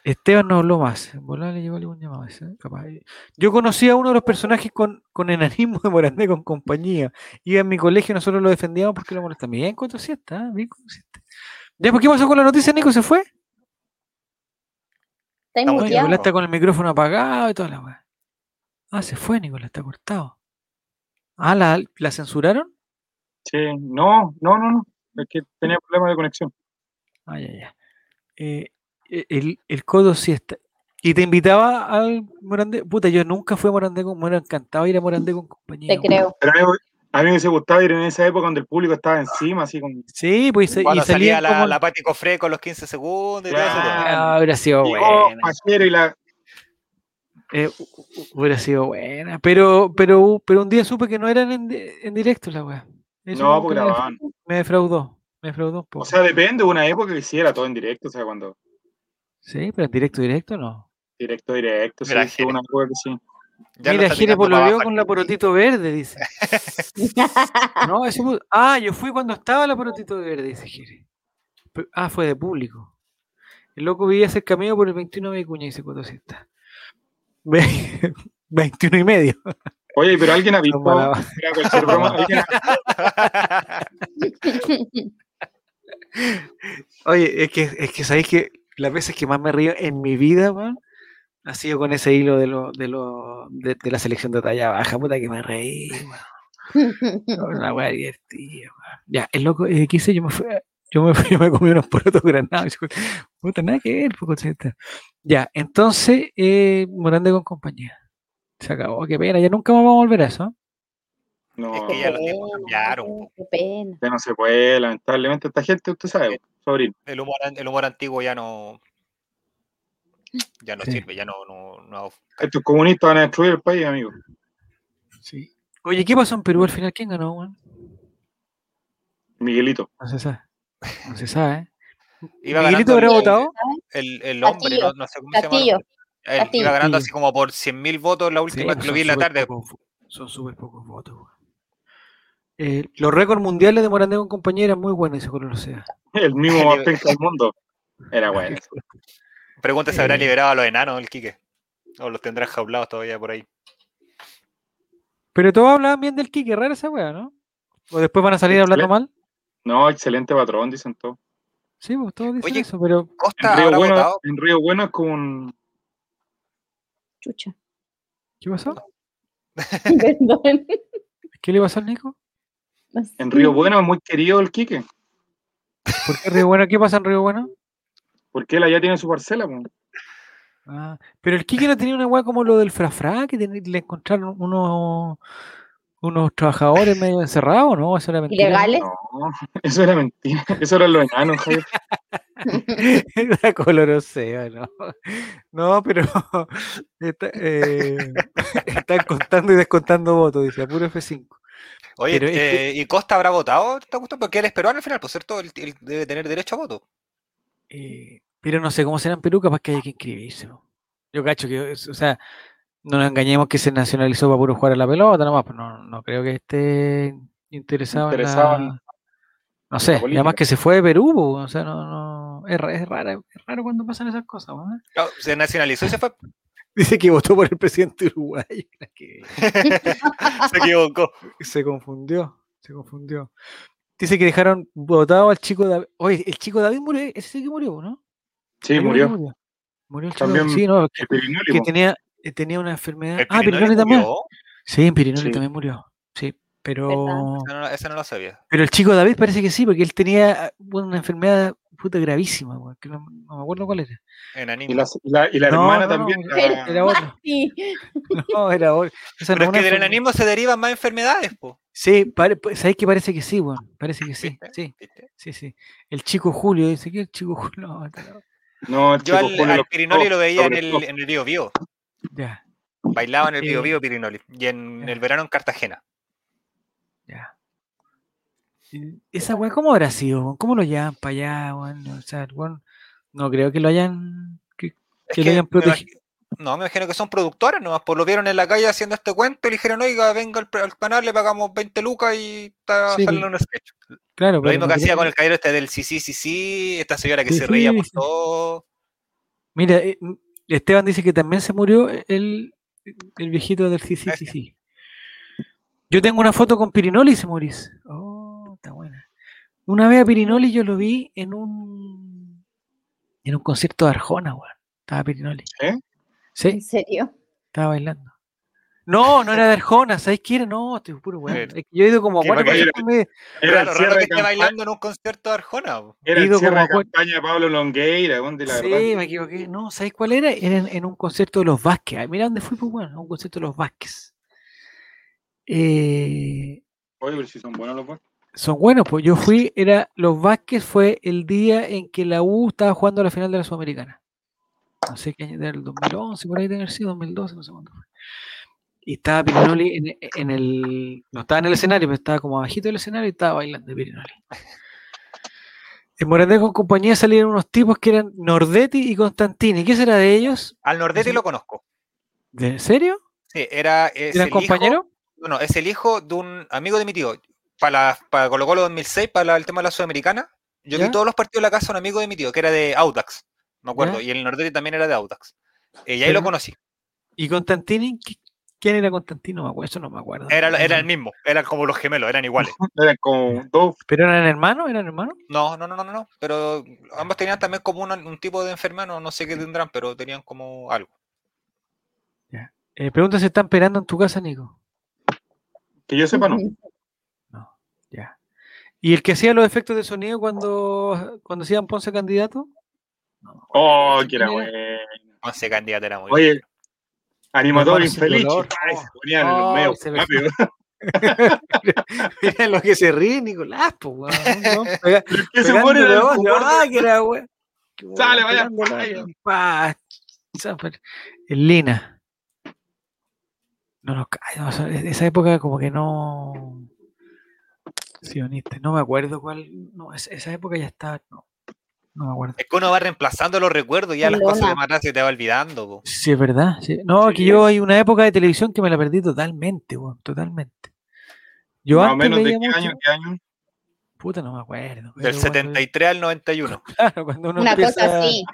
Esteban no habló más. En volada le llegó algún llamado. ese, ¿eh? Capaz. Eh, Yo conocí a uno de los personajes con, con enanismo de Morandé con compañía. Iba en mi colegio y nosotros lo defendíamos porque lo molestamos. Bien consciente, ¿eh? bien consciente. Ya, pues, ¿qué pasó con la noticia, Nico? ¿Se fue? ¿Estáis Estamos Oye, Muteado. Nicolás muteados? está con el micrófono apagado y toda la weá. Ah, se fue, Nicolás, está cortado. Ah, ¿la, la censuraron? Sí, no, no, no, no. Es que tenía problemas de conexión. Ah, ya, ya. Eh, e- el, el codo siesta. ¿Y te invitaba al Morandé? Puta, yo nunca fui a Morandé con... Me hubiera encantado ir a Morandé con compañía. Te weón. creo. Pero a mí, a mí me hubiese gustado ir en esa época donde el público estaba encima, así con. Sí, pues y se- y Cuando salía salía la, como... la Pati Cofré con los 15 segundos y todo eso. Claro. Ah, hubiera sido Llegó buena. Pajero y la. Eh, hu- hu- hubiera sido buena. Pero, pero, pero un día supe que no eran en, di- en directo la weá. Eso No, como porque que me, def- grababan. me defraudó. Me defraudó un poco. O sea, depende, hubo una época que sí era todo en directo, o sea, cuando. Sí, pero en directo, directo no. Directo, directo, sí, Mira, sí, hubo una época que sí. Ya lo Mira, está Jere tirando para pololeó abajo. con la porotito verde, dice. No, eso fue- Ah, yo fui cuando estaba la porotito verde, dice Jere. Pe- Ah, fue de público. El loco vivía cerca mío por el 21 de Vicuña, dice cuando sí está. Ve- 21 y medio. Oye, pero alguien ha visto. Son mala va- Mira, cualquier broma, alguien ha- Oye, es que, es que sabéis que las veces que más me río en mi vida, weón, ha sido con ese hilo de, lo, de, lo, de, de la selección de talla baja, puta que me reí, weón. Una wea divertida, weón. Ya, el loco, eh, ¿qué hice? Yo me fui, a- yo me, fui- yo me comí unos porotos granados. y yo, Puta, nada que ver, pues, poco Ya, entonces, eh, Morande con compañía. Se acabó, qué pena, ya nunca más vamos a volver a eso. ¿eh? No, Es que ya ya los tiempos Qué cambiaron, pena, po. Qué pena. no se puede, lamentablemente. Esta gente, usted sabe, sobrino. el humor, an- el humor antiguo ya no. Ya no Sí. sirve, ya no, no, no- Estos comunistas van a destruir el país, amigo. Sí. Oye, ¿qué pasó en Perú al final? ¿Quién ganó, weón? Miguelito. No se sabe. No se sabe. ¿eh? Iba ¿Miguelito ganando habrá el- votado? El, el hombre, Castillo, no, no sé cómo se llama. el Castillo, hombre. Él Castillo. iba ganando Castillo. así como por 100.000 votos la Sí, última pues que lo son vi en la súper tarde. pocos- son súper pocos votos, weón. Eh, los récords mundiales de Morandé con compañía eran muy buenos, eso que no lo sea. El mismo más penca del mundo. Era bueno. Pregunta si habrá Eh. liberado a los enanos el Quique. O los tendrá jaulados todavía por ahí. Pero todos hablaban bien del Kike, rara esa weá, ¿no? O después van a salir hablando mal. No, excelente patrón, dicen todos. Sí, pues todos dicen Oye, eso, pero Costa En Río, habrá bueno, votado. en Río Bueno es como un. Chucha. ¿qué pasó? Perdón. ¿Qué le pasó al Nico? No sé. En Río Bueno es muy querido el Quique. ¿Por qué Río Bueno? ¿Qué pasa en Río Bueno? Porque él allá tiene su parcela, po. Ah, pero el Quique no tenía una weá como lo del frafra, que ten- le encontraron unos, unos trabajadores medio encerrados, ¿no? Eso era mentira. ¿Ilegales? No, eso era mentira. Eso eran los enanos, Javier. Era colorosea, ¿no? No, pero está- eh, están contando y descontando votos, dice, a puro F5. Oye, pero es que- eh, ¿y Costa habrá votado? ¿Te gusta? Porque él es peruano al final, por cierto, él, él debe tener derecho a voto. Eh, pero no sé cómo serán Perú, capaz que hay que inscribirse. po. Yo cacho que, es- o sea, no nos engañemos que se nacionalizó para puro jugar a la pelota nomás, pero no, no creo que esté interesado, en Interesado en- la- No sé, y además política. que se fue de Perú, po, o sea, no, no, es, ra- es raro, es raro cuando pasan esas cosas. po, ¿eh? Claro, se nacionalizó y se fue. Dice que votó por el presidente uruguayo, que Se equivocó. se confundió, se confundió. Dice que dejaron votado al chico David. Oye, el chico David murió, ese sí que murió, ¿no? Sí, Murió, murió. murió. Murió el chico También David. Sí, no, El que Pirinoli, po. tenía, eh, tenía una enfermedad. ¿El ah, Pirinoli Pirinoli también. murió? Sí, en Pirinoli Sí. también murió. Sí, pero, Esa no, esa no lo sabía. pero el chico David parece que sí, porque él tenía ah, bueno, una enfermedad puta gravísima, weón, que no, no me acuerdo cuál era. Y Enanito. la, y la- y la No, hermana no, no, también. no, la- Era otro. Sí. No, era otro. Esa no una Pero es que del enfermedad. enanismo se derivan más enfermedades, po. Sí, pare- pa- sabéis que parece que sí, weón. Parece que sí, ¿Viste? sí, ¿Viste? sí, sí. El chico Julio, dice que el chico Julio. No, no, No, el Yo chico al, pues, Julio al lo- Pirinoli lo veía en el, prestó. en el Bio Bio. ya, Bailaba en el Bio Sí. Bio Pirinoli. Y en Ya. el verano en Cartagena. ya. Y Esa weón, ¿cómo habrá sido? weón? ¿Cómo lo llevan para allá, weón? O sea, el weón, no creo que lo hayan. que- Es Que lo hayan me imag- protegido. No, me imagino que son productoras nomás, pues lo vieron en la calle haciendo este cuento y le dijeron, oiga, venga al, al canal, le pagamos 20 lucas y está Sí, saliendo un sketch. Claro, Lo mismo no que hacía creo- con el caballero este del sí, sí, sí, sí, esta señora que Sí, se reía por sí, sí. todo. Mira, eh, m- Esteban dice que también se murió el, el viejito del sí, sí, sí, sí. Yo tengo una foto con Pirinoli, se morís. Oh, está buena. Una vez a Pirinoli yo lo vi en un en un concierto de Arjona, weón. Estaba Pirinoli. ¿Eh? Sí, ¿En serio? estaba bailando. No, no era de Arjona, ¿sabes quién era? No, estoy puro weón. Pero- Es que Yo he ido como a ¿Qué cuatro bacán. conciertos de- Era el Raro, raro cierre que de esté campaña. bailando en un concierto de Arjona. po. Era el Digo, cierre como de acuer- campaña de Pablo Longueira, weón, de la sí, verdad. me equivoqué. No, ¿sabes cuál era? Era en, en un concierto de los Vázquez. Ay, mira dónde fui, pues bueno, a un concierto de los Vázquez. Eh, Oye, pero si son buenos los buenos. son buenos, pues yo fui, era, los Vázquez fue el día en que la U estaba jugando la final de la Sudamericana. No sé qué año era, el 2011, por ahí debe haber sido, 2012, no sé cuándo fue. Y estaba Pirinoli en, en el, no estaba en el escenario, pero estaba como abajito del escenario y estaba bailando Pirinoli. En Morandé con compañía salieron unos tipos que eran Nordetti y Constantini. ¿Qué será de ellos? Al Nordetti Ujú. lo conozco. ¿De serio? Sí, era, es ¿Eran el hijo- compañeros? no, no, es el hijo de un amigo de mi tío. Para, la- para Colo Colo 2006, para la- el tema de la Sudamericana, yo ¿Ya? vi todos los partidos de la casa de un amigo de mi tío, que era de Audax, me acuerdo, ¿Ya? y el Nordetti también era de Audax. Eh, y ahí lo Pero- conocí, ¿Y Constantini? ¿Qui- ¿Quién era Constantino? No me acuerdo, eso no me acuerdo. era, No, era no. el mismo, eran como los gemelos, eran iguales. Eran como dos. ¿Pero eran hermanos? ¿Eran hermanos? No, no, no, no, no, no, pero ambos tenían también como una- un tipo de enfermedad, no, no sé qué tendrán, pero tenían como algo. Eh, pregunta si están esperando en tu casa, Nico. Que yo sepa, no. Ya. ¿Y el que hacía los efectos de sonido cuando, cuando hacían Ponce candidato? No me acuerdo. Oh, Sí, que era mira. bueno. Once candidatos era muy Oye, animador Hermano sin infeliz. dolor. Ay, se ponían en Oh, los medios se ve- rápido. Mira lo que se ríe, Nicolás, po, weón. ¿no? Pega- Que se pegándole ponen en el odio. humor de- Ah, que era, weón. Qué Sale, weón, vaya pegándole payo. odio. Pa, Zamper, el Lina. No nos cae, no, esa- esa época como que no. Sionista, no me acuerdo cuál. No, es- esa época ya está. No, no me acuerdo. Es que uno va reemplazando los recuerdos, ya las Lona. cosas de más se te va olvidando. po. Sí, es verdad. sí. No, que Sí. yo hay una época de televisión que me la perdí totalmente, weón, totalmente. Yo Más o antes menos de veía qué mucho- año, qué año. Puta, no me acuerdo. Del pero cuando- 73 al 91. Claro, cuando uno Una cosa empieza- así.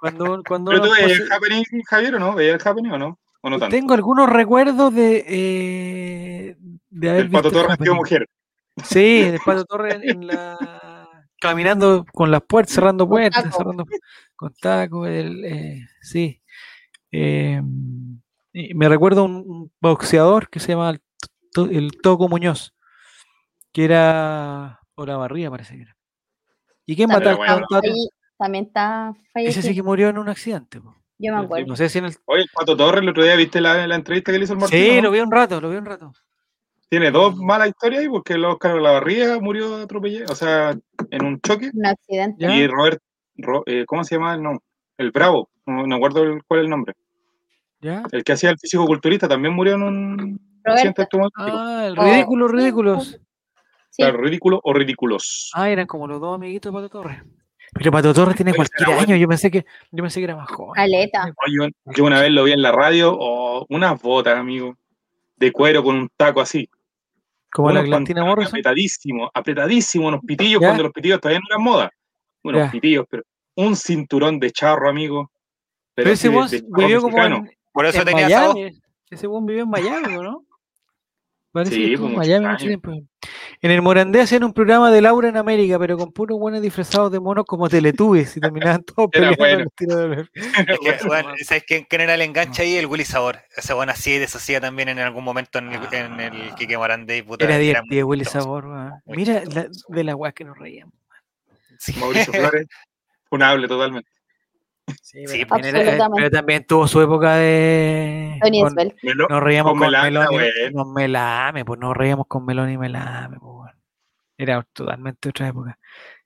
Cuando, cuando ¿Pero uno tú veías empieza- el happening, Javier, o no? ¿Veías el happening o no? ¿O no pues tanto? Tengo algunos recuerdos de, eh, de haber El Pato visto el Torres, tío happening. mujer. Sí, el Pato Torres en la... caminando con las puertas, cerrando Con puertas, taco. cerrando con taco, el, eh, sí. Eh, y me recuerdo un, un boxeador que se llama el, To- el Toco Muñoz, que era Olavarría, parece que era. ¿Y quién Pero mató al bueno. Pato Torres? Ahí también está Ese sí fallecido. que murió en un accidente. po. Yo me acuerdo. No sé si en el... Oye, el Pato Torres, el otro día viste la, la entrevista que le hizo el Martín. Sí, ¿no? lo vi un rato, lo vi un rato. Tiene dos malas historias ahí, porque el Oscar Olavarría murió atropellado, o sea, en un choque. Un accidente. ¿Ya? Y Robert, Ro- eh, ¿cómo se llama? No, el Bravo, no, no acuerdo el- cuál es el nombre. ¿Ya? El que hacía el físico-culturista también murió en un accidente Roberto. automovilístico. Ah, el Oh. ridículo, ridículos. Sí. Claro, ridículo o ridículos. Ah, eran como los dos amiguitos de Pato Torres. Pero Pato Torres tiene Oye, cualquier pero bueno. año, yo pensé que, yo pensé que era más joven. Aleta. Oh, yo, yo una vez lo vi en la radio, oh, unas botas, amigo, de cuero con un taco así. Como la Unos Clantina pantalones Morrison. Apretadísimo, apretadísimo, unos pitillos Ya. cuando los pitillos todavía no eran moda. Unos Ya. pitillos, pero un cinturón de charro, amigo. Pero ese así de- vos de charro vivió como mexicano. en, Por eso en tenía esa voz. Miami. e, Ese buen vivió en Miami, ¿o ¿no? Parece Sí, que estuvo por en muchos Miami mucho años. tiempo. En el Morandé hacían un programa de Laura en América, pero con puros buenos disfrazados de monos como Teletubbies y terminaban todos Era peleando bueno. en los tiros de Es que, Bueno, bueno, bueno. ¿sabes quién, quién era el Ah. enganche ahí? El Willy Sabor. Ese bueno así y deshacía también en algún momento en el, en Ah. el Quique Morandé. y Puta, Era era muy divertido, Willy chistoso. Sabor. weón. Muy Mira chistoso. la- de la weá que nos reíamos. Sí. Mauricio Flores, funable totalmente. Sí, Sí, pero, también era- absolutamente. pero también tuvo su época de. Tony con- Esbel. Me lo- nos reíamos con con, Melania, Melón y- güey. con Melame, pues nos reíamos con Melón y Melame, pues, weón. Era totalmente otra época.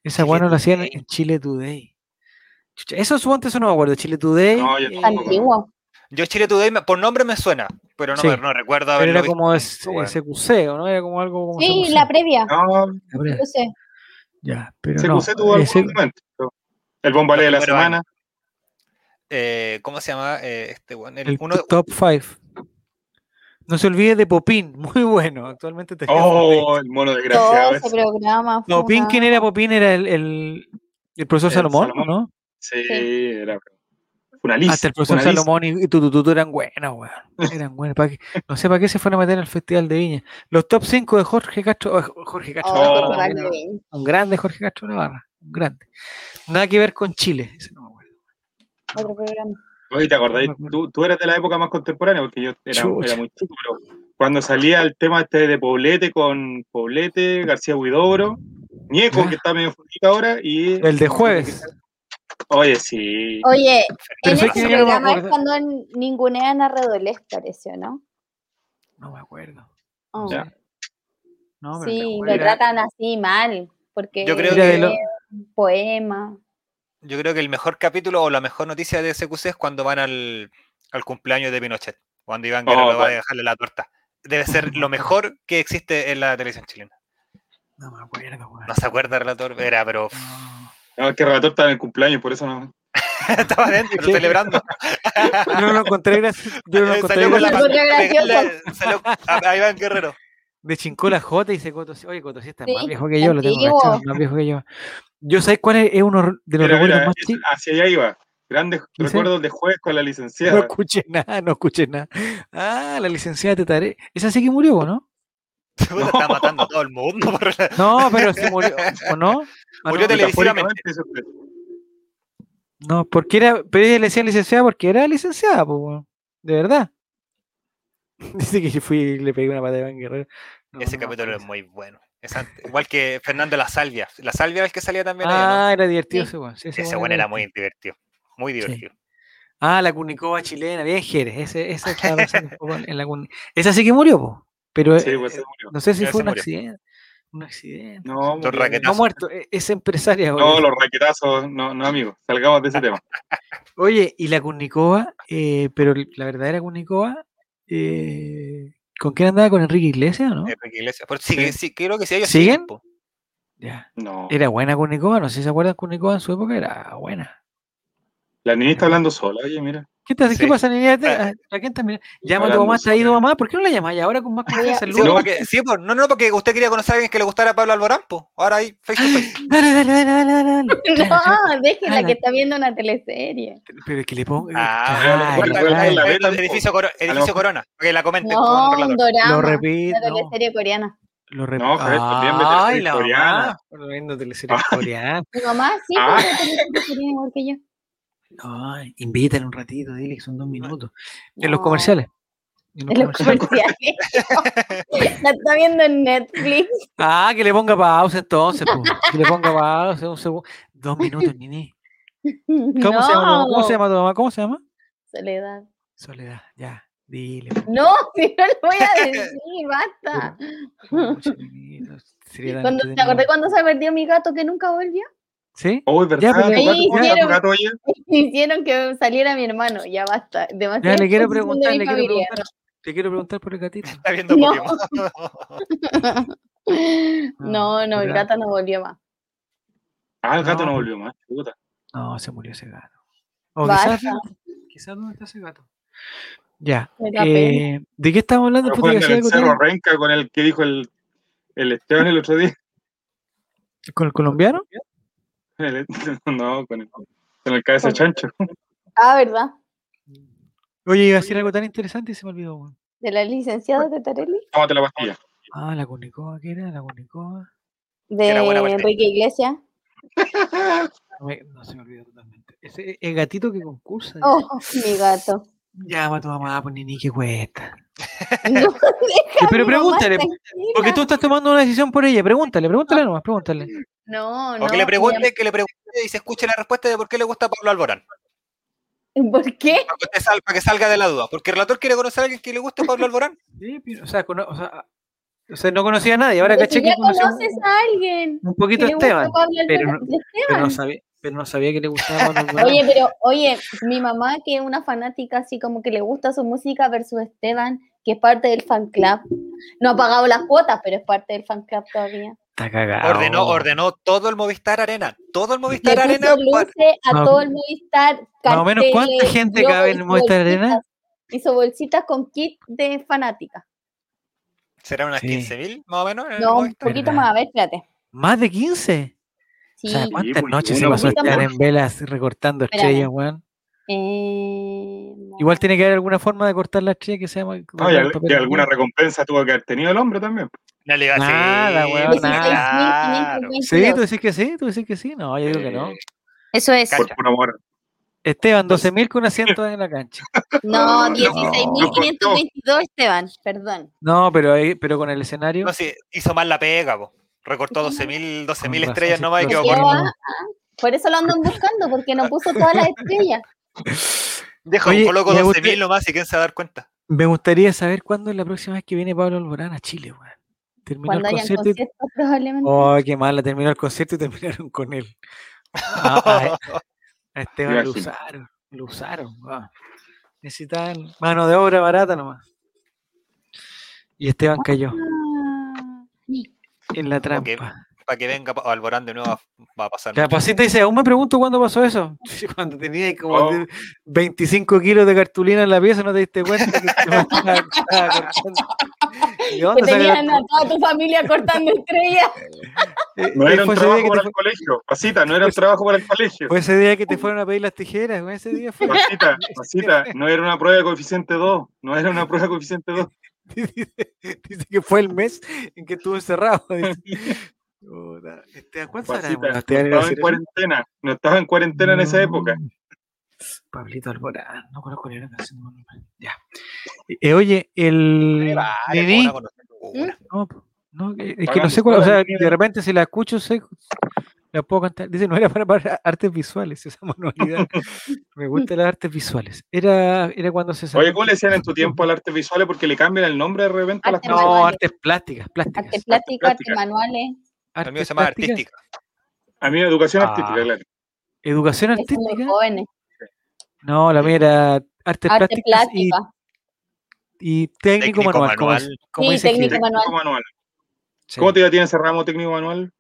Esa Chile weá nos la hacían Today. en Chile Today. Chucha, eso es antes, eso no me acuerdo. Chile Today. No, yo eh, tampoco. Antiguo. Yo Chile Today, me- por nombre me suena, pero no, Sí. me- no recuerdo pero haberlo era visto como nunca, es- weón. SQC, ¿o ¿no? Era como algo como. Sí, SQC. la previa. Ah, No, La pre- Yo sé. Ya, pero. se no, tuvo ese- algún momento. El bombalé de la Los primeros semana. Eh, ¿Cómo se llama eh, este weón? El, el uno, top 5. No se olvide de Popín, muy bueno. Actualmente te Oh, el mono desgraciado. Todo ese ese. programa. fue Popín, una- ¿quién era Popín? Era el, el, el profesor El Salomón, Salomón. ¿no? Sí, Sí. era. Una lista. Hasta el profesor Ah, Salomón y, y Tutututu eran buenas, weón. Eran buenas. pa' que- no sé para qué se fueron a meter al Festival de Viña. Los top 5 de Jorge Castro. oh, Jorge Castro Oh, No, Navarra, Jorge bueno, Valdivin. un grande Jorge Castro Navarra. Un grande. Nada que ver con Chile. ese no me acuerdo. Otro programa. Oye, ¿te acordáis? No me acuerdo. Tú, tú eras de la época más contemporánea, porque yo era, Chucha. era muy chico, pero cuando salía el tema este de Poblete con Poblete, García Huidobro, Ñeco, Ya. que está medio fugita ahora, y. El de jueves. Oye, sí. Oye, Pero en sé ese que yo no me programa es acuerdo. cuando n- ningunean a Redolés, pareció, ¿no? No me acuerdo. Oh. Ya. No, pero el de Sí, jueves lo era- tratan así mal, porque Yo creo Mira, de es lo- un poema. yo creo que el mejor capítulo o la mejor noticia de SQC es cuando van al, al cumpleaños de Pinochet, cuando Iván Oh, Guerrero va a vale. dejarle la torta. Debe ser lo mejor que existe en la televisión chilena. No me acuerdo, weón. No se acuerda, relator, era, pero No. No, es que el relator estaba en el cumpleaños, por eso no. estaba adentro Sí. celebrando. Yo no lo encontré gracias. Yo no lo Eh, encontré Salió con la gracias- gracioso. bandera, Gracioso. le- salió a, a Iván Guerrero. Me chincó la J y dice Cotosí. Oye, Cotosí está más Sí, viejo que yo, lo tengo antiguo. cachado, más viejo que yo. Yo sé cuál es, es uno de los Mira, recuerdos mira, más es- chicos. hacia allá iba. Grandes ¿Sí? recuerdos de jueves con la licenciada. No escuché nada, no escuché nada. Ah, la licenciada Tetaré. Esa sí que murió, ¿no? Puta, Está matando a todo el mundo. por la- No, pero sí murió, ¿o no? Ah, Murió no, tele- Metafóricamente, eso fue. no, porque era, pero ella le decía licenciada porque era licenciada, po, weón. de verdad. Dice que yo fui y le pegué una patada a Iván Guerrero. No, Ese no me capítulo es pues. acuerdo. muy bueno. Es ante- igual que Fernando La Salvia. La Salvia es el que salía también. ahí, ¿o no? Ah, era divertido Sí. ese weón. sí, Ese weón bueno era divertido. muy divertido. Muy divertido. Ah, la Cunicoba chilena, bien Jerez. Ese, esa, estaba pensando un poco en la Cuni- esa sí que murió, po. pero Sí, eh, pues, se murió. no sé si ya fue se un murió. accidente. Un accidente. No, Los porque- No ha raquetazos. muerto, e- es empresaria. no, boludo. los raquetazos, no, no, amigos, salgamos de Ah. ese tema. Oye, y la Kurnikova, eh, pero la verdadera Kurnikova, eh, ¿con quién andaba? ¿Con Enrique Iglesias o Eh, no? Eh, Enrique Iglesias. Pero sí, Sí. que- sí, creo que sí, ellos ¿Siguen? po. Ya. No. Era buena Kurnikova, no sé si se acuerdan, Kurnikova en su época era buena. La niña está hablando sola, oye, mira. ¿Qué, te, Sí. ¿qué pasa, niña? Ah. ¿A quién estás mirando? Llama a tu Hablando mamá, ¿está ahí tu sobre- mamá? ¿Por qué no la llamáis ahora con más confianza? Sí, Lulo? pues, No. porque- sí, pues, no, no, porque usted quería conocer a alguien que le gustara a Pablo Alborán, po. Ahora hay pues. face to face. Dale, dale, dale, dale, dale, dale. Claro, claro. No, déjela Claro. que está viendo una teleserie. Este, Pero que le ponga. eh, Ah, claro, bueno, bueno, claro. bueno, la- el ve tampoco. edificio, Coro- lo edificio mejor- Corona, que este, la comenten No, con un Lo relator. dorama. repito. Una teleserie coreana. Lo repito. No, Javier, también ve Ay, teleseries la mamá. coreanas. Bueno, viendo teleseries coreanas. Mi mamá sí, Ah. pero teleserie coreana igual que yo. No, invítale un ratito, dile que son dos minutos. En los No, comerciales. En los En los comerciales. comerciales. La está viendo en Netflix. Ah, que le ponga pausa entonces, po. que le ponga pausa un segundo. Dos minutos, Nini. ¿Cómo, se llama, tu mamá? ¿Cómo se llama tu mamá? ¿Cómo se llama? Soledad. Soledad, ya, dile. po. No, si no lo voy a decir, basta. Pucha, Nini, no sería tan Cuando, ¿Te entretenido. acordás cuando se perdió mi gato que nunca volvió? ¿Sí? Oh, es Ya, verdad, pero tu ahí gato, ¿cómo se llama tu hicieron- gato, oye? Hicieron que saliera mi hermano. Ya basta. Ya, Demasiado. le quiero exposición de preguntar, mi le quiero familia, preguntar. Te quiero preguntar por el gatito. Está viendo No. Pokémon. No, no, el ¿verdad? gato no volvió más. Ah, el gato No. no volvió más, Ah, puta. No, se murió ese gato. O Basta. quizás, quizás dónde está ese gato. Ya. Me da pena. eh, ¿De qué estamos hablando? Pero Puta, fue que en hacía el algo Cerro tiene- Renca con el que dijo el, el Esteban el otro día. ¿Con el colombiano? El- no, con el, con el cabeza de chancho. Ah, ¿verdad? Oye, iba a decir algo tan interesante y se me olvidó. weón. De la licenciada de Tarelli. Tómate la pastilla. Ah, la Cunicoa, ¿qué era? La Cunicoa. De era buena parte. Enrique Iglesias. No, me- no se me olvidó totalmente. Ese, el gatito que concursa. dice. Oh, mi gato. Llama a tu mamá, pues ni que cuesta. No, pero mi mamá pregúntale, tranquila. porque tú estás tomando una decisión por ella. Pregúntale, pregúntale nomás, pregúntale. No, no. O que le mi pregunte, que le pregunte y se escuche la respuesta de por qué le gusta Pablo Alborán. am- ¿Por qué? Para que, usted sal- para que salga de la duda. Porque el relator quiere conocer a alguien que le guste Pablo Alborán. Sí, pero, o, sea, cono- o, sea, a- o sea, no conocía a nadie. Ahora Porque caché si que ya conocí un, conoces a alguien. un que poquito a le gusta Esteban, Pablo pero Alborán- de pero no, Esteban. sabía, pero no sabía que le gustaba. Manuel Morán. Oye, pero oye, mi mamá que es una fanática así como que le gusta su música versus Esteban, que es parte del fan club. No ha pagado las cuotas, pero es parte del fan club todavía. Está cagado. Ordenó, ordenó todo el Movistar Arena. Todo el Le Movistar Arena. puso luces a Más o todo el Movistar. más o menos, ¿cuánta carteles, gente globos, cabe en el hizo Movistar Arena? bolsitas- Hizo bolsitas con kit de fanática. ¿Serán unas Sí. 15.000 más o menos? en el No, un Movistar? poquito Verdad. más, a ver, espérate. ¿Más de 15? Sí, O sea, ¿cuántas pues, noches se uno, pasó pues, Esteban tampoco. en velas recortando Espérame. estrellas, weón? eh, Igual tiene que haber alguna forma de cortar la estrella que sea más. No, y, al- y alguna recompensa tuvo que haber tenido el hombre también. No le iba a decir, Nada, weón, pues, nada. claro. 16.522. Sí, tú decís que sí, tú decís que sí. No, yo digo que no. Eh, Eso es. Por, por amor. Esteban, 12.000 con asiento en la cancha. No, No, 16.522, Esteban, perdón. No, pero, ahí- pero con el escenario. No, sí, hizo mal la pega, po. Recortó 12.000 con 12.000 razón, estrellas sí, nomás y lo quedó Porque siento. corto. va- Por eso lo andan buscando, porque no puso todas las estrellas. Deja Oye, un coloco me 12.000 gusta- nomás y quién se va a dar cuenta. Me gustaría saber cuándo es la próxima vez que viene Pablo Alborán a Chile, weón. Terminó el Cuando hayan concierto y... conciertos, probablemente. Oh, qué mala, terminó el concierto y terminaron con él. Ah, a- a Esteban lo Imagino. usaron, lo usaron. weón. Necesitaban mano de obra barata nomás. Y Esteban cayó Ah, en la Como que- trampa. Para que venga pa- Alborán de nuevo va a pasar. La pasita pues, dice, aún me pregunto cuándo pasó eso. Cuando tenías como Oh. de- 25 kilos de cartulina en la pieza, no te diste cuenta que te estaba- estaba cortando. ¿De Que dónde sale la tenían a toda tu familia cortando estrellas. Eh, No eh, fue ese era un día trabajo que para te el fue- colegio. Pasita, no era un Pues- trabajo para el colegio. fue ese día que te fueron a pedir las tijeras, güey, ese día fue. Pasita, pasita, no era una prueba de coeficiente 2. No era una prueba de coeficiente 2. dice, dice que fue el mes en que estuvo encerrado. dice. Puta, este, Esteban, ¿cuánto hará, Pasita, güey? Pues, no Esteban era estaba en así, cuarentena. No estaba en cuarentena en esa No. época. Pablito Alborán, no conozco ni una canción. no, no, no, Ya. Eh, oye, el. Vale, Nini, ¿cómo no conocer una? no, po, no, que- es que Pagando no sé cuál. O todas sea, las líneas. de repente si la escucho, sé, La puedo cantar. Dice, no era para, para artes visuales esa manualidad. Me gustan las artes visuales. Era, era cuando se Oye, ¿cómo le decían en tu tiempo al arte visuales? Porque le cambian el nombre de repente a las Arte No, manuales. artes plásticas, plásticas. Arte plástico, arte plástica. manuales. El mío Artes se llama plásticas, artística. A mí educación Ah. artística, claro. Educación que Son muy artística. jóvenes. No, la mía era artes Arte plásticas y, plástica. y técnico, Técnico manual. como- manual. como Sí, dice técnico Gil. manual. Técnico manual. Sí. ¿Cómo te iba a ti en ese ramo técnico manual?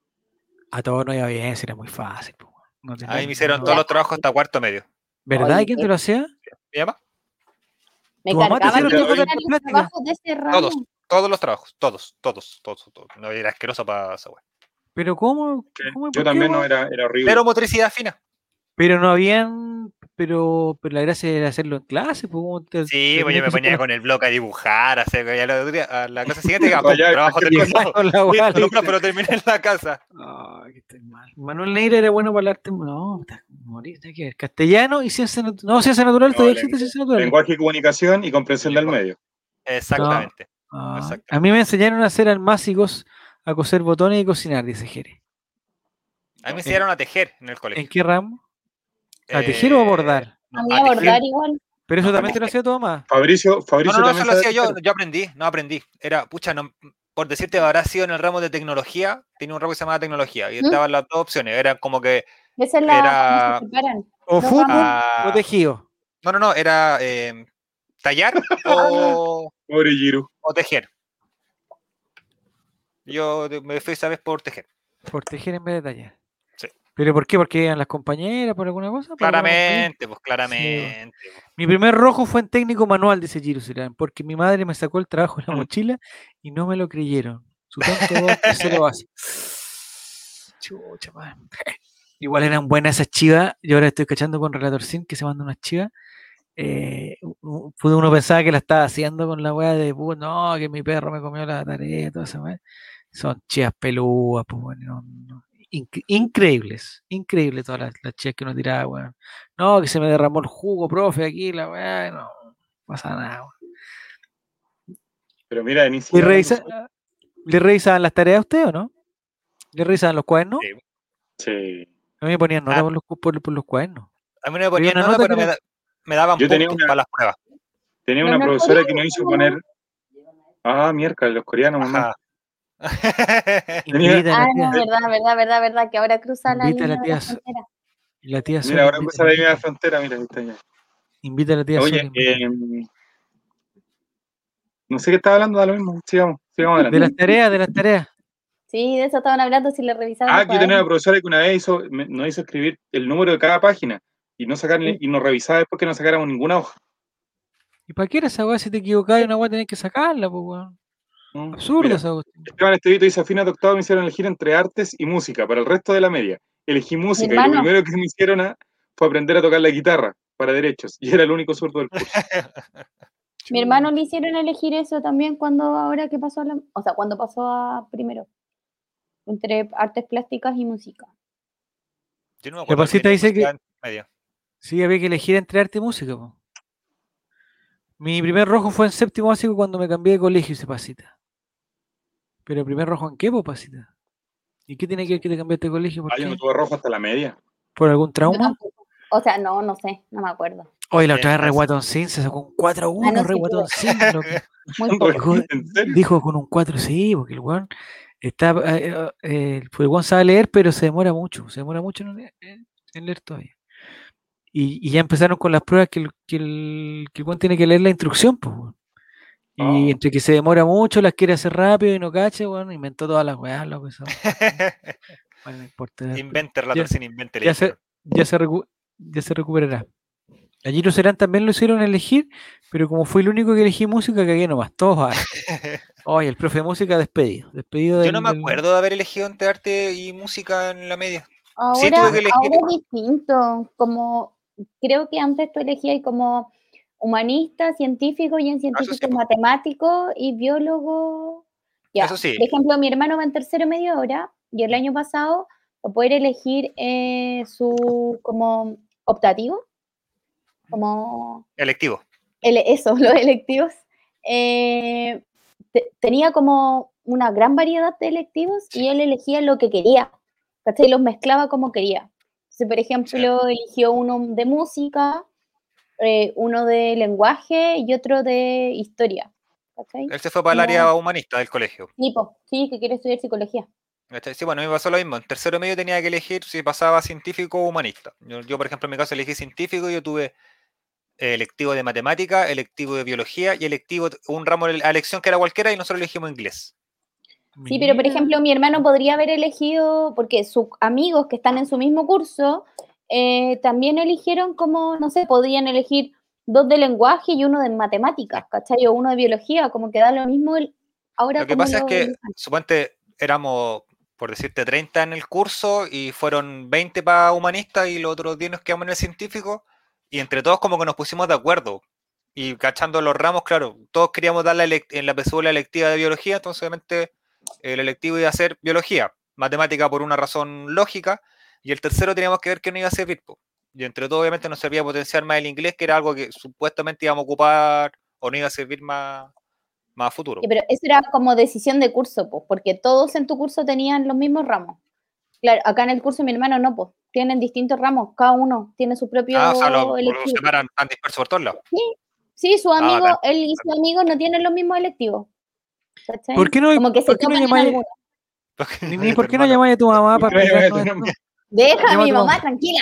A todos no iba bien, si era muy fácil. po. No tenía- Ahí me hicieron no- todos los trabajos hasta cuarto medio. ¿Verdad? Oye, ¿Quién te qué- lo hacía? ¿Se llama? Me ¿Tu mamá te cargaban hicieron los todo de horarios de plástica? trabajo de ese ramo. Todos. Todos los trabajos, todos, todos, todos, todos. No era asqueroso para esa wea. Pero ¿cómo? ¿Cómo y por Yo qué, también no weón? era, era horrible. Pero motricidad fina. Pero no habían. Pero, pero la gracia era hacerlo en clase. po, ¿cómo te- Sí, te pues yo me tenías que ponía hacer con el bloque a dibujar, a hacer. ya la, a la clase siguiente, ya, Vaya, pum, trabajo imagínate, para- terminado. Con la Listo, guada, no, ¿viste? pero terminé en la casa. Ay, que estoy mal. Manuel Neira era bueno para el arte. No, puta, morir, nada que ver. Castellano y ciencia natural. No, ciencia natural, No, todavía lengua- existe ciencia natural. Lenguaje y comunicación y comprensión del medio. Exactamente. Ah, Exacto. a mí me enseñaron a hacer almácigos, a coser botones y cocinar, dice Jere. A mí me enseñaron a tejer en el colegio. ¿En qué ramo? ¿A tejer o a Eh, bordar? A mí a tejer. abordar igual. Pero eso no, también te lo tejer. hacía tu mamá. Fabricio, No, Fabricio no, no, eso también lo sabe hacía yo, hacer. yo aprendí, no aprendí. Era, pucha, no, por decirte, habrá sido en el ramo de tecnología, tenía un ramo que se llamaba tecnología, y ¿Mm? estaban las dos opciones, era como que, Esa es la. Era- se separan. O No, fútbol ah, o tejido. no, no, no, era eh, tallar o, Pobre Giro. o tejer. Yo de- me fui esa vez por tejer, Por tejer en vez de tallar. Sí. ¿Pero por qué? ¿Porque eran las compañeras? ¿Por alguna cosa? ¿Por alguna compañía? claramente, pues claramente. pues. Mi primer rojo fue en técnico manual, dice Giro Cirán, porque mi madre me sacó el trabajo en la Mm. mochila y no me lo creyeron. Su tanto voz que se lo hace. Chucha, madre. Igual eran buenas esas chivas. Yo ahora estoy cachando con Relator Sim que se manda unas chivas. Eh, u- u- pudo- uno pensaba que la estaba haciendo con la weá de "Puh, no, que mi perro me comió la tarea, toda esa weá. Son chivas pelúas, pues bueno, no- no. Inc- increíbles, increíbles todas las, las chivas que uno tiraba, weón. No, que se me derramó el jugo, profe, aquí, la weá, no pasa nada, weón. Pero mira, ni ¿Le, siquiera revisa- nosotros- ¿Le revisaban las tareas a usted o no? ¿Le revisaban los cuadernos? Sí. Sí. A mí me ponían nota Ah. por, los, cu- por, por los cuadernos. A mí no me ponían una nada, nota pero que me, era- da- me daban Yo tenía puntos una- para las pruebas. Tenía Los una profesora que norcoreanos, nos hizo ¿no? poner. Ah, mierda, los coreanos, mamá. Ajá. Tenía- Invita a Ah, la no, tía. verdad, verdad, verdad, verdad, que ahora cruza la Invita a línea la de la tía Sol. frontera. y la tía Sol. Mira, ahora invita cruza a la la línea de la tía- frontera, mira, ahí está ya. Invita a la tía Sol. Oye, invita- em, no sé qué estaba hablando, da lo mismo. Sigamos, sigamos adelante. De las tareas, de las tareas. Sí, de eso estaban hablando si le revisaban. Ah, los que yo tenía una cuadernos. profesora que una vez hizo, me- nos hizo escribir el número de cada página y no sacarle, y nos revisaba después que no sacáramos ninguna hoja. ¿Y para qué era esa weá? Si te equivocás, una weá tenés que sacarla, pues weón. ¿no? Absurdo Mira, esa cuestión. Esteban Estevito y Safina Doctado me hicieron elegir entre artes y música para el resto de la media. Elegí música y lo hermano. primero que me hicieron a- fue aprender a tocar la guitarra para derechos y era el único surdo del curso. Mi hermano le hicieron elegir eso también cuando ahora que pasó a la, o sea, cuando pasó a primero entre artes plásticas y música. Yo no me acuerdo. pasita tenía dice que- curiosidad en medio. Sí, había que elegir entre arte y música, po. Mi primer rojo fue en séptimo básico cuando me cambié de colegio, dice Pasita. Pero primer rojo en qué, po, Pasita? ¿Y qué tiene que ver que te cambiaste de colegio? ¿Por, Ah, yo no qué? tuve rojo hasta la media. ¿Por algún Yo trauma? tampoco. O sea, no, no sé, no me acuerdo. Hoy la Eh, otra vez Re parece- Guatón Sin se sacó un 4-1, Ah, no, Re sí, Guatón Sin, loco. Muy poco. Joder. ¿En serio? Dijo con un 4, sí, porque el weón está. eh, eh, el weón sabe leer, pero se demora mucho, se demora mucho en leer, eh, en leer todavía. Y, y ya empezaron con las pruebas que el, que el, que el weón tiene que leer la instrucción, pues, weón. Y Ah. entre que se demora mucho, las quiere hacer rápido y no cache, bueno, inventó todas las weas, loco. esa weá. Bueno, no importa. Inventer la Ya- torcina, inventer. ya se, ya se, recu- ya se recuperará. A Giro Serán también lo hicieron elegir, pero como fui el único que elegí música, cagué nomás. Todos a- Oye, el profe de música despedido. despedido Yo del- no me del- acuerdo de haber elegido entre arte y música en la media. Ahora, Sí, tuve que elegir. ahora es distinto, como creo que antes tú elegías como humanista, científico y en Ah, eso sí, científico po. matemático y biólogo. Ya. Eso sí. Mm. Por ejemplo, mi hermano va en tercero medio ahora y el año pasado va a poder elegir eh, su como optativo, como Electivo. ele- eso, los electivos, eh, te- tenía como una gran variedad de electivos y él elegía lo que quería. ¿cachai? Los mezclaba como quería. Entonces, por ejemplo, eligió uno de música, eh, uno de lenguaje y otro de historia. ¿cachai? Él se fue para el área humanista del colegio. Tipo, sí, que quiere estudiar psicología. ¿Cachai? Sí, bueno, a mí me pasó lo mismo. En tercero medio tenía que elegir si pasaba científico o humanista. Yo, yo, por ejemplo, en mi caso elegí científico y yo tuve eh, electivo de matemática, electivo de biología y electivo, un ramo de a elección que era cualquiera y nosotros elegimos inglés. Sí, pero por ejemplo, mi hermano podría haber elegido, porque sus amigos que están en su mismo curso eh, también eligieron como, no sé, podían elegir dos de lenguaje y uno de matemáticas, ¿cachai? O uno de biología, como que da lo mismo. El, ahora Lo que como pasa lo- es que, suponte, éramos, por decirte, 30 en el curso y fueron 20 para humanista y los otros 10 nos quedamos en el científico y entre todos como que nos pusimos de acuerdo. Y cachando los ramos, claro, todos queríamos dar la elec- en la PSU la electiva de biología, entonces obviamente eh, el electivo iba a ser biología, matemática por una razón lógica, y el tercero teníamos que ver que no iba a servir. po. Y entre todos obviamente nos servía potenciar más el inglés, que era algo que supuestamente íbamos a ocupar o no iba a servir más, más a futuro. Sí, pero eso era como decisión de curso, pues, porque todos en tu curso tenían los mismos ramos. Claro, acá en el curso de mi hermano no, pues, tienen distintos ramos, cada uno tiene su propio Ah, o sea, los, los electivo. separan, están dispersos por todos lados. Sí, su amigo, Ah, bacán. él y su amigo no tienen los mismos electivos. ¿cachai? ¿Por qué no, Como que se ¿por qué no toman en llamáis- alguno. ni- ni por qué no llamáis a tu mamá ¿Por qué para no llamáis a tu explicarnos mamá? esto? Deja a Llama a mi tu mamá mamá. tranquila.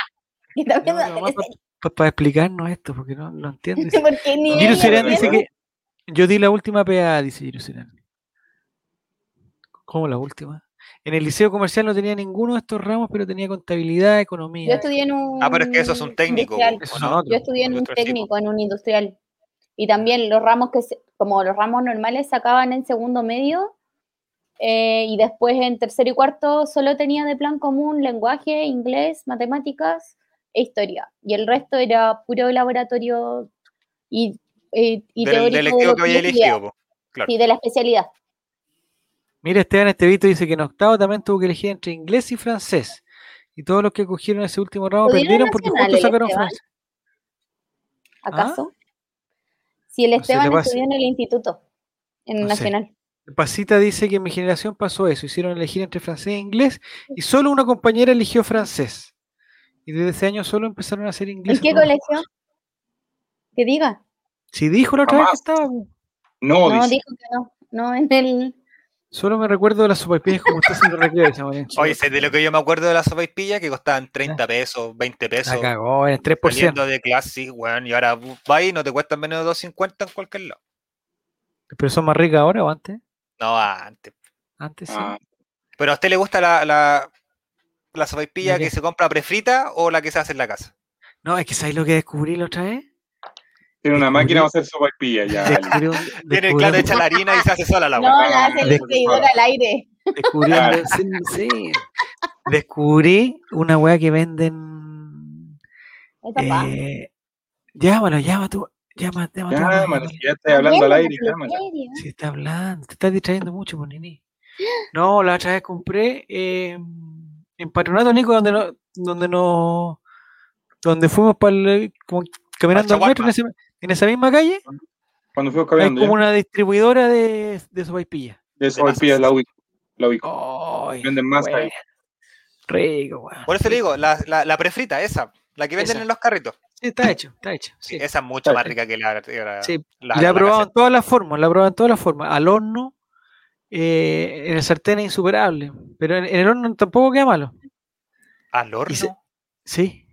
que está Llama a tu viendo este, mamá la pa- pa- para explicarnos esto, porque no lo entiendes. tele, porque ni Virus ella Jerusalén lo dice entiende. que. Yo di la última PA, dice Jerusalén. ¿Cómo la última? En el liceo comercial no tenía ninguno de estos ramos, pero tenía contabilidad, Yo economía. estudié en un. Ah, pero es que eso es un técnico. industrial. ¿o Eso es no? otro. Yo estudié en un Industrial, sí, técnico, en un industrial. Y también los ramos que, se- como los ramos normales, sacaban en segundo medio. eh, y después en tercero y cuarto solo tenía de plan común lenguaje, inglés, matemáticas e historia. Y el resto era puro laboratorio y, y, y del, del teórico de electivo lo que había yo estudiaba. elegido. po. claro. Sí, de la especialidad. Mira, Esteban Estevito dice que en octavo también tuvo que elegir entre inglés y francés. Y todos los que cogieron ese último ramo ¿Pudieron perdieron porque nacional justo el sacaron Esteban? francés. ¿Acaso? Si el No sé, le Esteban pasa. estudió en el instituto, en No sé. Nacional. Pasita dice que en mi generación pasó eso. Hicieron elegir entre francés e inglés y solo una compañera eligió francés. Y desde ese año solo empezaron a hacer inglés. ¿En a qué todos. colegio? Que diga. Si dijo la otra vez que Jamás. estaba. po. No, No, dice. dijo que no. No, en el. Solo me recuerdo de las sopaipillas como estás en el recreo. dice Marencho. Oye, sé de lo que yo me acuerdo de las sopaipillas que costaban 30 pesos, 20 La pesos. cagó en el 3%. Saliendo de clase, sí, weón, y ahora bu- va y no te cuestan menos de 2.50 en cualquier lado. Pero son más ricas ahora o antes. No, antes. Antes sí. Ah, Pero a usted le gusta la, la, la sopaipilla ¿La qué? que se compra prefrita o la que se hace en la casa. No, es que ¿sabes lo que descubrí la otra vez? tiene una Descubrí- máquina va a hacer sopaipilla ya. Ale. Descubrí un, Tiene, descubrí claro, un- echa la harina y se hace sola la No, weá. la hace el de- seguidor al aire. descubrí Ah. una- sí, sí. Descubrí una weá que venden. El papá. eh, llámalo, llama tú. Llama, llama, tú, llama, Llámala, llama. si ya estás hablando al Bueno, aire, si llámala. quiere. Si está hablando, te estás distrayendo mucho, por Nini. No, la otra vez compré eh, en Patronato Nico, donde no, donde no, donde fuimos para caminando al Al metro en, ese- en esa misma calle, Cuando fuimos hay caminando, como ya. una distribuidora de, de sopaipilla. de sopaipillas la ubico. La ubico. ¡Ay! Venden más ahí. weón, Rico, weón. Por eso le digo, la, la, la prefrita, esa, la que venden Esa. en los carritos. Sí, está hecho, está hecho. sí. Esa es mucho más Sí. rica que la. que la- Sí, la- Y la he la probado casera. en todas las formas, la he probado en todas las formas. Al horno, eh, en el sartén es insuperable, pero en, en el horno tampoco queda malo. Al horno. se- Sí.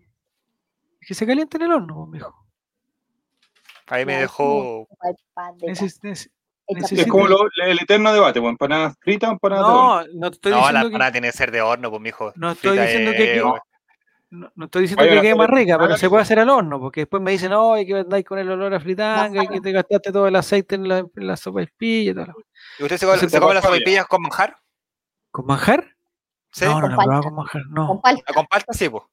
Es que se calienta en el horno, pues, mijo. Ahí me Ya, dejó. Ay, padre, Neces- neces- hecha neces- Sí, es sí, como sí. lo- el eterno debate, bueno, empanadas fritas o empanadas de horno. No, no te estoy No, la diciendo empanada que, tiene que ser de horno, pues, mijo. no estoy Frita, diciendo eh, que, weón. no, no estoy diciendo Oye, que la- quede más rica, pero ahora se puede hacer al horno, porque después me dicen, no, que andáis con el olor a fritanga y que te gastaste todo el aceite en la, en la sopa de espilla y todo. ¿Y usted se, come- Entonces, se come las papaya. sopaipillas con manjar? ¿Con manjar? ¿Sí? no, no, con no, he probado palta. con manjar, Con no. palta. ¿La con palta? Sí, pues.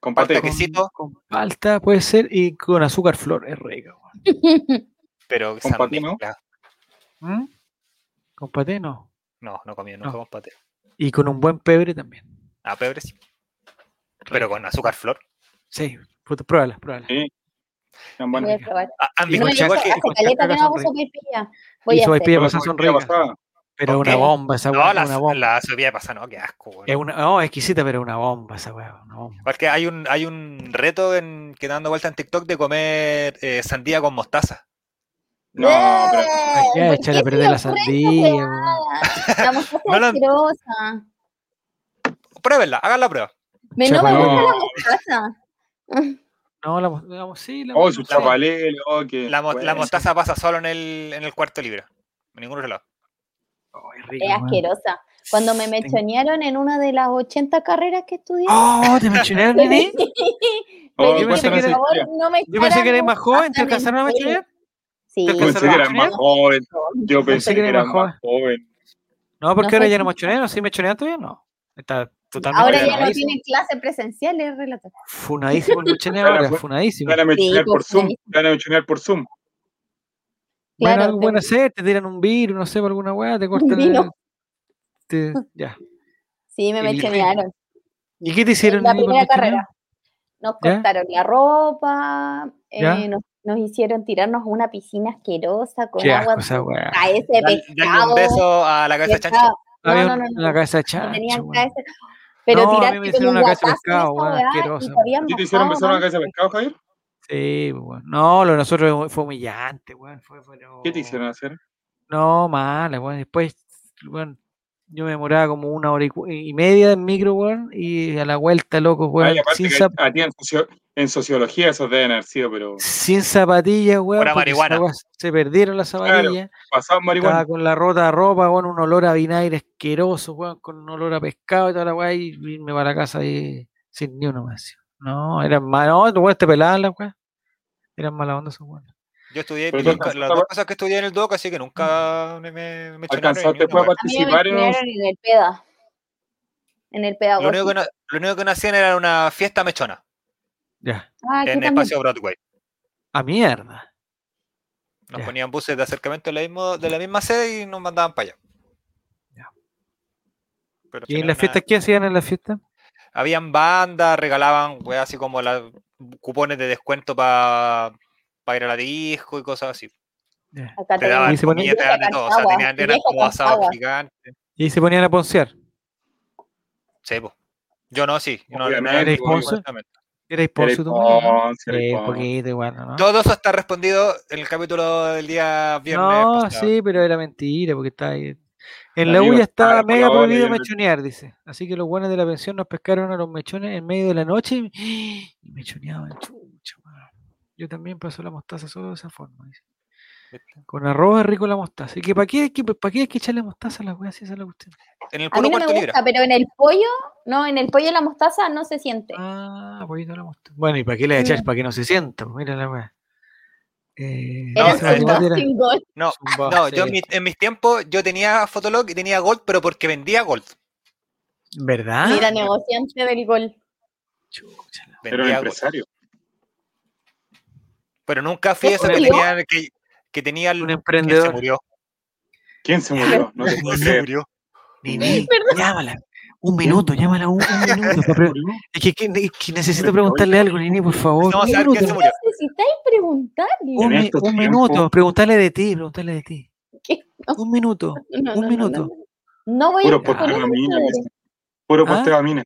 Con Falta paté. que- quesito. Con, con palta puede ser y con azúcar flor, es rica. weón. ¿Con Pero esa paté, no? mezcla- ¿Mm? Con paté no. No, no comí nunca No. con paté. Y con un buen pebre también. Ah, pebre sí. Pero con azúcar flor. Sí, puta, pruébala, pruébala. Sí. Tan Voy bueno. a probar. Ah, ¿Han Y visto No, con y chicos eso, chaca- que y hace con caleta chacaca que no hago son ricas. sopaipilla. Voy Y a hacer. sopaipilla Con la pasada son sopaipilla ricas. pasada. Pero Ok. una bomba esa No, weá. la, una bomba. la sopía de pasa, no, qué asco, weón. Es una, no, exquisita, pero una bomba esa weá. una bomba. Porque hay un, hay un reto en, que dando vuelta en TikTok de comer eh, sandía con mostaza. No, ¡Eh! pero Hay que ¿Por echar qué a se perder le la ocurre esa sandía, weá? La mostaza No es la- asquerosa. Pruébenla, hagan la prueba. Me, no me Chaparro. gusta la mostaza. No, la, mos- la mos- sí, la Oh, mos- su no sé. chapalele, oh, que. La, mo- bueno. la mostaza pasa solo en el, en el cuarto libre. En ningún otro lado. Oh, es rica, Es weón. asquerosa. Cuando me mechonearon en una de las 80 carreras que estudié. Oh, te mencionaron, Nini. Oh, Yo pensé cuéntame que esa era- historia. no me Yo pensé que eras echaran más joven, ¿te mostaza en alcanzaron a el pelo. mencionar? Sí. te Pensé que eras más joven. Yo pensé que eras más joven. No, porque No ahora soy ya no tan- machonean, ¿sí machonean todavía? No. Está totalmente. Ahora ya no funadísimo. tienen clases presenciales, relato. Funadísimo el machoneo Ahora ahora, fue- funadísimo. Van a mencionar Sí, por pues, Zoom. buenísimo. Van a mencionar por Zoom. Bueno, Claro, algo te- bueno hacer, te tiran un virus, no sé, por alguna weá, te cortan. vino. el- te- ya. Sí, me el- mechonearon. ¿Y qué te hicieron? la Nini, por primera mencionar? carrera. Nos ¿Ya? cortaron la ropa, eh, ¿Ya? nos, nos hicieron tirarnos a una piscina asquerosa con Qué agua asco esa weá. a ese pescado. Dale- Dale un beso a la cabeza de chancho. pescado. No, Había no, un- no, no, una cabeza de no chancho, tenían weón. cabeza. Pero Ah, No, a mí me tiraste hicieron como un una cabeza de guatazo en pescado, esa weón, weá asquerosa, y te weón. habían ¿A ti te hicieron bajado, besar una weón. cabeza de pescado, Javier? Sí, pues, weón. No, lo de nosotros fue humillante, weón. Fue, pero- ¿Qué te hicieron hacer? No, mala, weón. Después, weón, yo me demoraba como una hora y, cu- y media en micro, weón, y a la vuelta, loco, weón. Ay, Ah, aparte sin, que zap- a ti en, socio- en sociología esos deben haber sido, pero sin zapatillas, weón. Pura porque esa marihuana. weá se- Se perdieron las Claro, zapatillas. pasaban marihuana. Estaba con la rota ropa, weón, un olor a vinagre asqueroso, weón, con un olor a pescado y toda la weá, y irme para la casa ahí sin ni uno más. No, eran malos, no, weón, te pelaban las weón. Eran mala onda esos weón. Yo estudié Pero tú yo- alcanzaste las a- dos cosas que estudié en el DOC, así que nunca me, me, me chonaron ni Alcanzaste una después a wea. A mí me participar en un- metieron en el peda. En el lo, único pedagógico. que no, lo único que no hacían era una fiesta mechona Ya. Ah, aquí en también. espacio Broadway. A mierda. Nos Ya. ponían buses de acercamiento de la, mismo- de la misma sede y nos mandaban para allá. Ya. Pero ¿Y en tenían las una- fiestas qué hacían en las fiestas? Habían bandas, regalaban weas, así como la- cupones de descuento para ir a la disco y cosas así. Ya. Acá Te tenemos daban Y se ponía- comida, te daban de todo. O sea, Aconcagua, tenían, eran vieja como asados Aconcagua. gigantes. Y se ponían a poncear. Sí, po. Yo no, sí. yo no- no- Obviamente, no- ¿Eres no- no- sponsor? exactamente. ¿Eres Eres sponsor tú? mismo? Ponce, eres Sí, un Ponce. poquito igual, ¿no? Todo eso está respondido en el capítulo del día viernes. No, pasado. sí, pero era mentira, porque está ahí. En la Amigo, U ya estaba estaba con la mega ola y prohibido el- mechonear, dice. Así que los buenos de la pensión nos pescaron a los mechones en medio de la noche y, y mechoneaban. Chucha, weón. Yo también paso la mostaza solo de esa forma. dice. Con arroz es rico la mostaza. ¿Y que para qué, para qué hay que echarle mostaza a las weas si esa es la cuestión? En el A puro mí no me cuarto gusta, libre. pero en el pollo, no, en el pollo la mostaza no se siente. Ah, poquito la mostaza. Bueno, ¿y para qué le echas? Mm. Para que no se sienta. pues, Mira la wea. Eh, No, Era esa eh, maldad un era- sin gol. No, Zumba, no, yo sí. en, mis- en mis tiempos yo tenía Fotolog y tenía Gold, pero porque vendía Gold. ¿Verdad? Mira, negociante del gol. Chucha, la- Era un Vendía Gold. empresario. Pero nunca fui ¿Qué eso que murió? tenían que, que tenía el- un ¿Quién se emprendedor. murió. ¿Quién se murió? No te puedo ¿Quién se creer. murió? Nini, llámala. Un minuto, llámala un, un minuto. pa pre- Es que, que- es que necesito preguntarle algo, Nini, por favor. Vamos un a ver quién se minuto, murió. Necesitáis preguntarle. un, En mi- estos un tiempos. minuto. Preguntarle de ti, preguntarle de ti. ¿Qué? No, Un minuto. no, un no, no, minuto. No, No voy a Puro por- posteo responder a eso, mina. pero- dice. este? Puro ¿Ah? posteo a mina.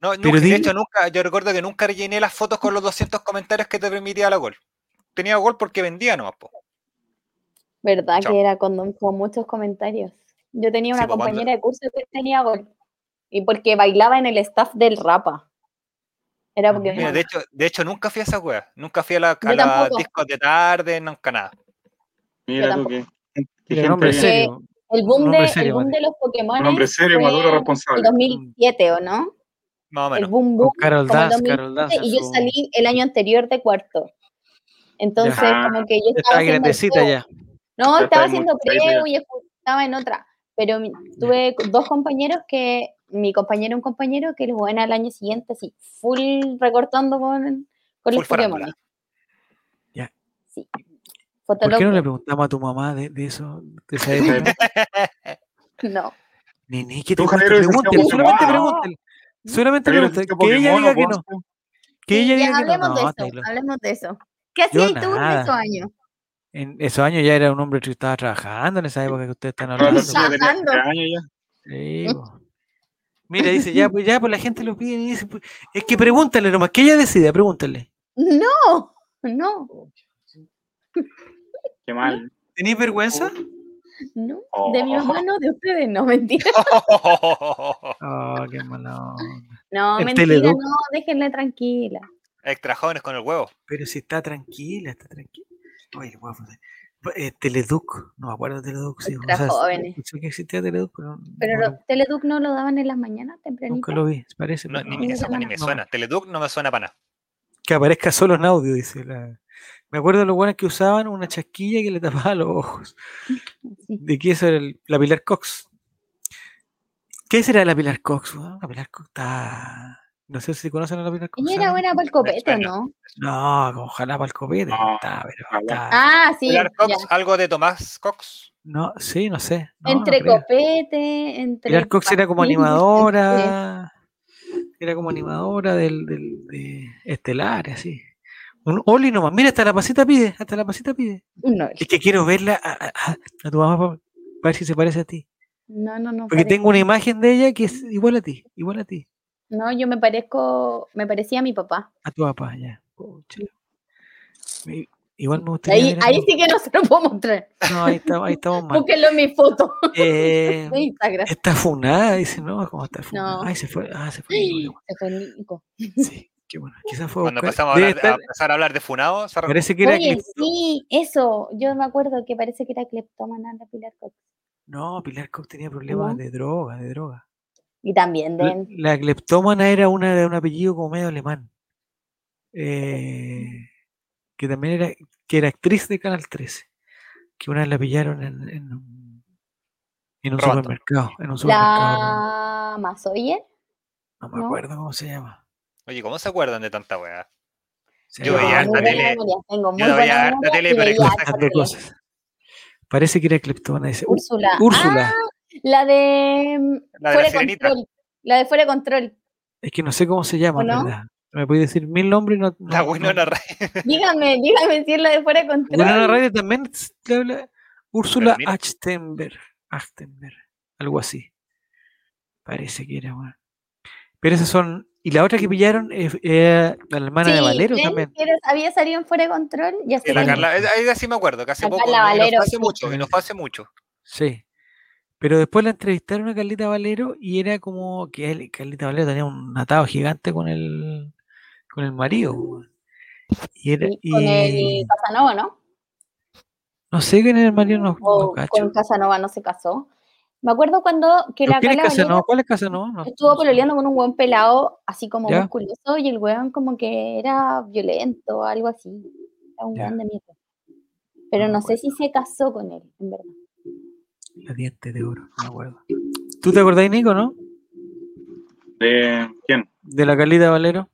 No, Pero nunca- de dime- hecho, nunca, yo recuerdo que nunca rellené las fotos con los 200 comentarios que te permitía la Gold. Tenía Gold porque vendía nomás, po. ¿Verdad Chao. que era con, con muchos comentarios? Yo tenía Sí, una pues, cuando- compañera de curso que tenía gol. Y porque bailaba en el staff del Rapa. Era porque Mira, Mira, de hecho, de hecho nunca fui a esa wea. Nunca fui a la, a Yo la tampoco. discos de tarde, nunca nada. Mira tú tampoco. que. qué Mira, gente nombre bien. serio. el un boom, hombre de, el serio, boom Mati. de los Pokémon. Un hombre serio, maduro, El responsable. 2007, ¿o no? Más o El menos. boom Con boom. Carol como el Dance, Carol 2007, Dance. y yo su- salí el año anterior de cuarto. Entonces, Ya. como que yo ya estaba Estaba haciendo grandecita preu. ya. No, Ya estaba estáis haciendo muy- estáis preu y estaba en otra. Pero mi- tuve dos compañeros que, mi compañero y un compañero, que los buenos al año siguiente, así, full recortando con, con los Full farándula. Pokémon. Ya. Sí. ¿Por qué no Fotolog. le preguntamos a tu mamá de, de eso? De esa época? No. Nini, ¿qué te Tú, cuesta? Javier, hubieses sido Pregúntale, muy solamente bueno, ¿no? pregúntale. Solamente Pero pregúntale. dijiste Que ella Pokémon, diga que no. Monster. Que ella Sí, ya diga que no. hablemos de No, eso, Taylor. hablemos de eso. ¿Qué Yo hacías tú en nada. esos años? en esos años ya era un hombre que estaba trabajando en esa época que ustedes están hablando. Yo tenía Trabajando. 13 años ya. Sí, po. Mira, dice, ya, pues ya, pues la gente lo pide y dice, pues, es que pregúntale nomás, que ella decida, pregúntale. No, no, Qué mal. ¿Tenéis vergüenza? no. De mi mamá no, de ustedes no, mentira. Oh, qué mala onda. No, El mentira, Teleduc. no, déjenle tranquila. Extra jóvenes con el huevo. Pero si está tranquila, está tranquila. Oye, el huevo, eh, Teleduc, no me acuerdo de Teleduc. Sí, Ultra jóvenes. Sé que existía Teleduc, pero, Pero no- los Teleduc no lo daban en las mañanas tempranito. nunca lo vi, parece. No, pero ni, no. me- esa weá ni me No. suena. Teleduc no me suena para nada. Que aparezca solo en audio, dice la... Me acuerdo de los buenos que usaban una chasquilla que le tapaba los ojos. Sí. ¿De qué eso era el- la Pilar Cox? ¿Qué será la Pilar Cox? weón? La Pilar Cox está... No sé si conocen a la Pilar Cox. Ella era ¿saben? buena para el copete, ¿o suena. ¿no? No, como ojalá para el copete. No, está, pero ojalá. está- Ah, sí. Pilar Cox, ya. algo de Tomás Cox. No, sí, no sé. no, no entre creo. copete, entre. Pilar Cox era como patines, entre- animadora. Era como animadora del, del de Estelar, así. Un Oli nomás. Mira, hasta la pasita pide, hasta la pasita pide. No, Es que quiero verla a, a- a- a tu mamá para ver si se parece a ti. no, no. no Porque parece- tengo una imagen de ella que es igual a ti, igual a ti, No, yo me parezco. Me parecía a mi papá. a tu papá, ya. Pucha. Me- Igual me gustaría. Ahí, ver a ahí mi- sí que no se lo puedo mostrar. No, ahí estamos, ahí estamos mal. Búsquenlo en mi foto Eh, de Instagram. está funada, dice, no, ¿cómo está funada? No. Ay, se fue. Ah, se fue. no, qué Se fue Nico. bueno. Sí, qué bueno. Quizás fue a Cuando buscar- empezamos a, debe hablar- a estar- empezar a hablar de Funado, se Parece que era Oye, clepto- sí, eso. Yo me acuerdo que parece que era cleptómana la Pilar Cox. No, Pilar Cox tenía problemas ¿No? de droga, de droga. Y también La, de. la cleptómana era una de un apellido como medio alemán. Eh, que también era, que era actriz de Canal 13. Que una vez la pillaron en, en un, en un Robando. supermercado. En un supermercado. La Mazoyer. No me ¿no? acuerdo cómo se llama. Oye, ¿cómo se acuerdan de tanta weá? Se Yo No, llamaba veía harta Ah, muy buena tele. memoria, Tengo muy Yo la veía buena harta memoria tele, y pero veía es harta tantas tele. cosas. Parece que era cleptómana. Dice, "Uh, Úrsula. Úrsula. Ah, la de. mm, La de Fuera la de sirenita. control. La de fuera de control. es que no sé cómo se llama, en ¿no? verdad. Me puede decir mil nombres y no. La no- no- Winona Ryder. Dígame, dígame si es la de fuera de control. Winona Ryder también s- le habla Úrsula mira. Achtenberg, Achtenberg, algo así. Parece que era, weón. Pero esas son. Y la otra que pillaron es eh, la hermana de Sí, Valero ¿ven? también. Era- había salido en fuera de control y así. Sí, la Sí. Carla, eh, ahí sí me acuerdo, que hace La poco. Carla no- y no Valero, fue hace sí. mucho, y no fue hace mucho. Sí. Pero después la entrevistaron a Carlita Valero y era como que él- Carlita Valero tenía un atado gigante con el, con el marido. weón. Y, era, Con y- el Casanova, ¿no? No sé quién era el marido, no, no O cacho. con Casanova no se casó. Me acuerdo cuando que ¿Pero la quién es Carla Valero Casanova? ¿Cuál es Casanova? No- estuvo no sé. pololeando con un buen pelado, así como Ya. musculoso, y el weón como que era violento, algo así. Era un Ya. weón de mierda. Pero No me no sé si se casó con él, en verdad. Los dientes de oro, no me acuerdo. ¿Tú te acordás, Nico, no? ¿De quién? De la Carlita Valero.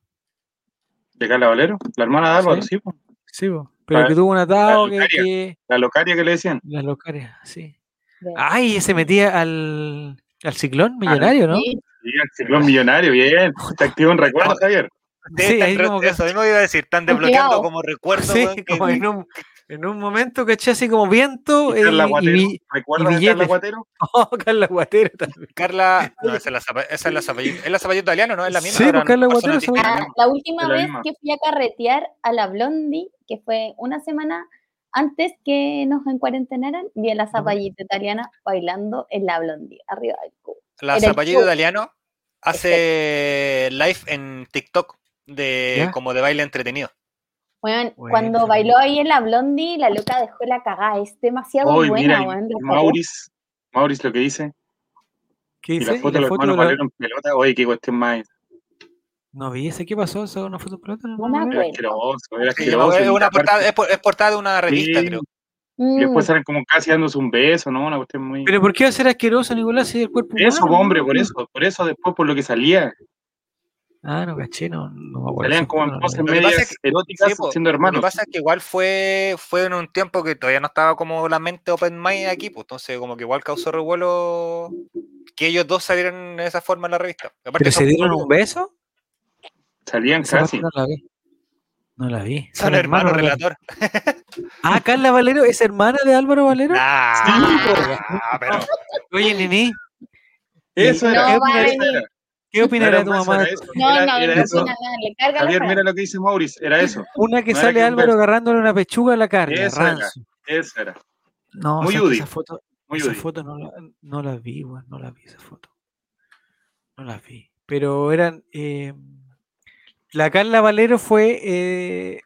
¿De Carla Valero? La hermana de Álvaro, Sí. sí, po. Sí, po. pero Ah, que tuvo un atado que, locaria. que- la locaria que le decían. Las locarias, sí. de- Ay, se metía al, al ciclón millonario, ¿no? Sí, Sí, el ciclón millonario, bien. Te activa un recuerdo, Javier. Sí, Sí, tan ahí re- como que- Eso mismo iba a decir, están Confiado. desbloqueando como recuerdo. Sí, weón, que- como en un, en un momento caché así como viento eh, Carla y, Guatero. vi- ¿Recuerdas de Carla billetes. Guatero? oh, Carla Guatero también. Carla, no, esa es la, zapa- esa es la zapallito, es la zapallito italiano, ¿no? Es la misma. Sí, ahora pues, Carla no, Guatero, personas zapallito. distintas. Ah, la última de la vez misma. que fui a carretear a la Blondie, que fue una semana antes que nos encuarentenaran, vi a la zapallita italiana bailando en la Blondie, arriba del cubo. La Era el zapallito show. italiano hace live en TikTok de ¿Ya? como de baile entretenido. Weón, Buena cuando esa bailó ahí en la Blondie, la loca dejó la cagada. Es demasiado Hoy, buena, mira, weón, y la cagó. Mauris. Mauris lo que dice. ¿Qué Y dice? la ¿Y foto de los hermanos la- Valero en pelota. Oye, qué cuestión más. No vi ese, ¿qué pasó? ¿Esa una foto pelota? No me Era Bueno. asqueroso, Ah, era Sí, yo- asqueroso. es, y una aparte- portada, es, por- es portada de una revista, Sí, creo. Y Mm, después salen como casi dándose un beso, ¿no? Una cuestión muy. Pero ¿por qué va a ser asqueroso, Nicolás, si es el cuerpo Por eso, humano, hombre, no? por eso. Por eso después, por lo que salía. Ah, no caché, no, no me acuerdo. Salían esa como foto, en no la poses vi. Lo que pasa es medias que- eróticas Sí, po, siendo Lo que hermanos. pasa es que igual fue, fue en un tiempo que todavía no estaba como la mente open mind aquí, pues entonces como que igual causó revuelo que ellos dos salieran de esa forma en la revista. Aparte ¿Pero son se dieron psicólogos. un beso? Salían Esa casi. parte no la vi. No la vi. Son hermanos relator. Ah, Carla Valero es hermana de Álvaro Valero. Nah, nah, pero Oye, Nini, Eso No, era. ¿qué va a opinas? venir. ¿qué opinará Era tu más, mamá? era eso, No, era- no, era no, eso. opina nada, le carga la Javier, frase. mira lo que dice Maurice, era eso, Una que no era sale que Álvaro inversa. agarrándole una pechuga a la carne. Eso era. rancio. eso era. No, Muy o sea, que Udi. esa foto, Muy esa útil. foto no la, no la vi, weón, no la vi esa foto. No la vi. Pero eran. eh, la Carla Valero fue eh,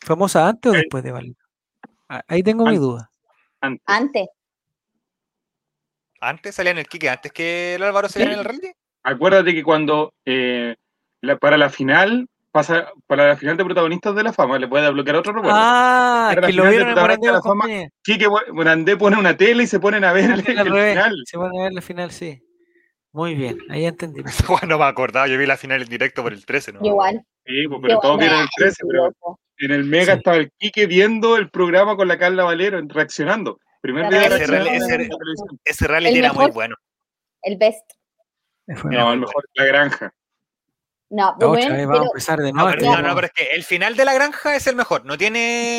famosa antes o Eh. después de Valero. Ah, Ahí tengo mi Antes. duda. Antes. Antes, antes salía en el Quique, antes que el Álvaro saliera en el reality. Acuérdate que cuando eh, la- para la final pasa para la final de protagonistas de la fama le puede bloquear otro recuerdo. ah, Era la que lo final de vieron en Protagonista de Morandeo la Fama, Compañía. Quique Bu- Morandé pone una tele y se ponen a ver el, Hacen al el revés, final. Se van a ver la final, sí. Muy bien, ahí entendí. Bueno, me acordaba, yo vi la final en directo por el 13, ¿no? igual. Sí, pues, pero todos igual, vieron el 13, pero loco. en el Mega Sí. estaba el Quique viendo el programa con la Carla Valero, en- reaccionando. Primer La día de Ese reaccionando real- en ese- la televisión. Ese reality El era muy mejor. bueno. El best. Fue No, una- el mejor La Granja. No, Otra bueno, vez vamos a pero, empezar de Ah, No, nuevo. pero, este no, programa. no, pero es que el final de la granja es el mejor. No tiene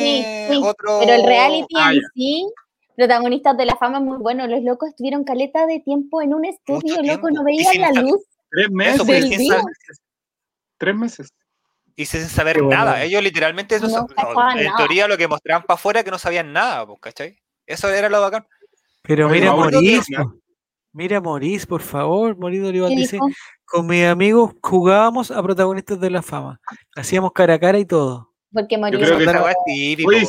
Sí, sí, otro. pero el reality Ah, en ya. sí, protagonistas de la fama es muy bueno. Los locos estuvieron caleta de tiempo en un estudio, loco, tiempo. no Y veían sin la sal- luz. Tres meses. Eso, pues, del sin día. sa- Tres meses. y sin saber Qué bueno. nada. Ellos literalmente, eso, No no, cachaban en nada. teoría, lo que mostraban para afuera que no sabían nada, pues, ¿cachai? Eso era lo bacán. Pero Oye, mira Mauro, Morís, ¿qué onda? po. mira Morís, por favor, Morís Dorival ¿Qué dice, dijo? con mis amigos jugábamos a protagonistas de la fama, hacíamos cara a cara y todo. Porque morí. Yo creo que Esa esa- weá es típico, Oye, po.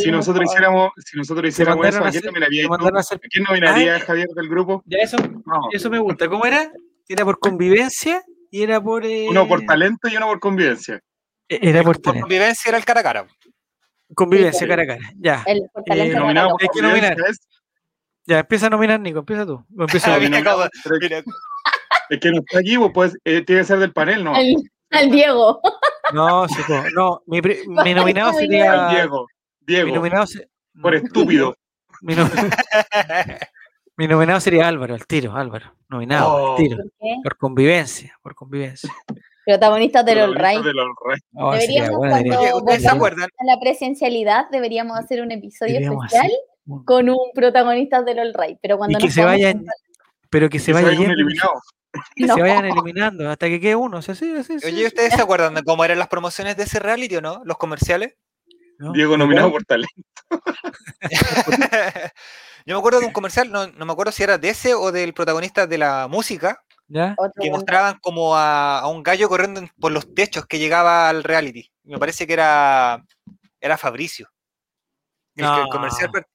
si, si nosotros hiciéramos, si nosotros Se hiciéramos eso, mandaron ¿a a quién hacer- nominaría Me tú? mandaron a ¿A hacer- quién nominaría Ay. Javier del grupo? Ya eso, No, eso me gusta. ¿Cómo era? Era por convivencia y era por... eh, uno por talento y uno por convivencia. e- Era por Por talento. convivencia era el cara a cara. Convivencia Sí. cara a cara. Ya, El por talento Eh, era Nominado por hay loco. que convivencia este. nominar. es, ya, empieza a nominar Nico, empieza tú. O empiezo Ah, yo. bien. mira, nominado. cómo- mira, es que no está aquí, pues, pues eh, tiene que ser del panel, ¿no? Al, al Diego. No, sí, po, no, mi, pri- mi nominado Muy Al sería... Diego. Mi Diego, nominado, se- por estúpido. mi nom- mi nominado sería Álvaro, al tiro, Álvaro. Nominado, al Oh. tiro. ¿Por qué? Por convivencia, por convivencia. Protagonistas del All protagonista Right. del All Right. Oh, Deberíamos buena, cuando- deberíamos- ¿Ustedes se deberíamos- acuerdan? A la presencialidad deberíamos hacer un episodio Deberíamos especial hacer. con un protagonista del All Right. Pero cuando Y que nos se podamos vayan, juntar- pero que se Que se vayan, vayan yendo, eliminados. que No. se vayan eliminando hasta que quede uno. o sea, sí, sí, sí, Oye, este ¿ustedes se acuerdan de cómo eran las promociones de ese reality o no? Los comerciales. ¿no? Diego nominado por talento. Yo me acuerdo de un comercial, no, no me acuerdo si era de ese o del protagonista de la música, ¿Ya? Otro que buen mostraban como a, a un gallo corriendo en- por los techos que llegaba al reality. Me parece que era, era Fabricio. El, que- el comercial No. per-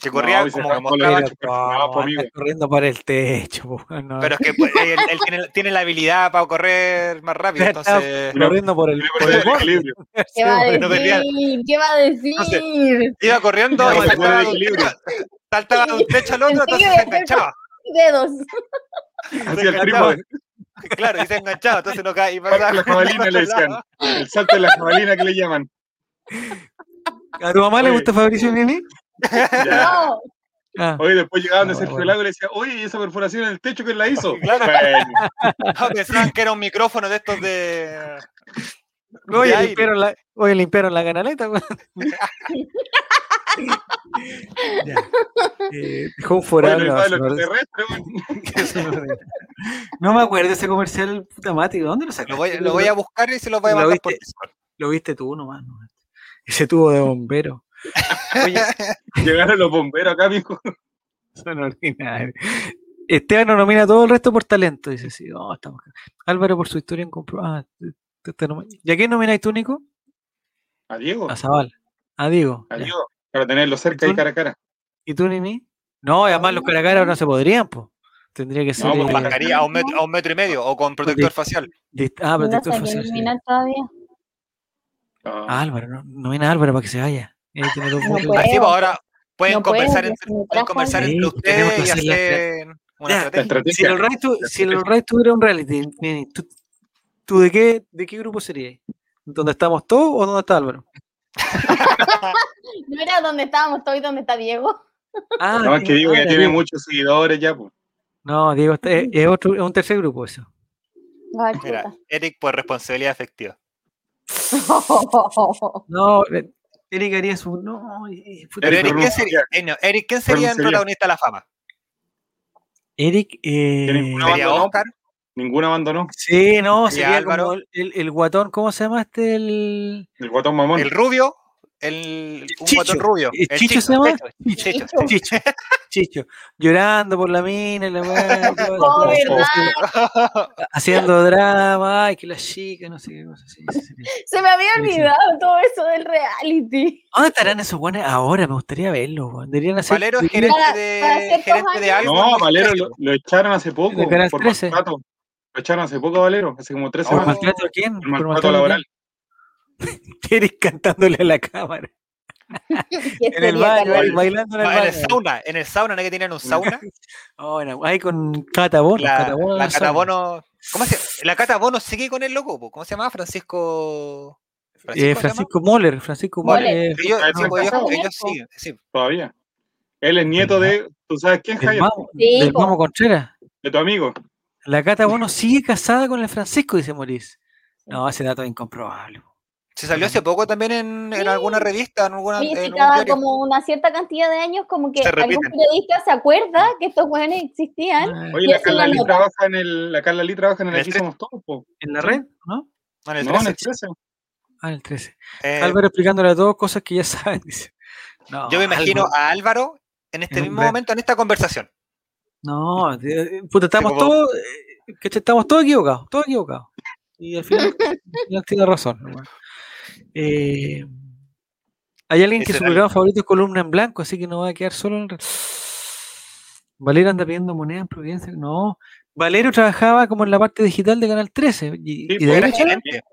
que corría y se como que arrancó la mostraba- Ah, Pero chupa, cómo, no, pues, anda amigo. corriendo por el techo, po, no, Pero es que pues, él, él tiene, tiene la habilidad para correr más rápido, Ya está. entonces corriendo por el, Tiene que por el perder el equilibrio. borde, ¿Qué va a sí, decir? no perdía. ¿Qué va a decir? No sé. iba corriendo No, y se saltaba, puede de un equilibrio. techo- saltaba de un techo al otro, Pensé que entonces iba a se ser- enganchaba. Dedos. Hacía el Se primo, Claro, y se enganchaba, entonces no cae. Y Parte pasaba de la corriendo jabalina al le otro decían. lado. el salto de la jabalina que le llaman. po. ¿A tu mamá le Oye. gusta Fabricio Nini? Ya. No. Ah, Oye, después llegaban de Ah, Sergio bueno. Lago y le decía, oye, ¿y esa perforación en el techo quién la hizo? Claro. Bueno, No, Ah, pensaban que era un micrófono de estos de. de oye, aire. limpiaron la, oye, limpiaron la canaleta. po. Ya. Eh, dejó un forado. bueno, en la basura. estaba los extraterrestres, bueno. No me acuerdo ese comercial puta mate, ¿de ¿dónde lo sacaste? Lo voy, lo voy a buscar y se los voy a Lo mandar por viste. Lo viste tú nomás. ¿no? Ese tubo de bombero. Oye, llegaron los bomberos acá, mijo. son ordinarios. Esteban nos nomina a todo el resto por talento. Dice, sí, no, estamos acá. Álvaro por su historia en compro. Ah, te- te nomi- ¿Y a quién nomináis tú, Nico? A Diego, A Zaval. A Diego. a ya. Diego, para tenerlo cerca y ¿Tú? cara a cara. ¿Y tú, Nini? No, y además los caracaros no se podrían, pues. Tendría que ser. No, pues, eh, Con mascarilla a un, metro, a un metro y medio o con protector facial. dist- ah, No protector sé quién facial, sí. eliminar todavía. Ah, Ah, Álvaro, no, nomina a Álvaro para que se vaya. Eh, tiene dos No votos. puede. Así pues ahora pueden No puedo, conversar, Dios, entre, me pueden trajo conversar algo. entre Sí, tenemos que ustedes y hacer la hacer una Ya, la estrategia. Si el estrategia. All Right tu- La si el All estrategia. Right tuviera un reality, Nini, ¿tú, tú de, qué, de qué grupo serías? ¿Dónde estamos todos o dónde está Álvaro? No era donde estábamos todos y donde está Diego. Ah, No, es que tiene- Diego ah, ya ya, tiene Diego. muchos seguidores ya, pues. No, Diego, está- es, es otro, es un tercer grupo eso. Ay, Mira, pues, chuta. Eric por responsabilidad efectiva. No, eh, Eric haría su. No, eh, puta, Eric Pero Eric, ¿quién Rubin sería, eh, no, Eric, ¿quién sería el sería. protagonista de la fama? Eric, eh, Tienen una No, ¿Sería no, no. Oscar? Ninguno abandonó. sí, no, sería Álvaro. como el, el- el guatón, ¿cómo se llama este? El El guatón mamón. ¿El rubio? El, un Chicho. guatón rubio. ¿El Chicho se llama? Chicho, Chicho. Chicho, Chicho, llorando por la mina y la weá, Oh, todo, ¿verdad? haciendo drama, ay, que la chica, no sé qué cosa. sí, sí, sí. Se me había Sí, sí. olvidado todo eso del reality. ¿Dónde estarán esos guanes ahora? Me gustaría verlos, weón. Deberían hacer. Valero es deberían- gerente Para- para de, ciertos gerente de años. algo. No, muy Valero preso. lo, lo echaron hace poco. De Canal Por 13. maltrato. Lo echaron hace poco a Valero, hace como tres No, ¿Por semanas. maltrato a quién? Por Por maltrato a quién. laboral. Eres cantándole a la cámara. En el baño, Canal él bailando en el No, en el baño. sauna, en el sauna, ¿no es que tienen un sauna? Oh, no, ahí con Catabono. La, Catabono Eh, en la el sauna. Catabono. ¿Cómo se La Catabono sigue con el loco, po. ¿cómo se llama? Francisco. Eh, se llama? Francisco Moller. Francisco Moller. Moller. eh, Ellos, Ah, sí, sí, po, ellos- casado. ellos siguen, sí. Todavía. Él es nieto de. ¿Tú sabes quién, del Javier? Mamo, Sí, del po. Mamo Contreras. De tu amigo. La Catabono sigue casada con el Francisco, dice Morís. No, ese dato es incomprobable. Se salió hace poco también en, en Sí. alguna revista, en alguna. Oye, en si un cada diario. como una cierta cantidad de años, como que Se algún repiten. periodista se acuerda que estos jóvenes existían. Ah, Oye, Y la esa es Carla la Lee nota. trabaja en el. La Carla Lee trabaja en el En el Aquí tres. Somos Todos, po. En la red, ¿no? No, en el No, en el 13. 13. Ah, en el 13. Eh, Álvaro explicándole a todos cosas que ya saben, dice. No, yo me imagino Álvaro, a Álvaro en este En un mismo red. momento, en esta conversación. No, de- puta, estamos como- todos. eh, ¿cachai? Estamos todos equivocados, todos equivocados. Y al final, al final tiene razón. ¿no? Eh, hay alguien que Ese su era el- programa favorito es Columna en Blanco, así que no va a quedar solo en. el re- Valero anda pidiendo moneda en Providencia. No. Valero trabajaba como en la parte digital de Canal 13. Y, Sí, y de ahí pues, lo Era ¿no? echaron. gerente.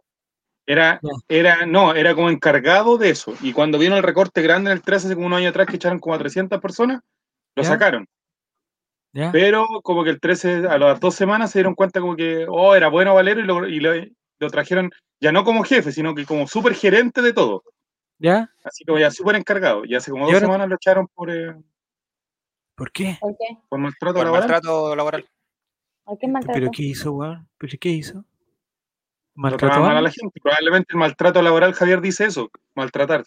Era, No. era, no, era como encargado de eso. Y cuando vieron el recorte grande en el 13, hace como un año atrás, que echaron como a 300 personas, lo ¿Ya? sacaron. ¿ya? Pero como que el 13, a las dos semanas, se dieron cuenta como que, oh, era bueno Valero y lo, y lo, lo trajeron, ya no como jefe, sino que como súper gerente de todo. ¿Ya? Así como ya súper encargado. Y hace como ¿Y dos ahora? semanas lo echaron por, eh, ¿Por qué? ¿Por qué? por maltrato Por laboral. maltrato laboral. ¿Por qué ¿Pero maltrató? qué hizo, weón? ¿Pero qué hizo? Lo trataba ¿Maltrató a mal a la alguien? gente. Probablemente el maltrato laboral, Javier dice eso, maltratar.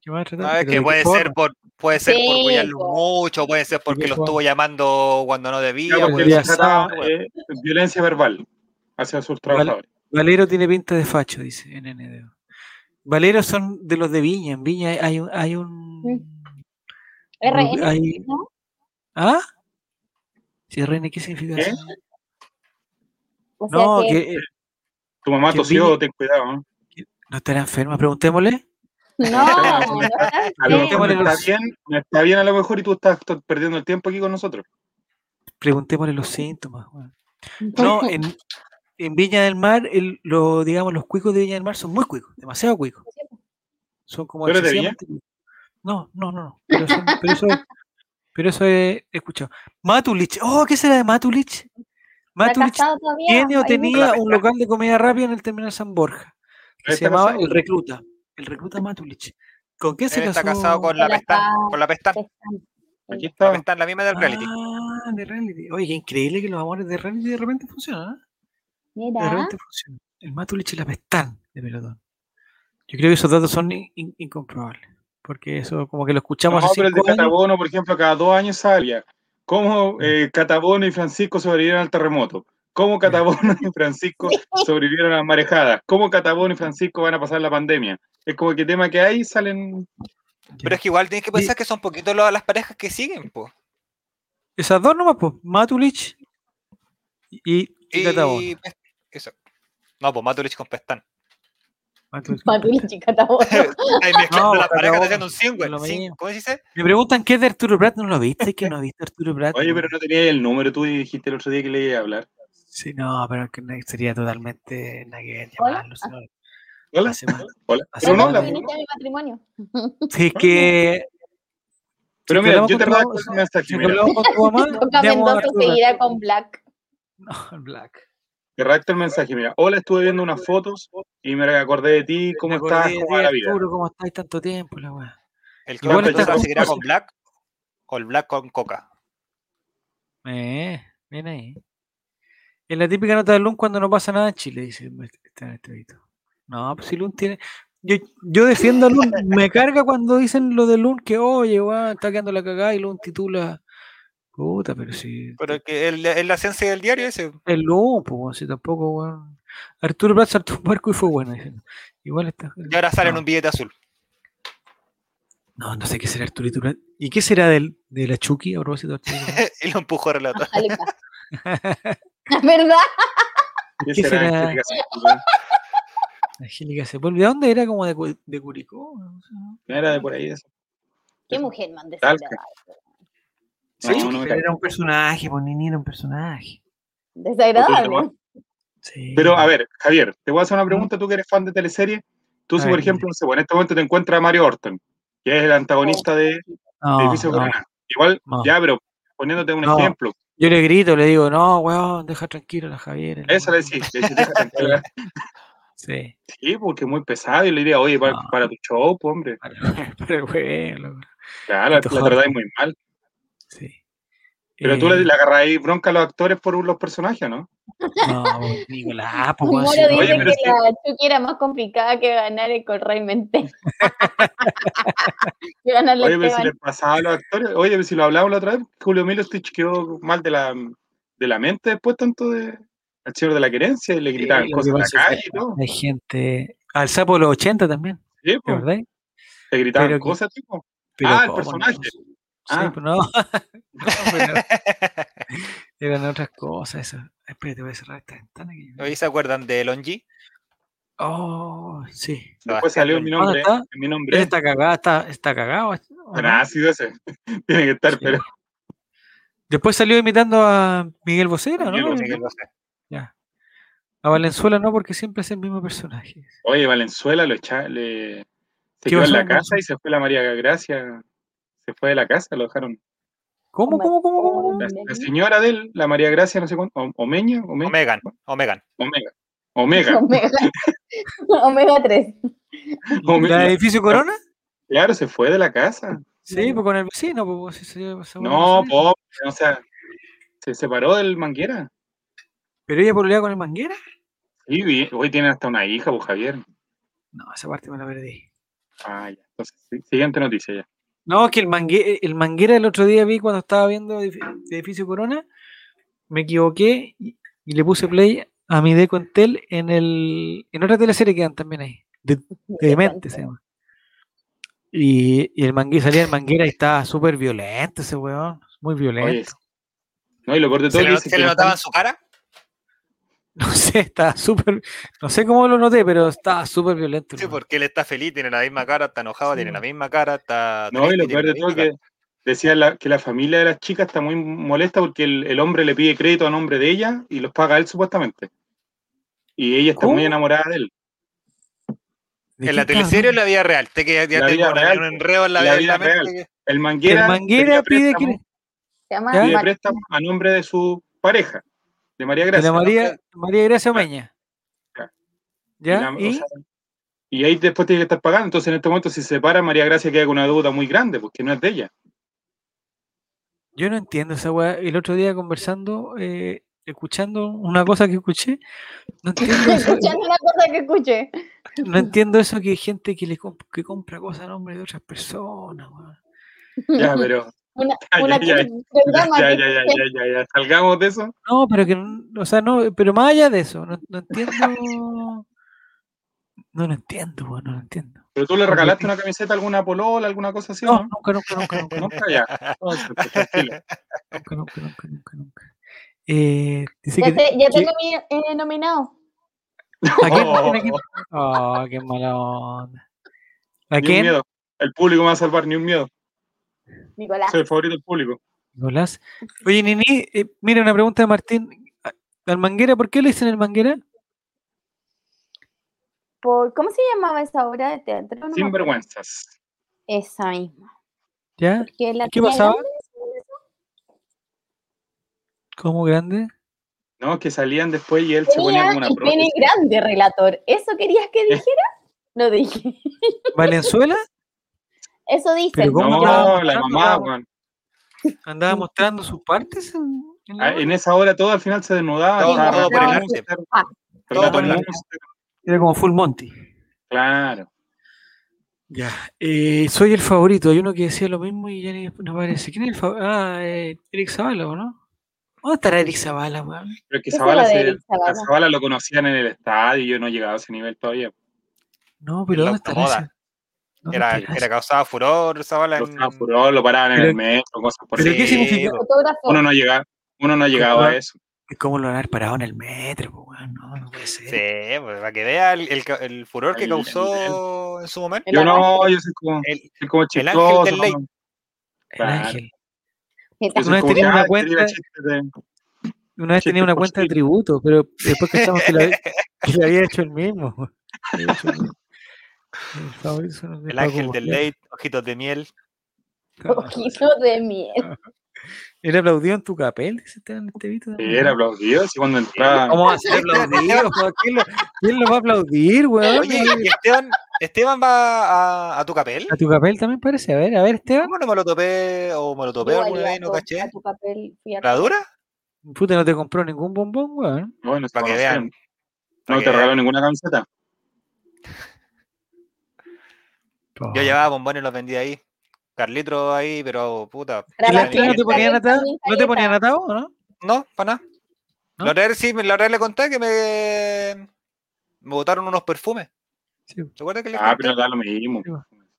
¿Qué maltrató? Ah, es ¿Pero que de qué puede forma? ser por puede ser por Sí, huellarlo po. mucho, puede ser porque lo forma. estuvo llamando cuando no Ya, debía. pues, porque puede ya ser- se trataba, sabe. eh, violencia verbal hacia sus trabajadores. Valero tiene pinta de facho, dice NNDO. Valero son de los de Viña. En Viña hay- hay un. Hay Mm. un RN, hay- ¿no? ¿Ah? Sí, RN, ¿qué significa ¿Eh? eso? O sea No, que, que eh, Tu mamá Que tosió, Viña- ten cuidado. ¿no? no estará enferma, preguntémosle. no, no estás A lo Sí. mejor no Preguntémosle está los- bien, no está bien a lo mejor y tú estás to- perdiendo el tiempo aquí con nosotros. Preguntémosle los síntomas. weón. bien. No, en, en Viña del Mar, el- lo, digamos, los cuicos de Viña del Mar son muy cuicos, demasiado cuicos. Son como ¿Tú eres de Viña? excesivamente cuicos. No, no, no, no. Pero, son- pero eso, pero eso he escuchado. Matulich. Oh, ¿qué será de Matulich? ¿Está Matulich casado todavía? tiene o Hay mucho- tenía Hola, un Pesca. local de comida rápida en el terminal San Borja, que Él se está llamaba casado. El Recluta, El Recluta Matulich. ¿Con qué se Él casó? está casado con la Con la pestán, Paz. con la pestán, Aquí la está. pestán, la misma del reality. Ah, de reality. Oye, qué increíble que los amores de reality de repente funcionan, ¿eh? De Mira, repente funcionan. El Matulich y la Pestán de pelotón. Yo creo que esos datos son in- in- incomprobables, porque eso como que lo No, escuchamos hace pero el de cinco años. Catabono, por ejemplo, cada dos años salía. ¿Cómo eh, Catabono y Francisco sobrevivieron al terremoto? ¿Cómo Catabono y Francisco sobrevivieron a las marejadas? ¿Cómo Catabono y Francisco van a pasar la pandemia? Es como que tema que hay salen. Pero es que igual tienes que pensar que son poquitos los- las parejas que siguen, po. Esas dos nomás, pues, Matulich y, y, y Catabón. Y pues, eso. No, pues Matulich con Pestán. Matulich con Matulich y Catabono. Ahí mezclando pues, No, las parejas Catabón, haciendo un no 100, güey. lo Cin- mismo. ¿Cómo se dice? Me preguntan qué es de Arturo Prat, ¿no lo viste? Es que no viste Arturo Prat. Oye, weón. pero no tenías el número, tú dijiste el otro día que le iba a hablar. Sí, no, pero que no- sería totalmente nada que ver Hola. llamarlo. si no, Hola, hace mal. hola. hace Pero no mal habla, a mí. ¿no? mi matrimonio. Si es que. Pero si mira, hablamos yo te con tu redacto mamá- ese mensaje. Si mira. hablamos con tu mamá, Coca llamo a Mendoza Arturo Prat. seguirá con Black. No, Black. Te redacto el mensaje, mira. Hola, estuve viendo unas fotos y me acordé de ti, cómo Me acordé estás, de cómo ti, va la vida. Arturo, ¿cómo estás tanto tiempo? La weá. El Igual Coca está Mendoza con- seguirá con Black o el Black con Coca. Eh, bien ahí. En la típica nota de Lun cuando no pasa nada en Chile, dice. Está en este No, pues si Lun tiene. Yo, yo defiendo a Lun. Me carga cuando dicen lo de Lun que, oye, weón, está quedando la cagada y Lun titula. Puta, pero si. Pero que es la- es la ciencia del diario ese. Es Lun, pues, weón, si tampoco, weón. Arturo Prat saltó un barco y fue bueno. dicen. Igual está. Y ahora sale en No. un billete azul. No, no sé qué será Arturito Prat. ¿Y qué será del, de la Chucky a propósito de Arturito Prat? y lo empujó a relato. Alexa. La verdad, ¿Qué ¿Qué será? este será? Angélica Angélica Sepúlveda? se vuelve. ¿De dónde era? Como de, Cu- de Curicó. no sé, ¿no? ¿No era de por ahí eso? qué mujer más desagradable. Talca. No, Sí, no me pero cae. era un personaje, pues Nini era un personaje. Desagradable. Sí. Pero a ver, Javier, te voy a hacer una pregunta, tú que eres fan de teleserie. Tú, A si ver, por ejemplo, no sé, bueno, en este momento te encuentras a Mario Orton, que es el antagonista de No, Edificio no, Corona. Igual, no. ya, pero poniéndote un No. ejemplo, Yo le grito, le digo, no, weón, deja tranquilo a la Javier. a eso le decís, le decís, déjate entrar. Sí. Sí, porque es muy pesado y le diría, oye, para, No. para tu show, pues, hombre. Para, para el weón, loco. Claro, la Entonces, tratáis muy mal. Sí. Pero tú Eh, le, le agarráis bronca a los actores por los personajes, ¿no? No, pues, Nicolás, pues, weón, Moro si dice no- Oye, pero que es que- la Chucky era más complicada que ganar el Correy Mentel. que ganarle Oye, a pero si Esteban. le pasaba a los actores, oye, pero si lo hablábamos la otra vez, Julio Milostich quedó mal de la, de la mente después tanto de El Señor de la Querencia y le gritaban Sí, lo que cosas en la pasa es calle que y todo. Hay gente. Al sapo de los 80 también, Sí, ¿te pues, acordás? le gritaban Pero que- cosas, tipo. Pero Ah, el ¿cómo no? personaje. Sí, Ah. pero no. No, pero eran otras cosas esas. Espérate, voy a cerrar esta ventana. Que yo- ¿Hoy se acuerdan de Longi? Oh, sí. Después salió mi nombre, ¿Dónde está? mi nombre. Está cagada, está, está cagado. ¿o Tan no? ácido ese. Tiene que estar, Sí. pero. Después salió imitando a Miguel Bocera, Miguel ¿no? Bosé. Ya. A Valenzuela no, porque siempre es el mismo personaje. Oye, Valenzuela lo echa, le, se ¿Qué quedó en pasó la con casa Valenzuela? y se fue la María Gracia. Se fue de la casa, lo dejaron. ¿Cómo, cómo, cómo, cómo? cómo? La, la señora de él, la María Gracia, no sé cuánto. O- Omeña, Ome- Omegan, Omegan. Omega. Omega. Omega. Omega 3. ¿La del Omega. edificio Corona? Claro, se fue de la casa. Sí, pues con el vecino, pues vos sí se- Ah, se- No, se- po, o sea, se separó del manguera. Pero ella pololeaba con el manguera. Sí, vi- hoy tienen hasta una hija, pues Javier. No, esa parte me la perdí. Ah, ya. Entonces, sí, siguiente noticia ya. No, que el, mangue- el manguera el otro día vi cuando estaba viendo edifi- edificio Corona. Me equivoqué y, y le puse play a mi Deco Entel en el. en otra teleserie que dan también ahí. De, de Demente se llama. Y, y el manguera salía el manguera y estaba súper violento ese weón. Muy violento. Oye, no, y lo peor de todo ¿Se es que le, dice se que le no notaba están- en su cara? No sé, estaba súper. No sé cómo lo noté, pero estaba súper violento. el Sí, weón. porque él está feliz, tiene la misma cara, está enojado, Sí. tiene la misma cara, está. No, y triste, lo tiene peor la de todo es misma que cara. decía la- que la familia de las chicas está muy molesta porque el, el hombre le pide crédito a nombre de ella y los paga él supuestamente. Y ella está ¿Cómo? muy enamorada de él. ¿De ¿En qué la estaba teleserie o en la vida real? Te que ya La tengo vida una- real, un enredo en la, la en la vida mente. real. que- El El manguera, manguera pide pedía que, préstamo- Se llama ¿Ya? pide Mar- préstamo a nombre de su pareja, de María de Gracia. la María, Gracia. María Gracia Omeña. Claro. ¿Ya? la- o ¿Y? sea, y ahí después tiene que estar pagando. Entonces, en este momento, si se para, María Gracia queda con una deuda muy grande porque no es de ella. Yo no entiendo esa weá. El otro día conversando, eh, escuchando una cosa que escuché, no entiendo eso, Escuchando una cosa que escuché. no entiendo eso que hay gente que, le comp- que compra cosas a nombre de otras personas. weón. Ya, pero. Una, Ya, una ya, que- Ya, ¿verdad, Mati? ya, ya, ya, ya, ya, ya. Salgamos de eso. No, pero que, n- o sea, no, pero más allá de eso, no, no entiendo. No lo entiendo, weón, no lo entiendo. Pero tú le regalaste una camiseta, alguna polola, alguna cosa así, ¿o No, ¿no? nunca, nunca, nunca, nunca, nunca, Nunca ya. Entonces, pues, tranquila. nunca, nunca, nunca, nunca, nunca. Eh, dice Ya, que, te- ya que- tengo mi eh, nominado. ¿A quién? Oh, ¿A quién? Oh, qué mala onda. ¿A ni un quién? miedo. El público me va a salvar, ni un miedo. Nicolás. Soy el favorito del público. Nicolás. Oye, Nini, eh, mira una pregunta de Martín. A- ¿Al manguera? ¿Por qué le dicen el manguera? Por, ¿Cómo se llamaba esa obra de teatro? No me Sin acuerdo. vergüenzas. Esa misma. ¿Ya? Que la ¿Y qué tenía pasaba? grande, ¿Cómo grande? No, que salían después y él se ponía Tenía como una el pene prótesis. Eh. grande, relator. ¿Eso querías que dijera? Lo dije. ¿Valenzuela? Eso dice. Pero ¿cómo No, andaba la mostrando, mamá, andaba weón. ¿Andaba mostrando sus partes? En, en la Ah, obra? En esa hora todo al final se desnudaba. Todo- estaba todo por el arrastrando, arte. estaba Ah. tratando por el de arte. música. Era como Full Monty. Claro. Ya. eh, soy el favorito. Hay uno que decía lo mismo y ya ni- no parece. ¿Quién es el favorito? Ah, eh, Eric Zavala, ¿o no? ¿Dónde estará Eric Zavala, weón? Pero es que Esa Zavala, es la de se- Eric Zavala. a Zavala lo conocían en el estadio y yo no he llegado a ese nivel todavía. No, pero La ¿dónde estará automoda. ese? ¿Dónde Era, estará era causaba furor, Zavala. Los en- furor, lo paraban en Pero- el metro, cosas por ¿Pero el qué estilo. significa? Fotógrafo. Uno no llegaba, uno no llegaba a eso. ese? ¿Cómo lo han parado en el metro, po, weón? No, no puede ser. Sí, pues, para que vea el, el ca- el furor que El- causó en su momento. El Yo ángel. no, yo soy como, El- soy como el ángel chistoso. del ley. ¿no? El Claro. ángel. Mira, Una Yo vez soy como, tenía una "Ah, quería cuenta- chistes de-". Una vez tenía Chiste una por cuenta de Chile. tributo, pero después pensamos que la, que la había hecho el mismo. weón. Que había hecho el mismo. El favorito son los de el Paco ángel del Boclet. late, ojitos de miel. Ojitos de miel. Él aplaudió en tu capel, dice Esteban Estevito. Sí, Era aplaudido, así cuando entraba. ¿Cómo va a ser aplaudido? po? ¿Quién lo, quién lo va a aplaudir, weón? Oye, ¿y Esteban, Esteban va a, a tu capel? A tu capel también parece. A ver, a ver, Esteban. ¿Cómo no me lo topé o me lo topé Yo alguna valía vez? No todo, caché. a tu papel, fui a- ¿La dura? Puta, no te compró ningún bombón, weón. Bueno, se Para que conocían. vean. Para No que te vean. regaló ninguna camiseta. Yo Pues, llevaba bombones y los vendía ahí. Carlitro ahí, pero puta. Era ¿Y la las tres no te fiesta, ponían yo atado? también ¿No te salí ponían esa. atado, o no? No, para nada. ¿No? La otra vez sí, me- la otra vez le conté que me, me botaron unos perfumes. Sí. ¿Te acuerdas que le Ah, conté? pero da lo mismo.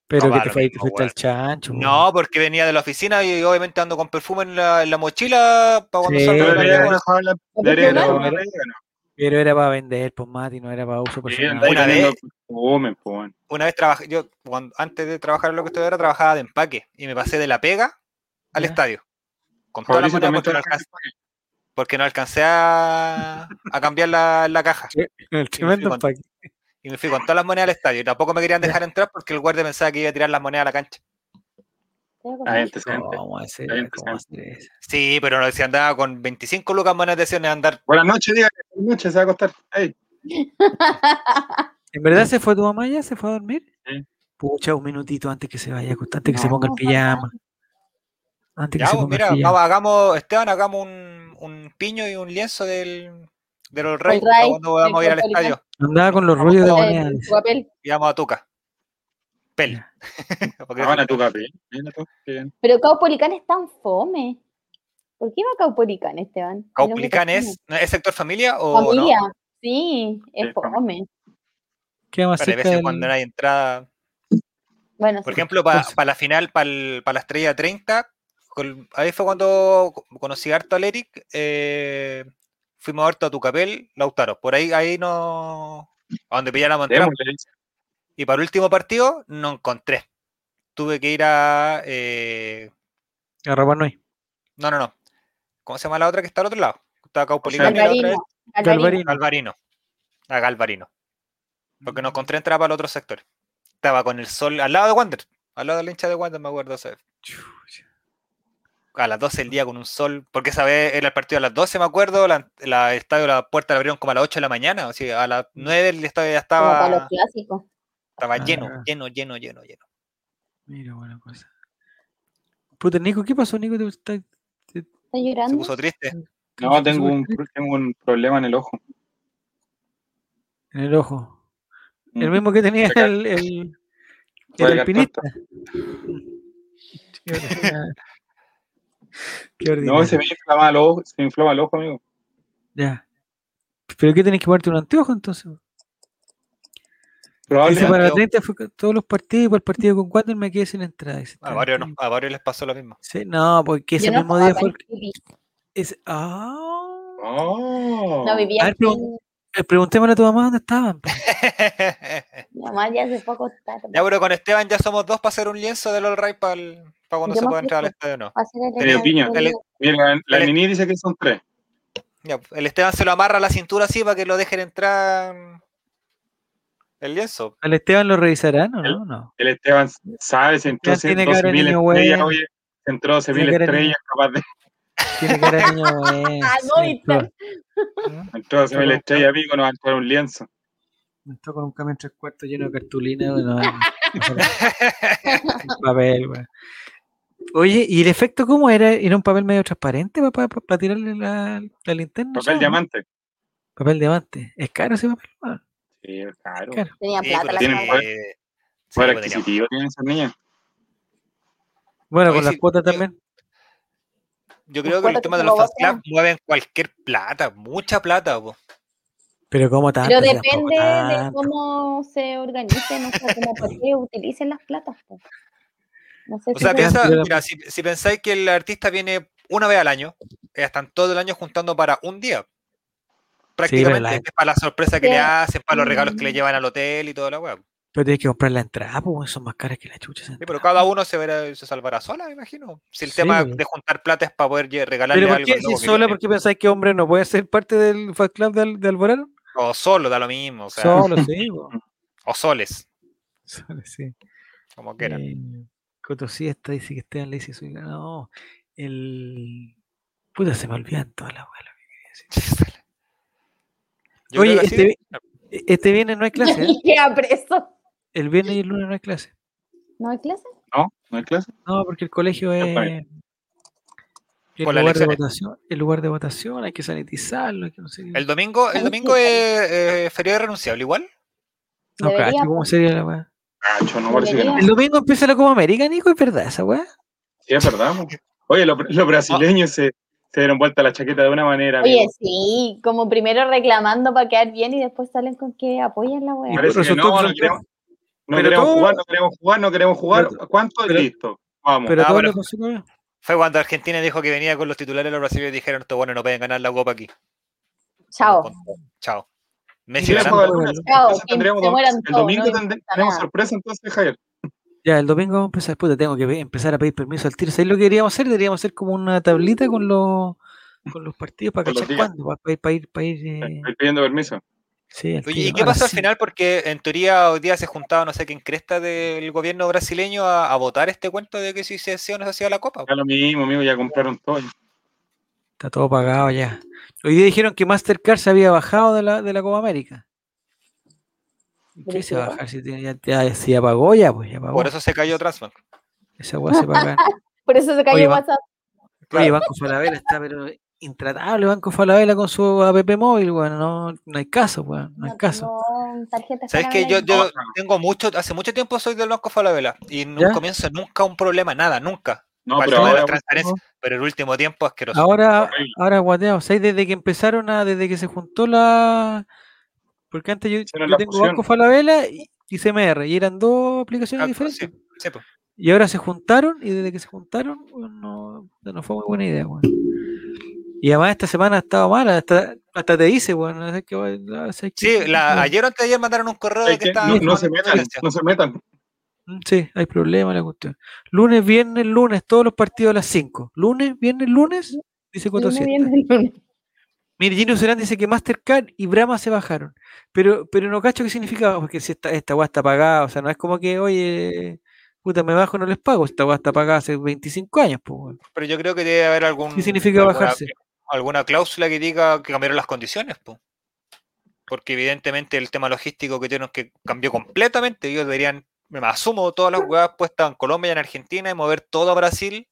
Pero No, que va, te lo fue- te mismo, fuiste al chancho. weón. No, porque venía de la oficina y obviamente ando con perfume en la, en la mochila para cuando Sí, salgo de Pero la debería pero- casa. haber dejado la- ¿No te debería haber pero- dejado fumaron? la pero- regla, ¿no? Pero era para vender, pues Mati, no era para uso Sí, personal. andáis Una vendiendo vez- perfume, po, bueno. Una vez trabajé, yo cuando- antes de trabajar en lo que estoy ahora, trabajaba de empaque y me pasé de la pega al Ya. estadio. Con toda la Fabricio moneda también porque no trabaja en alcancé, porque no alcancé a, a cambiar la, la caja. El tremendo con- empaque. Y me fui con todas las monedas al estadio. Y tampoco me querían dejar entrar porque el guardia pensaba que iba a tirar las monedas a la cancha. Hay antecedentes. ¿Cómo va a ser? Está bien, ¿Cómo va a ser eso? Sí, pero no, si andaba con 25 lucas más de a andar. Buenas noches, diga. Buenas noches, se va a acostar. Ey, ¿En verdad se fue tu mamá ya? ¿Se fue a dormir? Sí. Pucha, un minutito antes que se vaya a acostar, antes que se No. ponga el pijama. Antes que Ya, se pues, ponga mira, el pijama. vamos, hagamos, Esteban, hagamos un, un piño y un lienzo del, del All Rey, All para Right, cuando vamos a ir al Puerto Rico. estadio Andaba con los Vamos rollos de con- moneda. Eh, tu dice. papel. y vamos a Tuca. Pel. Ya. Porque ah, van a tu café. Mira tú, qué bien. Pero Caupolicán es tan fome. ¿Por qué va Caupolicán, Esteban? El hombre Caupolicán es, ¿es sector familia o no? Familia, sí, es Es fome. fome. Queda más Pero hay cerca veces del- cuando no hay entrada. Bueno, Por sí. ejemplo, para Entonces- la final, para la estrella 30, col- ahí fue cuando co- conocí harto al Eric. eh, fuimos harto a Tucapel, Lautaro. Por ahí, ahí no. A donde pilláramos entrada. Démosle, dice. Y para el último partido, no encontré. Tuve que ir a. eh, a robar no hay. no, no, no. ¿Cómo se llama la otra que está al otro lado? Está Caupolicán y la otra Galvarino, es Galvarino. Galvarino. Galvarino. A Galvarino. Porque Mm. no encontré entrada para el otro sector. Estaba con el sol al lado de Wander. Al lado del hincha de Wander, me acuerdo. esa vez. Chucha. a las 12 del día con un sol, porque esa vez era el partido a las 12, me acuerdo, la, la el estadio, la puerta la abrieron como a las 8 de la mañana, o sea, a las 9 el estadio ya Como para los estaba, clásicos. estaba Ah. lleno, lleno, lleno, lleno, lleno. Mira, buena cosa. Puta, Nico, ¿qué pasó, Nico? ¿Te está- ¿Estás Se llorando? puso triste. No, tengo un, tengo un problema en el ojo. En el ojo. El Mm. mismo que tenía Saca- el, el, Saca el el alpinista. Qué ordinario. Qué No, ordinario. se me inflama el ojo, se me inflama el ojo, amigo. Ya. ¿Pero qué tenés que ponerte un anteojo entonces? Dice, Probablemente. para la anteojo. 30 fue con todos los partidos y por el partido con Wander me quedé sin entrada. dice, A varios, nos- "Tranquilo". a varios les pasó lo mismo. Sí, no, porque ese Yo no mismo día estaba acá fue. en Chile, ese- ah. Oh. No A vivía ver, aquí. pregun- Eh, Preguntémosle a tu mamá dónde estaban. po. ya, Mi mamá ya se fue a acostar. pero con Esteban ya somos dos para hacer un lienzo del All Right para cuando Yo se me pueda entrar al ofrezco. estadio, no. Va a ser el Dale, Esteban piña, Julio. Mira, la, la Dale. Nini dice que son tres. Ya, pues, el Esteban se lo amarra a la cintura así para que lo dejen entrar el lienzo. ¿Al Esteban lo revisarán o El- no? No. El Esteban sabe, se entró Esteban tiene cara de 12.000 niño estrellas, bueno. oye. Se entró 12.000 Tiene cara de niño. estrellas, capaz de. Tiene cara de niño bueno, Ah, sí, no, entró- está- Entró 12.000 Pero- estrellas, amigo, nos va a entrar un lienzo. entró con un camión tres cuartos lleno de cartulina. no, no, no, sin papel, weón. Oye, ¿y el efecto cómo era? ¿Era un papel medio transparente para tirarle la, la linterna? Papel ya, o no? diamante. Papel diamante. Es caro ese papel. weón. Sí, claro. Claro. Tenía Sí, plata pues, la tienen cabra. poder. eh, sí, Poder pues, tenía- adquisitivo tienen esas niñas. Bueno, Oye, con las sí, cuotas yo- también. Yo Los creo que el cuatro tema de que los como fans club mueven cualquier plata, mucha plata. po. Pero como tanto. Pero si tampoco depende de tanto. cómo se organicen, o sea, como para qué utilicen las platas. po. No sé O si sea, te pueden- dan piensa, plata. mira, si, si pensáis que el artista viene una vez al año, eh, están todo el año juntando para un día. Prácticamente la- que es para la sorpresa que le Sí. hacen, para los regalos que le Mm. llevan al hotel y toda la weá. Pero tienes que comprar la entrada, pues son más caras que la chucha. esa Sí, pero entrada. Ah. cada uno se verá, se salvará sola, me imagino. Si el Sí, tema pues. de juntar plata es para poder lle- regalarle Pero ¿por algo qué al lobo si que solo tiene. porque pensáis que hombre no puede ser parte del fan club de, Al- de Alborán? O solo, da lo mismo, o sea, Solo, sí. po. o soles, Solo, sí. como quieran. Eh, Coto Siesta dice que Esteban le dice soy No, el. Puta, se me olvidan todas las weas, lo que quería decir. Yo creo Oye, que así- este, vi- este viernes no hay clase. ¿eh? Y queda preso. El viernes y el lunes no hay clase. ¿No hay clase? ¿No? ¿No hay clase? No, porque el colegio Ya, es. pues. El Por las lugar, de elecciones. votación, el lugar de votación, hay que sanitizarlo, hay que no sé. qué. el domingo, el Ay, domingo sí. es eh, feriado renunciable, igual. No, Debería, cacho, ¿cómo pues. sería la weá? Cacho, no parece que no. El domingo empieza la Copa América, Nico, ¿es verdad esa weá? Sí, es verdad. mo. Oye, los, los brasileños se, se dieron vuelta la chaqueta de una manera. Oye, amigo. sí, como primero reclamando para quedar bien y después salen con que apoyan la weá. Pero Parece que resultó- no, no resultó- queremos, no pero queremos todo- jugar, no queremos jugar, no queremos jugar. pero- ¿Cuánto es pero- listo? Vamos. Pero Ah, todo pero- lo consigo. Fue cuando Argentina dijo que venía con los titulares los brasileños y dijeron, esto bueno, no pueden ganar la copa aquí. Chao. Chao. Y Messi Mira, tenemos ganando. Pablo. algunas Chao, sorpresas, que tendremos se dos- mueran El todos, domingo no tendremos importa nada. sorpresa entonces, Javier. Ya, el domingo vamos a empezar. Puta, tengo que pe- empezar a pedir permiso al tiro. ¿Sabes lo que deberíamos hacer? Deberíamos hacer como una tablita con los, con los partidos para Con los cachar días. cuándo, para, ir, para ir, para ir. eh, Estoy pidiendo permiso. sí, al Oye, ¿y tiro, qué a las pasó al cinco. final? Porque en teoría hoy día se juntaba no sé quién cresta del gobierno brasileño a, a votar este cuento de que si se hacía o no se hacía la copa. Ya lo mismo, amigo, ya compraron todo. Está todo pagado ya. Hoy día dijeron que Mastercard se había bajado de la, de la Copa América. ¿Y ¿Qué se va a Brígido. bajar? Si tiene- ya, ya- si ya pagó, ya, pues ya pagó. Por eso se cayó Transbank. Esa weá se paga. Por eso se Oye, cayó va- WhatsApp. Oye, Banco Falabella está, pero intratable Banco Falabella con su app móvil, weón. No, no hay caso, weón. No hay No caso. tengo tarjetas ¿Sabes para que yo, hablar. yo tengo mucho, hace mucho tiempo soy del Banco Falabella y en un ¿Ya? comienzo nunca un problema, nada, nunca. No, Para el pero tema de ahora. las transferencias, pero el último tiempo asqueroso. Ahora, horrible. ahora guateado, o sea, desde que empezaron a, desde que se juntó la porque antes yo, Hicieron yo la tengo fusión. Banco Falabella y, y CMR, y eran dos aplicaciones Ah, diferentes. sí, sí, po. Y ahora se juntaron, y desde que se juntaron, weón, no, no, no fue muy buena idea, weón. Y además esta semana ha estado mala, hasta, hasta te dice, weón, no sé qué, weón, no sé qué- Sí, la- weón, ayer o antes de ayer mandaron un correo de ¿sabes que qué? estaba No, no con se metan, violencia. no se metan. mm, Sí, hay problema la cuestión. Lunes, viernes, lunes, todos los partidos a las 5. Lunes, viernes, lunes, dice Coto Lunes, Siesta. viernes, lunes. Mire, Gino Serán dice que Mastercard y Brahma se bajaron. Pero, pero no cacho qué significa, porque si esta, esta weá está pagada, o sea, no es como que, oye, puta, me bajo, no les pago. Esta weá está pagada hace 25 años, pues, weón. Pero yo creo que debe haber algún, ¿Qué significa alguna- bajarse? alguna cláusula que diga que cambiaron las condiciones, po. porque evidentemente el tema logístico que tienen que cambió completamente. Ellos deberían, me asumo, todas las huevas puestas en Colombia y en Argentina y mover todo a Brasil,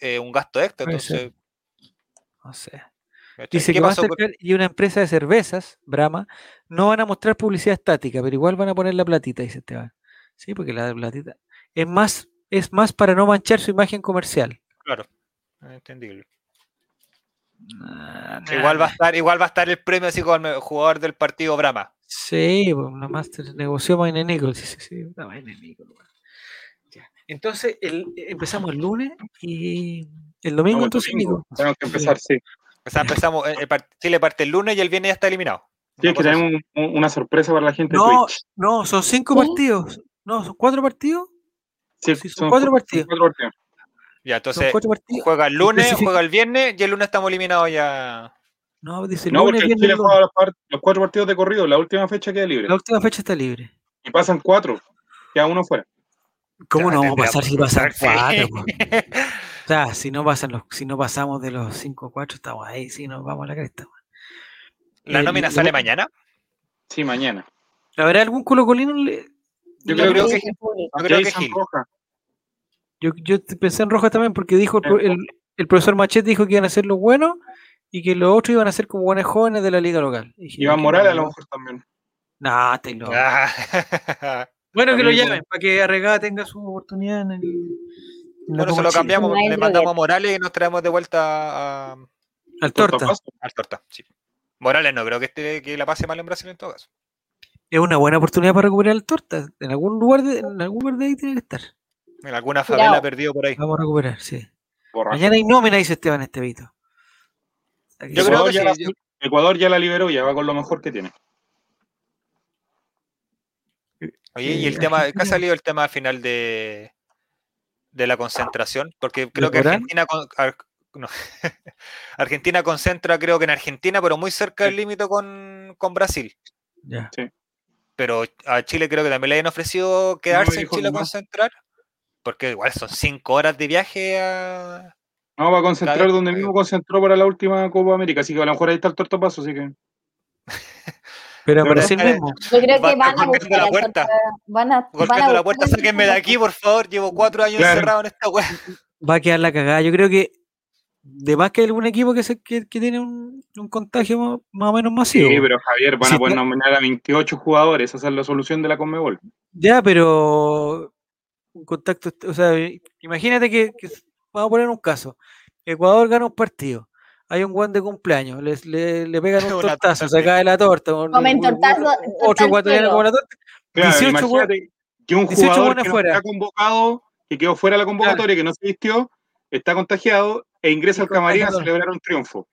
eh, un gasto extra. Puede ser. Entonces, No sé. ¿cachai? Dice ¿Qué que pasó con- Mastercard y una empresa de cervezas, Brahma, no van a mostrar publicidad estática, pero igual van a poner la platita, dice Esteban. Sí, porque la platita es más, es más para no manchar su imagen comercial. Claro, entendible. Ah, Igual nah. va a estar, igual va a estar el premio así como el me- jugador del partido Brahma. Sí, pues, una master negoció Maine Nichols. Sí, sí, sí, una Maine Nichols, weón. Ya. Entonces, el, eh, empezamos el lunes y el domingo, No, el entonces, domingo. Nico. Tenemos que empezar, sí. O sea, empezamos, el- el par- Chile parte el lunes y el viernes ya está eliminado. Sí, Una es que cosa así. tenemos un- un- una sorpresa para la gente de No, Twitch. no, son cinco ¿Sí? partidos. No, son cuatro partidos. Sí, sí, son cuatro cu- partidos. cuatro partidos. Ya, Son entonces cuatro partidos. juega el lunes, especifica- juega el viernes y el lunes estamos eliminados ya. No, dice No, lunes, porque viernes, Chile lunes. juega los, par- los cuatro partidos de corrido, la última fecha queda libre. La última fecha está libre. Y pasan cuatro, queda uno fuera. ¿Cómo Ya, no vamos a tendría pasar que si pasan pasar, sí. cuatro? po? O sea, si no, pasan los, si no pasamos de los cinco a cuatro, estamos ahí, si nos vamos a la cresta. weón. La Eh, nómina lo- sale mañana. Sí, mañana. ¿Habrá algún Colo Colino? Yo Yo creo creo que que- Dice el público. Yo creo que Jason Gil. Rojas. Yo, yo t- pensé en Rojas también porque dijo el, En pro- el- el profesor Machete dijo que iban a ser los buenos y que los otros iban a ser como buenos jóvenes de la liga local. Y dije, Iván "Qué Morales a mala wea". lo mejor también. No, estoy loco. Ah, Bueno, que lo Amigo. llamen, para que Arregada tenga su oportunidad en el. en la bueno, se Copa lo Chile. cambiamos, Ismael le mandamos a Droguet. Morales y nos traemos de vuelta a, Al torta. al torta. sí. Morales no creo que esté, que la pase mal en Brasil en todo caso. Es una buena oportunidad para recuperar el torta. En algún lugar de, en algún lugar de ahí tiene que estar. En alguna favela Cuidado. perdido por ahí. Vamos a recuperar, sí. Borracho. Mañana hay nómina, dice Esteban Estevito. Aquí Yo se- creo Ecuador que ya la- sí, yo- Ecuador ya la liberó, ya va con lo mejor que tiene. Oye, y Eh, el tema, ¿qué ha Argentina. salido el tema al final de, de la concentración? Porque creo que Corán? Argentina, con- ar- no. Argentina concentra, creo que en Argentina, pero muy cerca del límite con, con Brasil. ya. Pero a Chile creo que también le habían ofrecido quedarse en dijo Chile a que no. concentrar, porque igual son cinco horas de viaje a... No, va a concentrar Claro, donde ahí mismo va. concentró para la última Copa América, así que a lo mejor ahí está el torto paso, así que. Pero en Yo creo Brasil que- mismo. Yo creo que Van van a golpeando buscar la al puerta. contra- Van a, van a Golpeando la puerta, buscar al sáquenme de aquí, por favor, llevo cuatro años Claro. encerrado en esta web. va a quedar la cagada. Yo creo que de más que hay algún equipo que, se, que, que tiene un, un contagio más, más o menos Sí, masivo. pero Javier, van Si a poder está- nominar a 28 jugadores, esa es la solución de la Conmebol. Ya, pero un contacto, o sea, i- imagínate que, que s- vamos a poner un caso. Ecuador gana un partido. Hay un guan de cumpleaños, les- le, le pegan un Una tortazo, torta. se cae la torta. un- Comen un- un- tortazo- torta Otro al ecuatoriano suelo. come la torta. Claro, 18 imagínate que un 18 jugador buenas que no fuera. está convocado, que quedó fuera de la convocatoria, que no se vistió, está contagiado e ingresa Y al camarín a contagiador. celebrar un triunfo.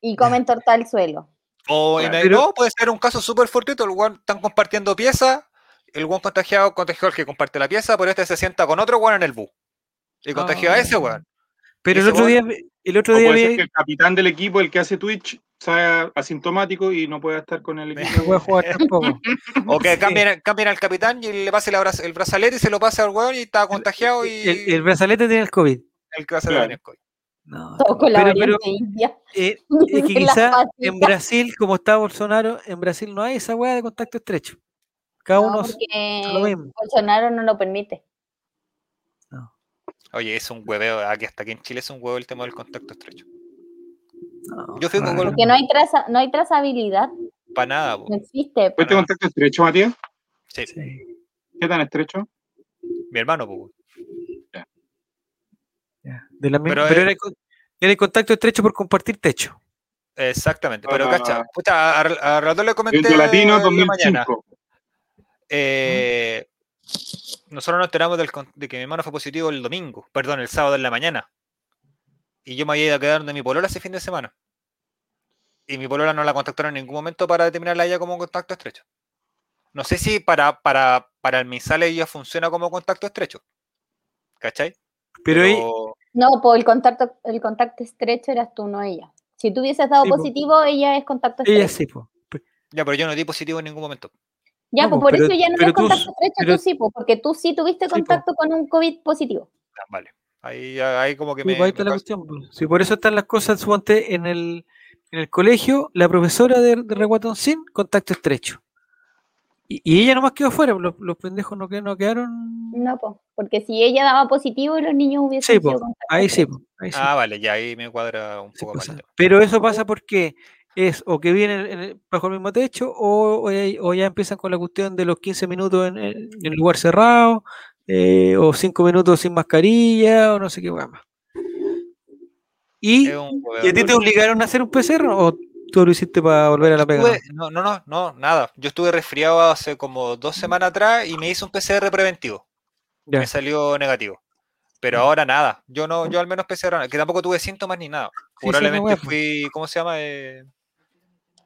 Y comen torta al suelo. O en Claro. el- Oh, Pero- no, puede ser un caso súper fortuito. El guan están compartiendo piezas. El guan contagiado contagió al que comparte la pieza, pero este se sienta con otro guan en el bus. Y contagió Ah. a ese guan. Pero el ese otro guan- día, vi- el O otro día puede ser vi que el capitán del equipo, el que hace Twitch, sea asintomático y no pueda estar con el no equipo. voy a jugar tampoco. O que Sí. cambien, cambien al capitán y le pase la bra- el brazalete y se lo pase al guan y está contagiado y El, el brazalete tiene el COVID. el que va a Claro. salir No, Todo con la pero- pero- variante india. eh, Es que La quizá en patita. Brasil, como está Bolsonaro, en Brasil no hay esa weá de contacto estrecho. Cada No, uno hace lo porque mismo. Bolsonaro no lo permite. Oye, es un hueveo. Aquí hasta aquí en Chile es un huevo el tema del contacto estrecho. No, Yo fui con raro. Colo- Porque no hay, traza, no hay trazabilidad, Para nada, po. no existe. po. ¿Este contacto estrecho, Matías? Sí, Sí. ¿Qué tan estrecho? mi hermano, po. ya. De la misma- Pero pero es- era, el con- era el contacto estrecho por compartir techo. Exactamente. Pero Ah. cacha, puta, a, a- a Ratón le comenté Evento Latino en la mañana. 2005. Eh, nosotros nos enteramos del con- de que mi hermano fue positivo el domingo, perdón, el sábado en la mañana. Y yo me había ido a quedar donde mi polola ese fin de semana. Y mi polola no la contactaron en ningún momento para determinarla a ella como contacto estrecho. No sé si para, para, para el MISAL ella funciona como contacto estrecho. ¿Cachai? Pero, ahí- No, por el contacto, el contacto estrecho eras tú, no ella. Si tú hubieses dado Sí, po. positivo, ella es contacto ella estrecho. sí, po. Pe- Ya, pero yo no di positivo en ningún momento. Ya, No, pues po, por pero- eso ya no pero es tú contacto s- estrecho, pero- tú sí, po, porque tú sí tuviste po. contacto con un COVID positivo. Ah, vale. Ahí, ahí como que sí, me. po, ahí está la me causa- cuestión. po. Sí, por eso están las cosas, suponte, en el, en el colegio, la profesora de, de Reguatoncín, contacto estrecho. Y, y ella nomás quedó fuera, los, los pendejos no, que- no quedaron. No, pues, porque si ella daba positivo, los niños hubiesen Sí, sido po, contacto Ahí sí, estrecho. po, ahí sí. Ah, vale, ya ahí me cuadra un Sí, poco pues, ah. más. el tema. Pero eso pasa porque es o que vienen en el- bajo el mismo techo o, o ya- o ya empiezan con la cuestión de los 15 minutos en, en- en lugar cerrado eh, o 5 minutos sin mascarilla o no sé qué weá más. ¿Y, Es un y a ti te hueveo. obligaron a hacer un PCR o tú lo hiciste para volver a la pega? Estuve- no, no, no, no, nada. Yo estuve resfriado hace como dos semanas atrás y me hice un PCR preventivo. Ya. Mm. Me salió negativo. Pero ahora nada. Yo no, yo al menos PCR, no- que tampoco tuve síntomas ni nada. sí, pues. la Probablemente wea, po. fui, ¿cómo se llama? Eh,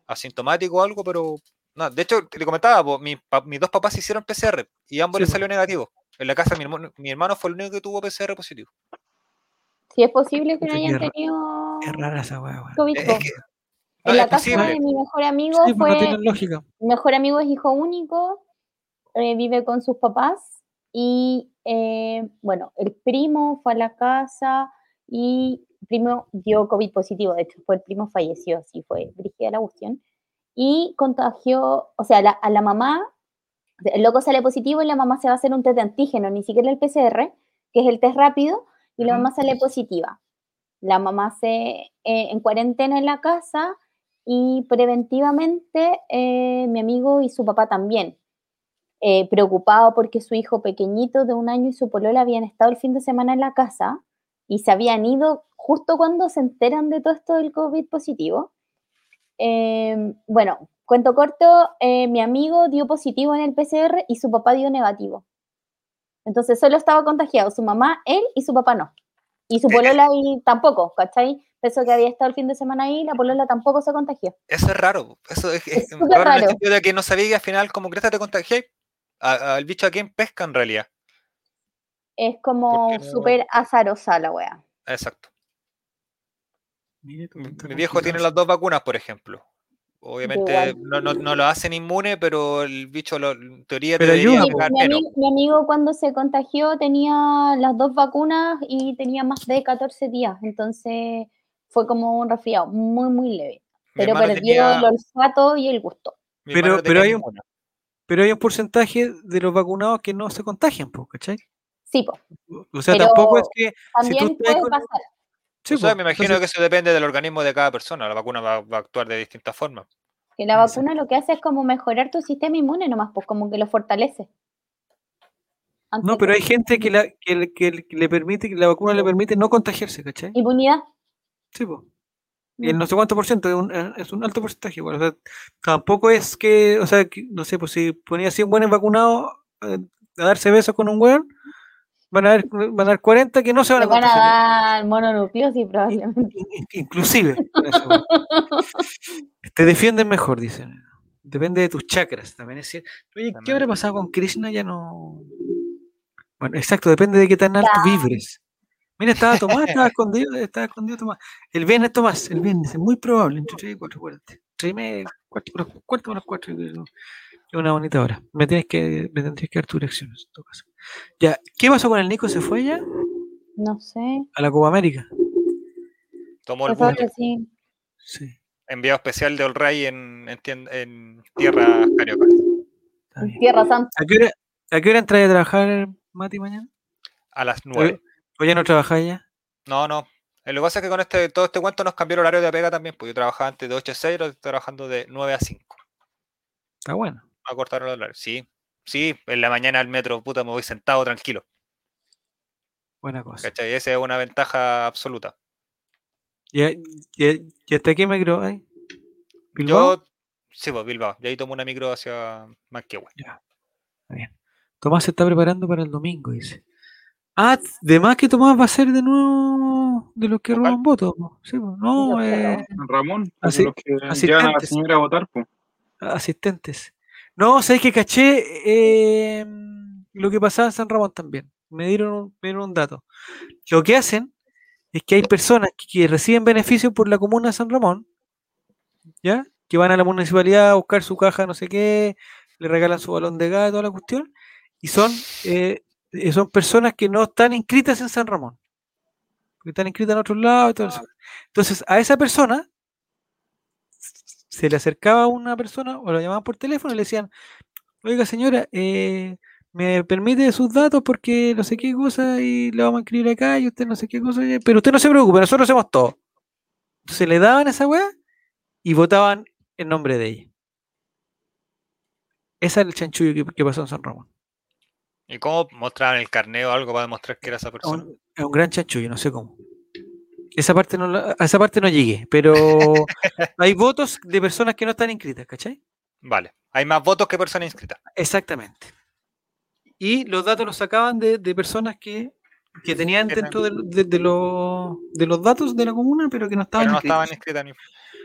asintomático o algo, pero. No, de hecho, te comentaba, po, mi pa- mis dos papás se hicieron PCR y ambos Sí, les po. salió negativo. En la casa mi hermano, mi hermano fue el único que tuvo PCR positivo. Si es posible que no Sí, hayan es ra- tenido Es rara esa weá, weón. COVID. Es- es po. que- no, en es la casa posible. de mi mejor amigo Sí, pues fue no tiene lógica. Mi mejor amigo es hijo único, eh, vive con sus papás y eh, bueno, el primo fue a la casa y el primo dio COVID positivo, de hecho fue el primo falleció, así fue dirigida la cuestión, y contagió, o sea, la- a la mamá, o sea, el loco sale positivo y la mamá se va a hacer un test de antígeno, ni siquiera el PCR, que es el test rápido, y la Ujú. mamá sale positiva. La mamá se eh, en cuarentena en la casa y preventivamente eh, mi amigo y su papá también, eh, preocupado porque su hijo pequeñito de un año y su polola habían estado el fin de semana en la casa y se habían ido justo cuando se enteran de todo esto del COVID positivo. Eh, bueno, cuento corto, eh, mi amigo dio positivo en el PCR y su papá dio negativo. Entonces solo estaba contagiado su mamá, él y su papá no. Y su Eh, polola y tampoco, ¿cachai? Pensó que había estado el fin de semana ahí, la polola tampoco se contagió. Eso es raro. Eso es, Es es súper raro en raro. el sentido de que no sabía que al final como que te contagié a- al bicho a quien pesca en realidad. Es ¿Por como qué no? súper azarosa la wea. Exacto. Mire tú, Mi, está mi viejo tiene complicado. las dos vacunas, por ejemplo. Obviamente igual. no, no, no lo hacen inmune, pero el bicho lo, en teoría Pero debería ayuda, Mi, po. pegar mi menos. amigo, mi amigo cuando se contagió tenía las dos vacunas y tenía más de 14 días, entonces fue como un resfriado muy, muy leve. Mi Pero hermano perdió tenía- el olfato y el gusto. mi Pero- hermano pero tenía hay un- ninguna. Pero hay un porcentaje de los vacunados que no se contagian, po, ¿cachai? Sí, po. O sea, Pero tampoco es que. Si tú también estás puede con- pasar. Sí, O sea, po, me imagino entonces- que eso depende del organismo de cada persona. La vacuna va, va a actuar de distintas formas. Que la vacuna lo que hace es como mejorar tu sistema inmune nomás, pues como que lo fortalece. Ante No, pero hay cualquier gente que, la, que, le- que le- que le permite, que la vacuna le permite no contagiarse, ¿cachai? Inmunidad. Sí, po. Y el Mm. Eh, no sé cuánto por ciento es un, eh, es un alto porcentaje. igual, o sea, tampoco es que, o sea, que, no sé, pues si ponía 100 buenos vacunados eh, a darse besos con un weón, van a haber, van a haber 40 que no se van a Le van a contagiar. dar mononucleosis probablemente. in- in- Inclusive. con eso, weón. Te defienden mejor, dicen. Depende de tus chakras, también es cierto. Oye, ¿qué También. habrá pasado con Krishna? Ya no... Bueno, exacto, depende de qué tan alto vibres. Mira, estaba Tomás, estaba escondido, estaba escondido Tomás. El viernes Tomás, el viernes, es muy probable, entre 3 y 4, acuérdate. 3 y media, 4 por las 4, por las 4, yo creo. Es una bonita hora. Me tienes que, me tendrías que dar tus direcciones, en todo caso. Ya, ¿qué pasó con el Nico? ¿Se fue ya? No sé. A la Copa América. Tomó el Yo creo bus que sí. Sí. enviado especial de Olray en, en, tien- en tierra carioca. está bien. Tierra Santa. ¿A qué hora, a qué hora entras a trabajar, Mati, mañana? A las 9. ¿O ya no trabajas ya? No, no. Eh, Lo que pasa es que con este, todo este cuento nos cambió el horario de pega también, porque yo trabajaba antes de 8 a 6, ahora estoy trabajando de 9 a 5. Está bueno. A cortar el horario. Sí, sí, en la mañana al metro, puta, me voy sentado tranquilo. Buena cosa. ¿Cachai? Esa es una ventaja absoluta. ¿Y, a- y, a- y hasta qué micro hay? ¿Bilbao? Yo, sí, pues Bilbao, y ahí tomo una micro hacia Manquehue. Tomás se está preparando para el domingo, dice. Ah, además que Tomás va a ser de nuevo de los que Vocal. roban votos. po. Sí, po. no, los que eh, roban. Ramón, Ah, Así- los que así llevan a la antes. señora a votar, pues. asistentes. No, sabéis que caché eh, lo que pasaba en San Ramón también. Me dieron, un- me dieron un dato. Lo que hacen es que hay personas que, que reciben beneficios por la comuna de San Ramón, ¿ya? Que van a la municipalidad a buscar su caja, no sé qué, le regalan su balón de gas, toda la cuestión, y son, eh, eh, son personas que no están inscritas en San Ramón, que están inscritas en otros lados. y todo eso. Entonces, a esa persona se le acercaba una persona o lo llamaban por teléfono y le decían, oiga señora, eh, me permite sus datos porque no sé qué cosa y le vamos a escribir acá y usted no sé qué cosa, eh, pero usted no se preocupe, nosotros hacemos todo. Entonces le daban esa weá y votaban en nombre de ella. Ese es el chanchullo que, que pasó en San Ramón. ¿Y cómo mostraban el carneo o algo para demostrar que era esa Es persona? un, es un gran chanchullo, no sé cómo. Esa parte no, la- a esa parte no llegué, pero hay votos de personas que no están inscritas, ¿cachai? Vale, hay más votos que personas inscritas. Exactamente. Y los datos los sacaban de, de personas que, que tenían Eran- dentro de, de- de los, de los datos de la comuna, pero que no estaban. pero no inscritos. estaban inscritas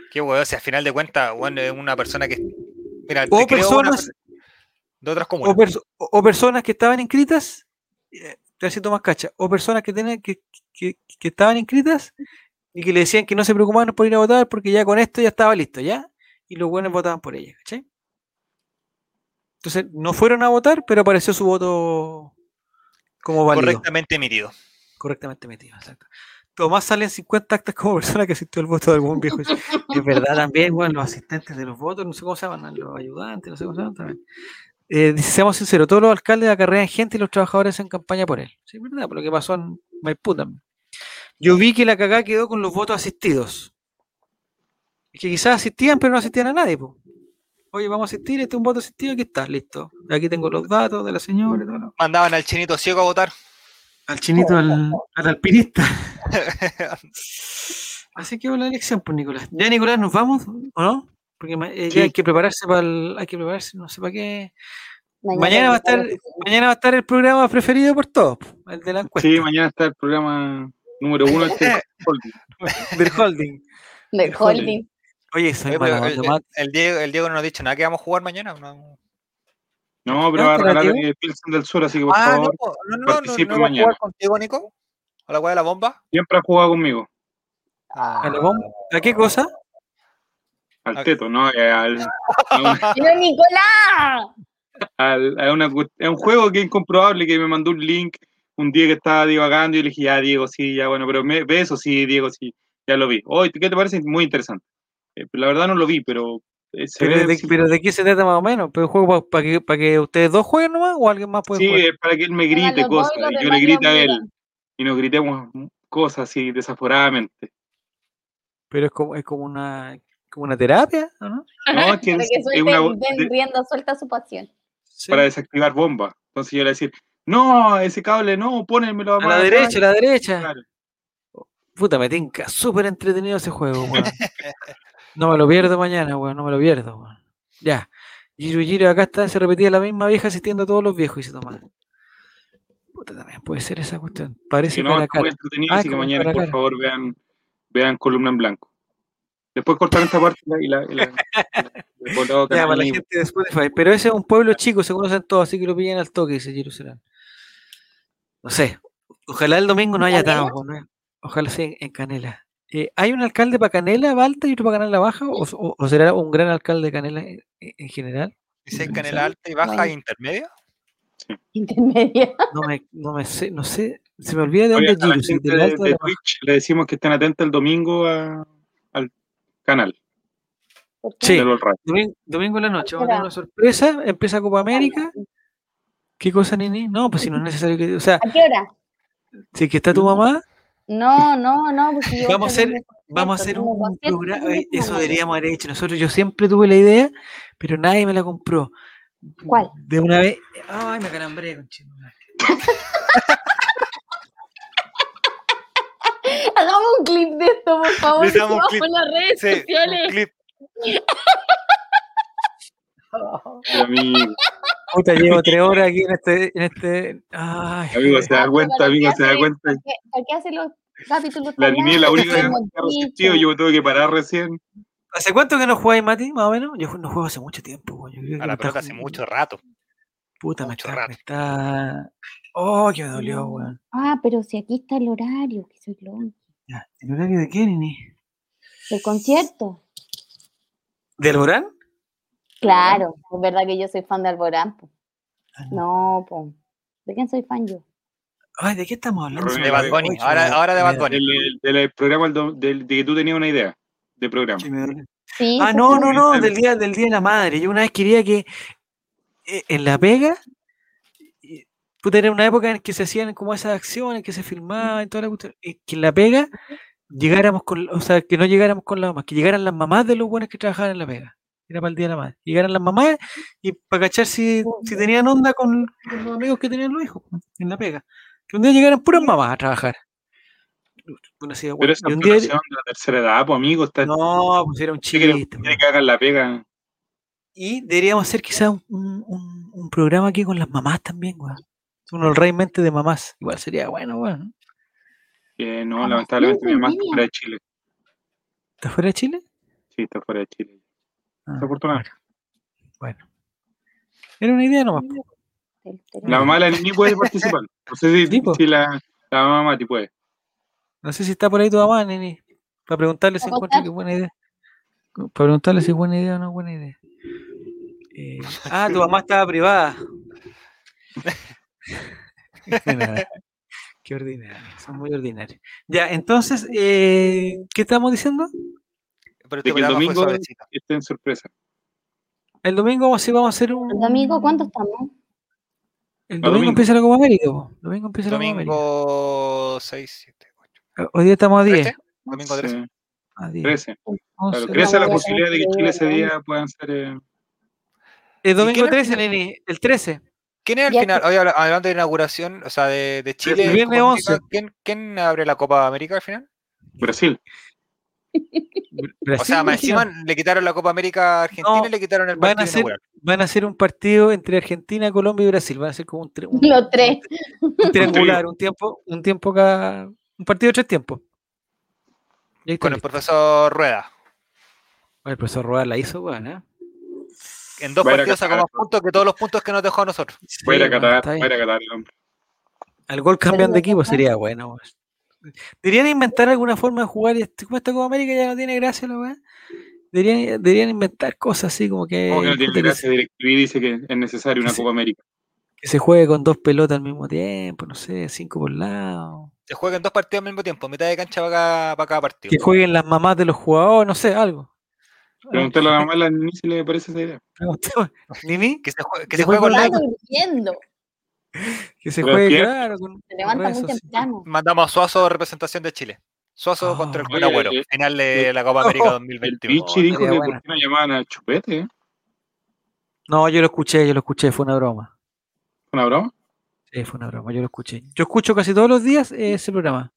ni. Qué huevo, si al final de cuentas, bueno, es una persona que. Mira, O te creo una personas- per- de otras o, comunas. perso- o- o personas que estaban inscritas, eh, te siento más cacha, o personas que, tenían, que, que, que estaban inscritas y que le decían que no se preocupaban por ir a votar porque ya con esto ya estaba listo, ¿ya? Y los buenos votaban por ella, ¿cachai? Entonces, no fueron a votar, pero apareció su voto como válido. correctamente emitido. correctamente metido. Exacto. Tomás sale en 50 actas como persona que asistió al voto de algún viejo. Es- Es verdad también, bueno, los asistentes de los votos, no sé cómo se llaman, los ayudantes, no sé cómo se llaman también. Eh, dice, seamos sinceros, todos los alcaldes acarrean gente y los trabajadores en campaña por él. Sí, es verdad, por lo que pasó en Maipú también. Yo vi que la cagá quedó con los votos asistidos. Es que quizás asistían, pero no asistían a nadie. po. Oye, vamos a asistir, este es un voto asistido, aquí está, listo. Aquí tengo los datos de la señora. y todo lo- Mandaban al chinito ciego a votar. Al chinito, al, al alpinista. Así que buena elección, pues Nicolás. Ya, Nicolás, ¿nos vamos o no? Porque ma- eh, ya Sí. hay que prepararse para el- Hay que prepararse, no sé para qué. Mañana va a estar- Mañana va a estar el programa preferido por todos, po, el de la encuesta, Sí, mañana está el programa número uno. de Este holding. del holding. Del holding. Oye, soy Oye, pero malo el, para tomar. el Diego, el Diego no nos ha dicho nada que vamos a jugar mañana. No. no, pero ¿No, va a te regalar relativo? eh, Pilsen del Sur, así que por ah, no, favor, po, no, no, no, no, participe vamos a mañana. jugar contigo, Nico. ¿A la hueá de la bomba? Ah, siempre ha jugado conmigo. ¿A la bomba? ¿A qué cosa? Al Ok. teto, ¿no? Eh, al- a un- ¡Pero Nicolás! al- a una cu- a un juego que es incomprobable, que me mandó un link un día que estaba divagando y le dije, ya, Diego, sí, ya, bueno, pero me, ve eso, sí, Diego, sí, ya lo vi. Oye, ¿qué te parece? Muy interesante. Eh, la verdad no lo vi, pero eh, se Pero ve- de, sí, pero de qué se trata más o menos? ¿Pero un juego para que, pa' que ustedes dos jueguen nomás o alguien más puede sí, eh. jugar? es para que él me Hagan grite los dos cosas y los y yo le demás grite lo a él miran. y nos gritemos cosas así desaforadamente. Pero es como, es como una como una terapia, ¿o ¿no? No, es que Para es- que es una bo- suelten, de- den rienda suelta a su pasión. Sí. para desactivar bomba. Entonces yo le voy a decir, no, ese cable no, pónmelo A la derecha, a la derecha. Claro. Puta, me tinca. Súper entretenido ese juego, weón. No me lo pierdo mañana, weón. No me lo pierdo, weón. Ya. Giro Giro, acá está. Se repetía la misma vieja asistiendo a todos los viejos, dice Tomás. Puta, también puede ser esa cuestión. Parece Si que no, cara a está muy cara. entretenido, Ah, así que como mañana, cara a por cara. favor, vean, vean columna en blanco. Después cortar esta parte y la... Y la, y la- colocan Ya, para la ahí. gente de Spotify. Pero ese es un pueblo chico, se conocen todos, así que lo pillan al toque, dice Jerusalén. No sé. Ojalá el domingo no haya ¿Canela? tango. ¿no? Ojalá sí, en Canela. Eh, ¿Hay un alcalde para Canela Balta y otro para Canela Baja? ¿O, o- o será un gran alcalde de Canela en, en general? Dicen que en el alta y baja e intermedia. Intermedia. No me, no me sé, no sé. Se me olvida de Oye, dónde es a la Giru, si gente del de, Alto o de de la Baja. Twitch le decimos que estén atentos el domingo a- al canal ¿Por qué? Sí. de los rayos. Domingo, domingo en la noche, vamos a tener Espera. una sorpresa. Empieza Copa América. ¿Qué cosa, Nini? No, pues si no es necesario que. O sea, ¿A qué hora? si es que está tu mamá, No, no, no. pues si yo Vamos a hacer- tengo Vamos a hacer concierto, tengo un concierto, programa, tengo eh, eso programa. deberíamos haber hecho nosotros. Yo siempre tuve la idea, pero nadie me la compró. ¿Cuál? De una vez. Ay, me calambré, conchetumare. Hagamos un clip de esto, por favor. Le damos un Subamos clip. en las redes Sí, un sociales. clip. Pero amigo, Puta, llevo tres horas aquí en este. En este... Ay, amigo, se da cuenta, amigo, se da cuenta. ¿Para qué- para qué hacen los capítulos? La tan niña es la largos? única que Hemos ha resistido, dicho. yo tuve que parar recién. ¿Hace cuánto que no jugáis, Mati? Más o menos. Yo no juego hace mucho tiempo. güey. Yo creo que A me la está pelota hace jugando- mucho rato. Puta, me mucho está, rato. me está. Oh, que me dolió, weón. Ah, pero si aquí está el horario, que soy lo Ya, ¿El horario de qué, Nini? del concierto. ¿De Alborán? Claro, es verdad que yo soy fan de Alborán. po. Ah, no. No, po. ¿De quién soy fan yo? Ay, ¿de qué estamos hablando? Rubén De Bad Bunny. Oye, Ahora, me- ahora de me- Bad Bunny. Del, del- del programa el do- del- de que tú tenías una idea de programa. que me dolió. Sí. Ah, po, no, sí. no, sí, no, sí. del día, del día de la madre. Yo una vez quería que eh, en La Vega, puta, era una época en que se hacían como esas acciones, que se filmaban y toda la cuestión, y que en La Vega llegáramos con, o sea, que no llegáramos con las mamás, que llegaran las mamás de los buenos que trabajaban en La Vega. Era para el día de la madre. Llegaran las mamás y para cachar si, si tenían onda con, con los amigos que tenían los hijos en La Vega. Que un día llegaran puras mamás a trabajar. Una ciudad buena. Pero esa Y un día- explotación de la tercera edad, pues amigo, está no, pues era un Sí, que le- chiste. quiere que hagan la pega. Y deberíamos hacer quizás un, un- un- un programa aquí con las mamás también, weón. Uno el rey mente de mamás. Igual sería bueno, weón. que no, Ah, Como lamentablemente mi cinco y mamá está media. fuera de Chile. ¿Estás fuera de Chile? Sí, está fuera de Chile. Ah, Desafortunadamente. bueno. Era una idea nomás. po. Del- del- La mamá de la niña puede participar. No sé si, Sí, po. si la, la mamá Mati puede. No sé si está por ahí tu mamá, Nini. Para preguntarle si ¿Puedo encuentra votar? que es buena idea. Para preguntarle si es buena idea o no es buena idea. Eh, ah, tu mamá estaba privada. Nada. Qué ordinario, son muy ordinarios. Ya, entonces, eh, ¿qué estábamos diciendo? Pero que este el programa fue domingo- suavecito. Está Este en sorpresa. El domingo vamos- sí vamos a hacer un. El domingo, ¿cuánto estamos? El A domingo, domingo. empieza la Copa América, po. Domingo empieza la Copa América. Domingo 6, 7, 8. Hoy día estamos a 10. Domingo 13. Sí. Ah, diez, crece. Claro, once, crece no, la no, posibilidad de que no, Chile ese no. día puedan ser. eh, El domingo quién es? 13, nene, el 13. ¿Quién es el Ya final? Oye, habla- hablando de inauguración, o sea, de, de Chile. El viernes Copa América, 11. ¿quién, quién abre la Copa América al final? Brasil. O sea, Brasil, más encima le quitaron la Copa América a Argentina No, y le quitaron el van a partido ser- inaugural. Van a hacer un partido entre Argentina, Colombia y Brasil. Van a ser como un, tri- un- Los tres. un triangular, un tiempo, un tiempo cada. Un partido de tres tiempos. Y ahí está Con el listo. profesor Rueda. Oye, el profesor Rueda la hizo, weón, ¿eh? En dos Va a ir a partidos sacó Qatar. más puntos que todos los puntos que nos dejó a nosotros. Sí, Fuera a weón, Qatar, está bien. Eh, fuera a Qatar, el hombre. Al gol cambian Pero de equipo capaz- sería bueno. weón. Deberían inventar alguna forma de jugar. y este- Como esta Copa América ya no tiene gracia, la weá. Deberían, deberían inventar cosas así como que, ¿Cómo que no tiene puta, que gracia? DirecTV dice que es necesario una Sí. Copa América. se- que se juegue con dos pelotas al mismo tiempo, no sé, cinco por lado. Se juegan dos partidos al mismo tiempo, mitad de cancha para cada, para cada partido. Que jueguen las mamás de los jugadores, no sé, algo. Ah, Preguntarle a la mamá, a la niña si le parece esa idea. Preguntemos, Nini, Que se juegue, que De se juegue con fútbol la- Está durmiendo. que se Pero juegue, despierta. claro, con Se levanta redes muy sociales. temprano. Mandamos a Suazo representación de Chile. Suazo Ah. contra el Oye, Kun Agüero, eh, final de la Copa América 2021. Vichy dijo que estaría por buena. qué no llamaban al chupete, ¿eh? No, yo lo escuché, yo lo escuché, fue una broma. ¿Una broma? Sí, fue una broma, yo lo escuché. Yo escucho casi todos los días eh, ese programa.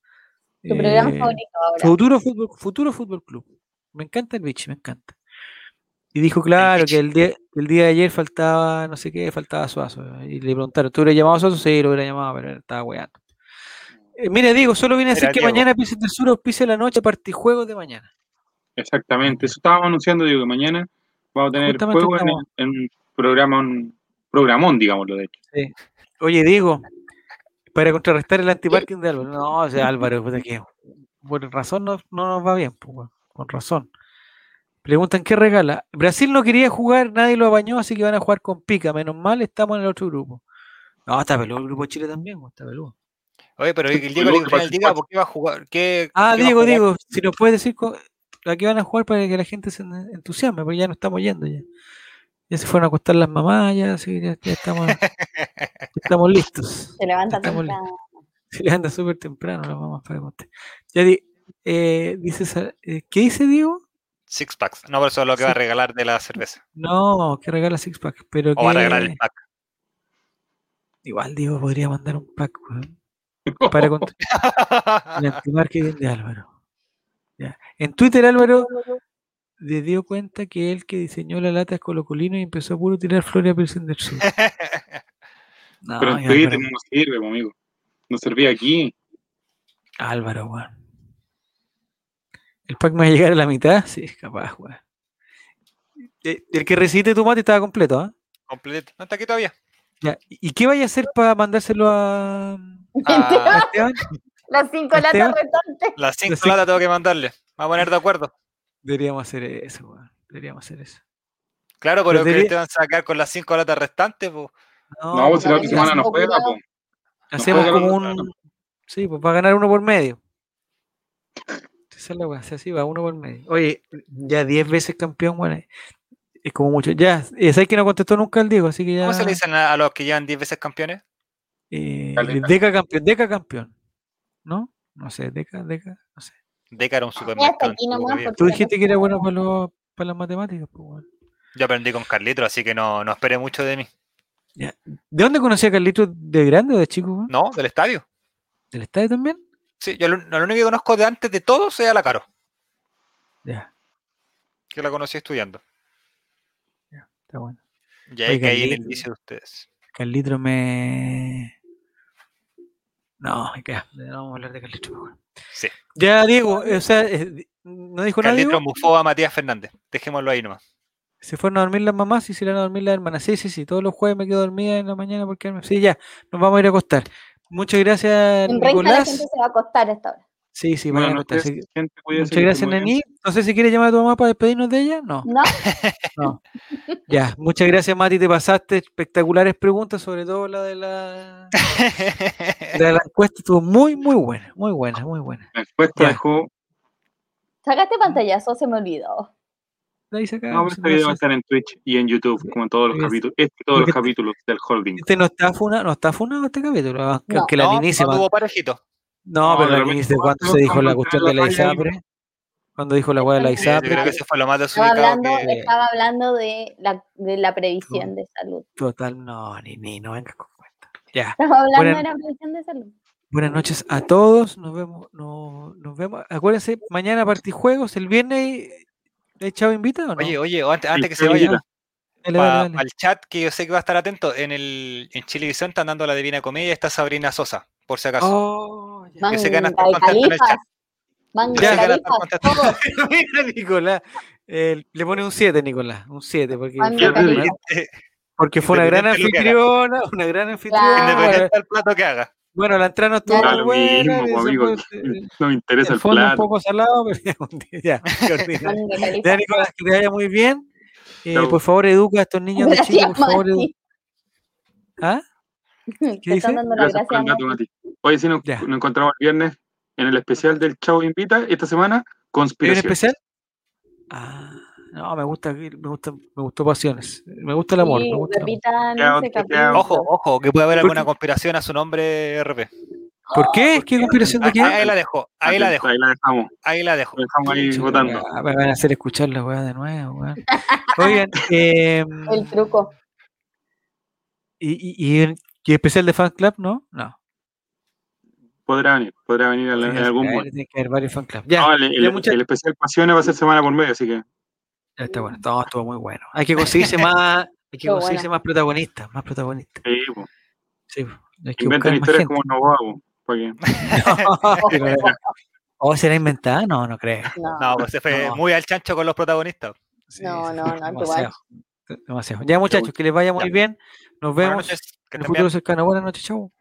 Tu programa Eh, favorito ahora. Futuro fútbol, futuro fútbol club. Me encanta el bichi, me encanta. Y dijo, claro, que el día, el día de ayer faltaba, no sé qué, faltaba Suazo. Y le preguntaron, ¿tú hubieras llamado a Suazo? Sí, lo hubiera llamado, pero estaba weando. Eh, mira, Diego, solo viene a decir Mira, que Diego. mañana Pisa Tesoro auspicia la noche partijuegos de mañana. Exactamente, eso estábamos anunciando, digo, que mañana vamos a tener Ah, Justamente juego en, estamos. en un programa, un programón, digámoslo, de hecho. Oye, Diego, para contrarrestar el antiparking de Álvaro. No, o sea, Álvaro, puta que por razón no, no nos va bien, pues, weón, con razón. Preguntan qué regala. Brasil no quería jugar, nadie lo apañó, así que van a jugar con pica. Menos mal, estamos en el otro grupo. No, está peludo el grupo de Chile también, weón, está peludo. Oye, pero que el Diego Luego que le diga al Diego participa- por qué va a jugar. ¿Qué, Ah, qué va a Diego, jugar? Diego, si nos puedes decir co- a qué van a jugar para que la gente se en- entusiasme, porque ya no estamos yendo ya. Ya se fueron a acostar las mamás, ya, sí, ya- ya estamos, ya estamos listos. Se levanta Estamos li- temprano. Se le anda súper temprano las mamás para contar. Ya di- eh, dice Sa- eh, ¿Qué dice Diego? Six packs. No, pero eso es lo que va a Sí. regalar de la cerveza. No, que regala six pack. Pero O va a regalar que- el pack. Igual Diego podría mandar un pack weón, para contar el antimarketing de Álvaro. Ya. En Twitter Álvaro le dio cuenta que el que diseñó la lata es colocolino y empezó a puro tirar flores a Pilsen del Sur. No, Pero y en Twitter Álvaro, no nos sirve, pues, amigo. Nos servía aquí. Álvaro, weón. El pack me va a llegar a la mitad, sí, capaz, weón. Eh, El que recibiste tu mate estaba completo, ¿ah? Completito. No está aquí todavía. Ya, ¿Y y qué vaya a hacer para mandárselo a, a Ah, Esteban? Las cinco Esteban. latas restantes. las cinco cinco. latas tengo que mandarle. Vamos a poner de acuerdo. Deberíamos hacer eso, weón. Deberíamos hacer eso. Claro, Pero pero que debería- te van a sacar con las cinco latas restantes. po. No, pues, pues, si la otra hace- semana no hacemos juega, cuidado. pues. Hacemos juega la como otra. un. Sí, pues va a ganar uno por medio. Esa es la weá, sí, así va, uno por medio. Oye, ya 10 veces campeón, weón. eh, Es como mucho. Ya, eh, sabes que no contestó nunca el Diego, así que ya. ¿Cómo se le dicen a, a los que llevan 10 veces campeones? eh, Caleta. deca campeón, deca campeón. ¿No? No sé, deca, deca, no sé. Deca era un Ah, Ya hasta supermercado. aquí en su nomás. vida. Tú porque- dijiste que era bueno para, los- para las matemáticas, pues, weón. Yo aprendí con Carlito, así que no, no esperé mucho de mí. ¿De dónde conocía a Carlitos de grande o de chico, weón? No, del estadio. ¿Del estadio también? Sí, yo lo, lo único que conozco de antes de todos es a la Caro, Ya, que la conocí estudiando. está bueno. Y ahí Oye, caí en el Carlito. vicio de ustedes. Carlitro me. No, ya, no vamos a hablar de Carlitro. pues, bueno. Sí. Ya, Diego, eh, o sea, eh, di- no dijo nada. Carlito Diego? mufó a Matías Fernández. Dejémoslo ahí nomás. Se fueron a dormir las mamás y se irán a dormir las hermanas. Sí, sí, sí, todos los jueves me quedo dormida en la mañana porque. Sí, ya, nos vamos a ir a acostar. Muchas gracias, En Renca la Nicolás. gente se va a acostar a esta hora. Sí, sí, vayan Buenas a acostar. noches, sí. gente, cuídense, pues, Muchas que gracias, estén muy bien. Nani. No sé si quieres llamar a tu mamá para despedirnos de ella. No. No, Ya, muchas gracias, Mati. Te pasaste espectaculares preguntas, sobre todo la de la, de la encuesta. Estuvo muy, muy buena, muy buena, muy buena. La encuesta Ya. pues, dejó. sacaste pantallazo, se me olvidó. Ahí se acaba, pues, si No, pero este no video va a haces- estar en Twitch y en YouTube, como en todos los Sí, sí. capítulos. Este y Lo todos los que- capítulos del holding. Este no está funado, no está funado este capítulo, aunque, No. aunque la No, no ninísima. tuvo parejito. No, No, pero de la repente ninísima, cuando- cuando se dijo cuando la entra cuestión la de la falla ahí- ISAPRE, Cuando dijo la weá de la Sí, Sí, yo ISAP, creo que eso fue lo más Estaba desubicado hablando, que... estaba hablando de, la, de la previsión de salud. total, no, ni, ni, no vengas con cuenta. Ya, Estaba hablando Bueno. de la previsión de salud. buenas noches a todos, nos vemos, no- nos vemos. Acuérdense, mañana partijuegos, el viernes, ¿el chavo invita o no? Oye, oye, o antes, antes que se Chile vaya, Visita. Dale, dale, para dale. el chat que yo sé que va a estar atento, en el en Chilevisión están dando la Divina Comedia, está Sabrina Sosa, por si acaso. Oh, ya. Que se gana estar Manga de contento en el califas. chat. Manga Ya, de gana califas. estar contento. todos. Mira, Nicolás, el- le pone un 7, Nicolás, un 7, porque, Manga fue Yo de te una- dije. califas. porque fue una gran Independiente de lo que haga. anfitriona, una gran anfitriona. Claro. bueno, Independiente del plato que haga. Bueno, la entrada no estuvo Da tan lo buena, mismo, pues, eso amigo. fue- No me interesa el el fondo un plato. poco salado, pero ya, un día- ya, qué ordinario. Manga de Ya, califas. Nicolás, que te vaya muy bien. Eh, Chau. por favor, educa a estos niños de Chile, por Gracias, favor. edu- Mati. ¿Ah? Te están dice? dando las Gracias por el gracias. dato, Mati. Oye, si nos, Ya. nos encontramos el viernes en el especial del Chavo Invita, esta semana, ¿Hay un conspiración. especial? Ah, no, me gusta, que- me gusta, me gustó Pasiones. Me gusta el amor. Sí, me gusta el amor. repitan Chao, ese chao. capítulo. Ojo, ojo, que puede haber ¿Por alguna conspiración a su nombre, RP. ¿Por qué? ¿Qué conspiración de Ahí, qué? ahí la dejo, ahí la dejo, Ahí la dejamos. ahí la dejo. La dejamos ahí Chuta, votando. weá, Me van a hacer escuchar la weá de nuevo, weón. Oigan, eh, El truco. y, y, y el- y el especial de fan club, ¿no? No. Podrá venir, podrá venir en, en algún Tiene momento. que haber varios fan club. Ya, No, el, el- ya, muchas- el especial Pasiones va a ser semana por medio, así que Ya Está bueno, todo estuvo muy bueno. Hay que conseguirse más, hay que Estuvo conseguirse bueno. más protagonistas, más protagonistas. sí, po. Sí, po. hay que inventan buscar más historias gente. como Novoa, po, para que Pero- ¿O Oh, será inventada? No, no creo. No, No, pues se fue No. muy al chancho con los protagonistas. Sí, No, sí, no, no, tú demasiado, demasiado. Ya muchachos, que les vaya muy bien. Nos Buenas vemos noches, que en el estén bien. futuro cercano. Buenas noches, chau.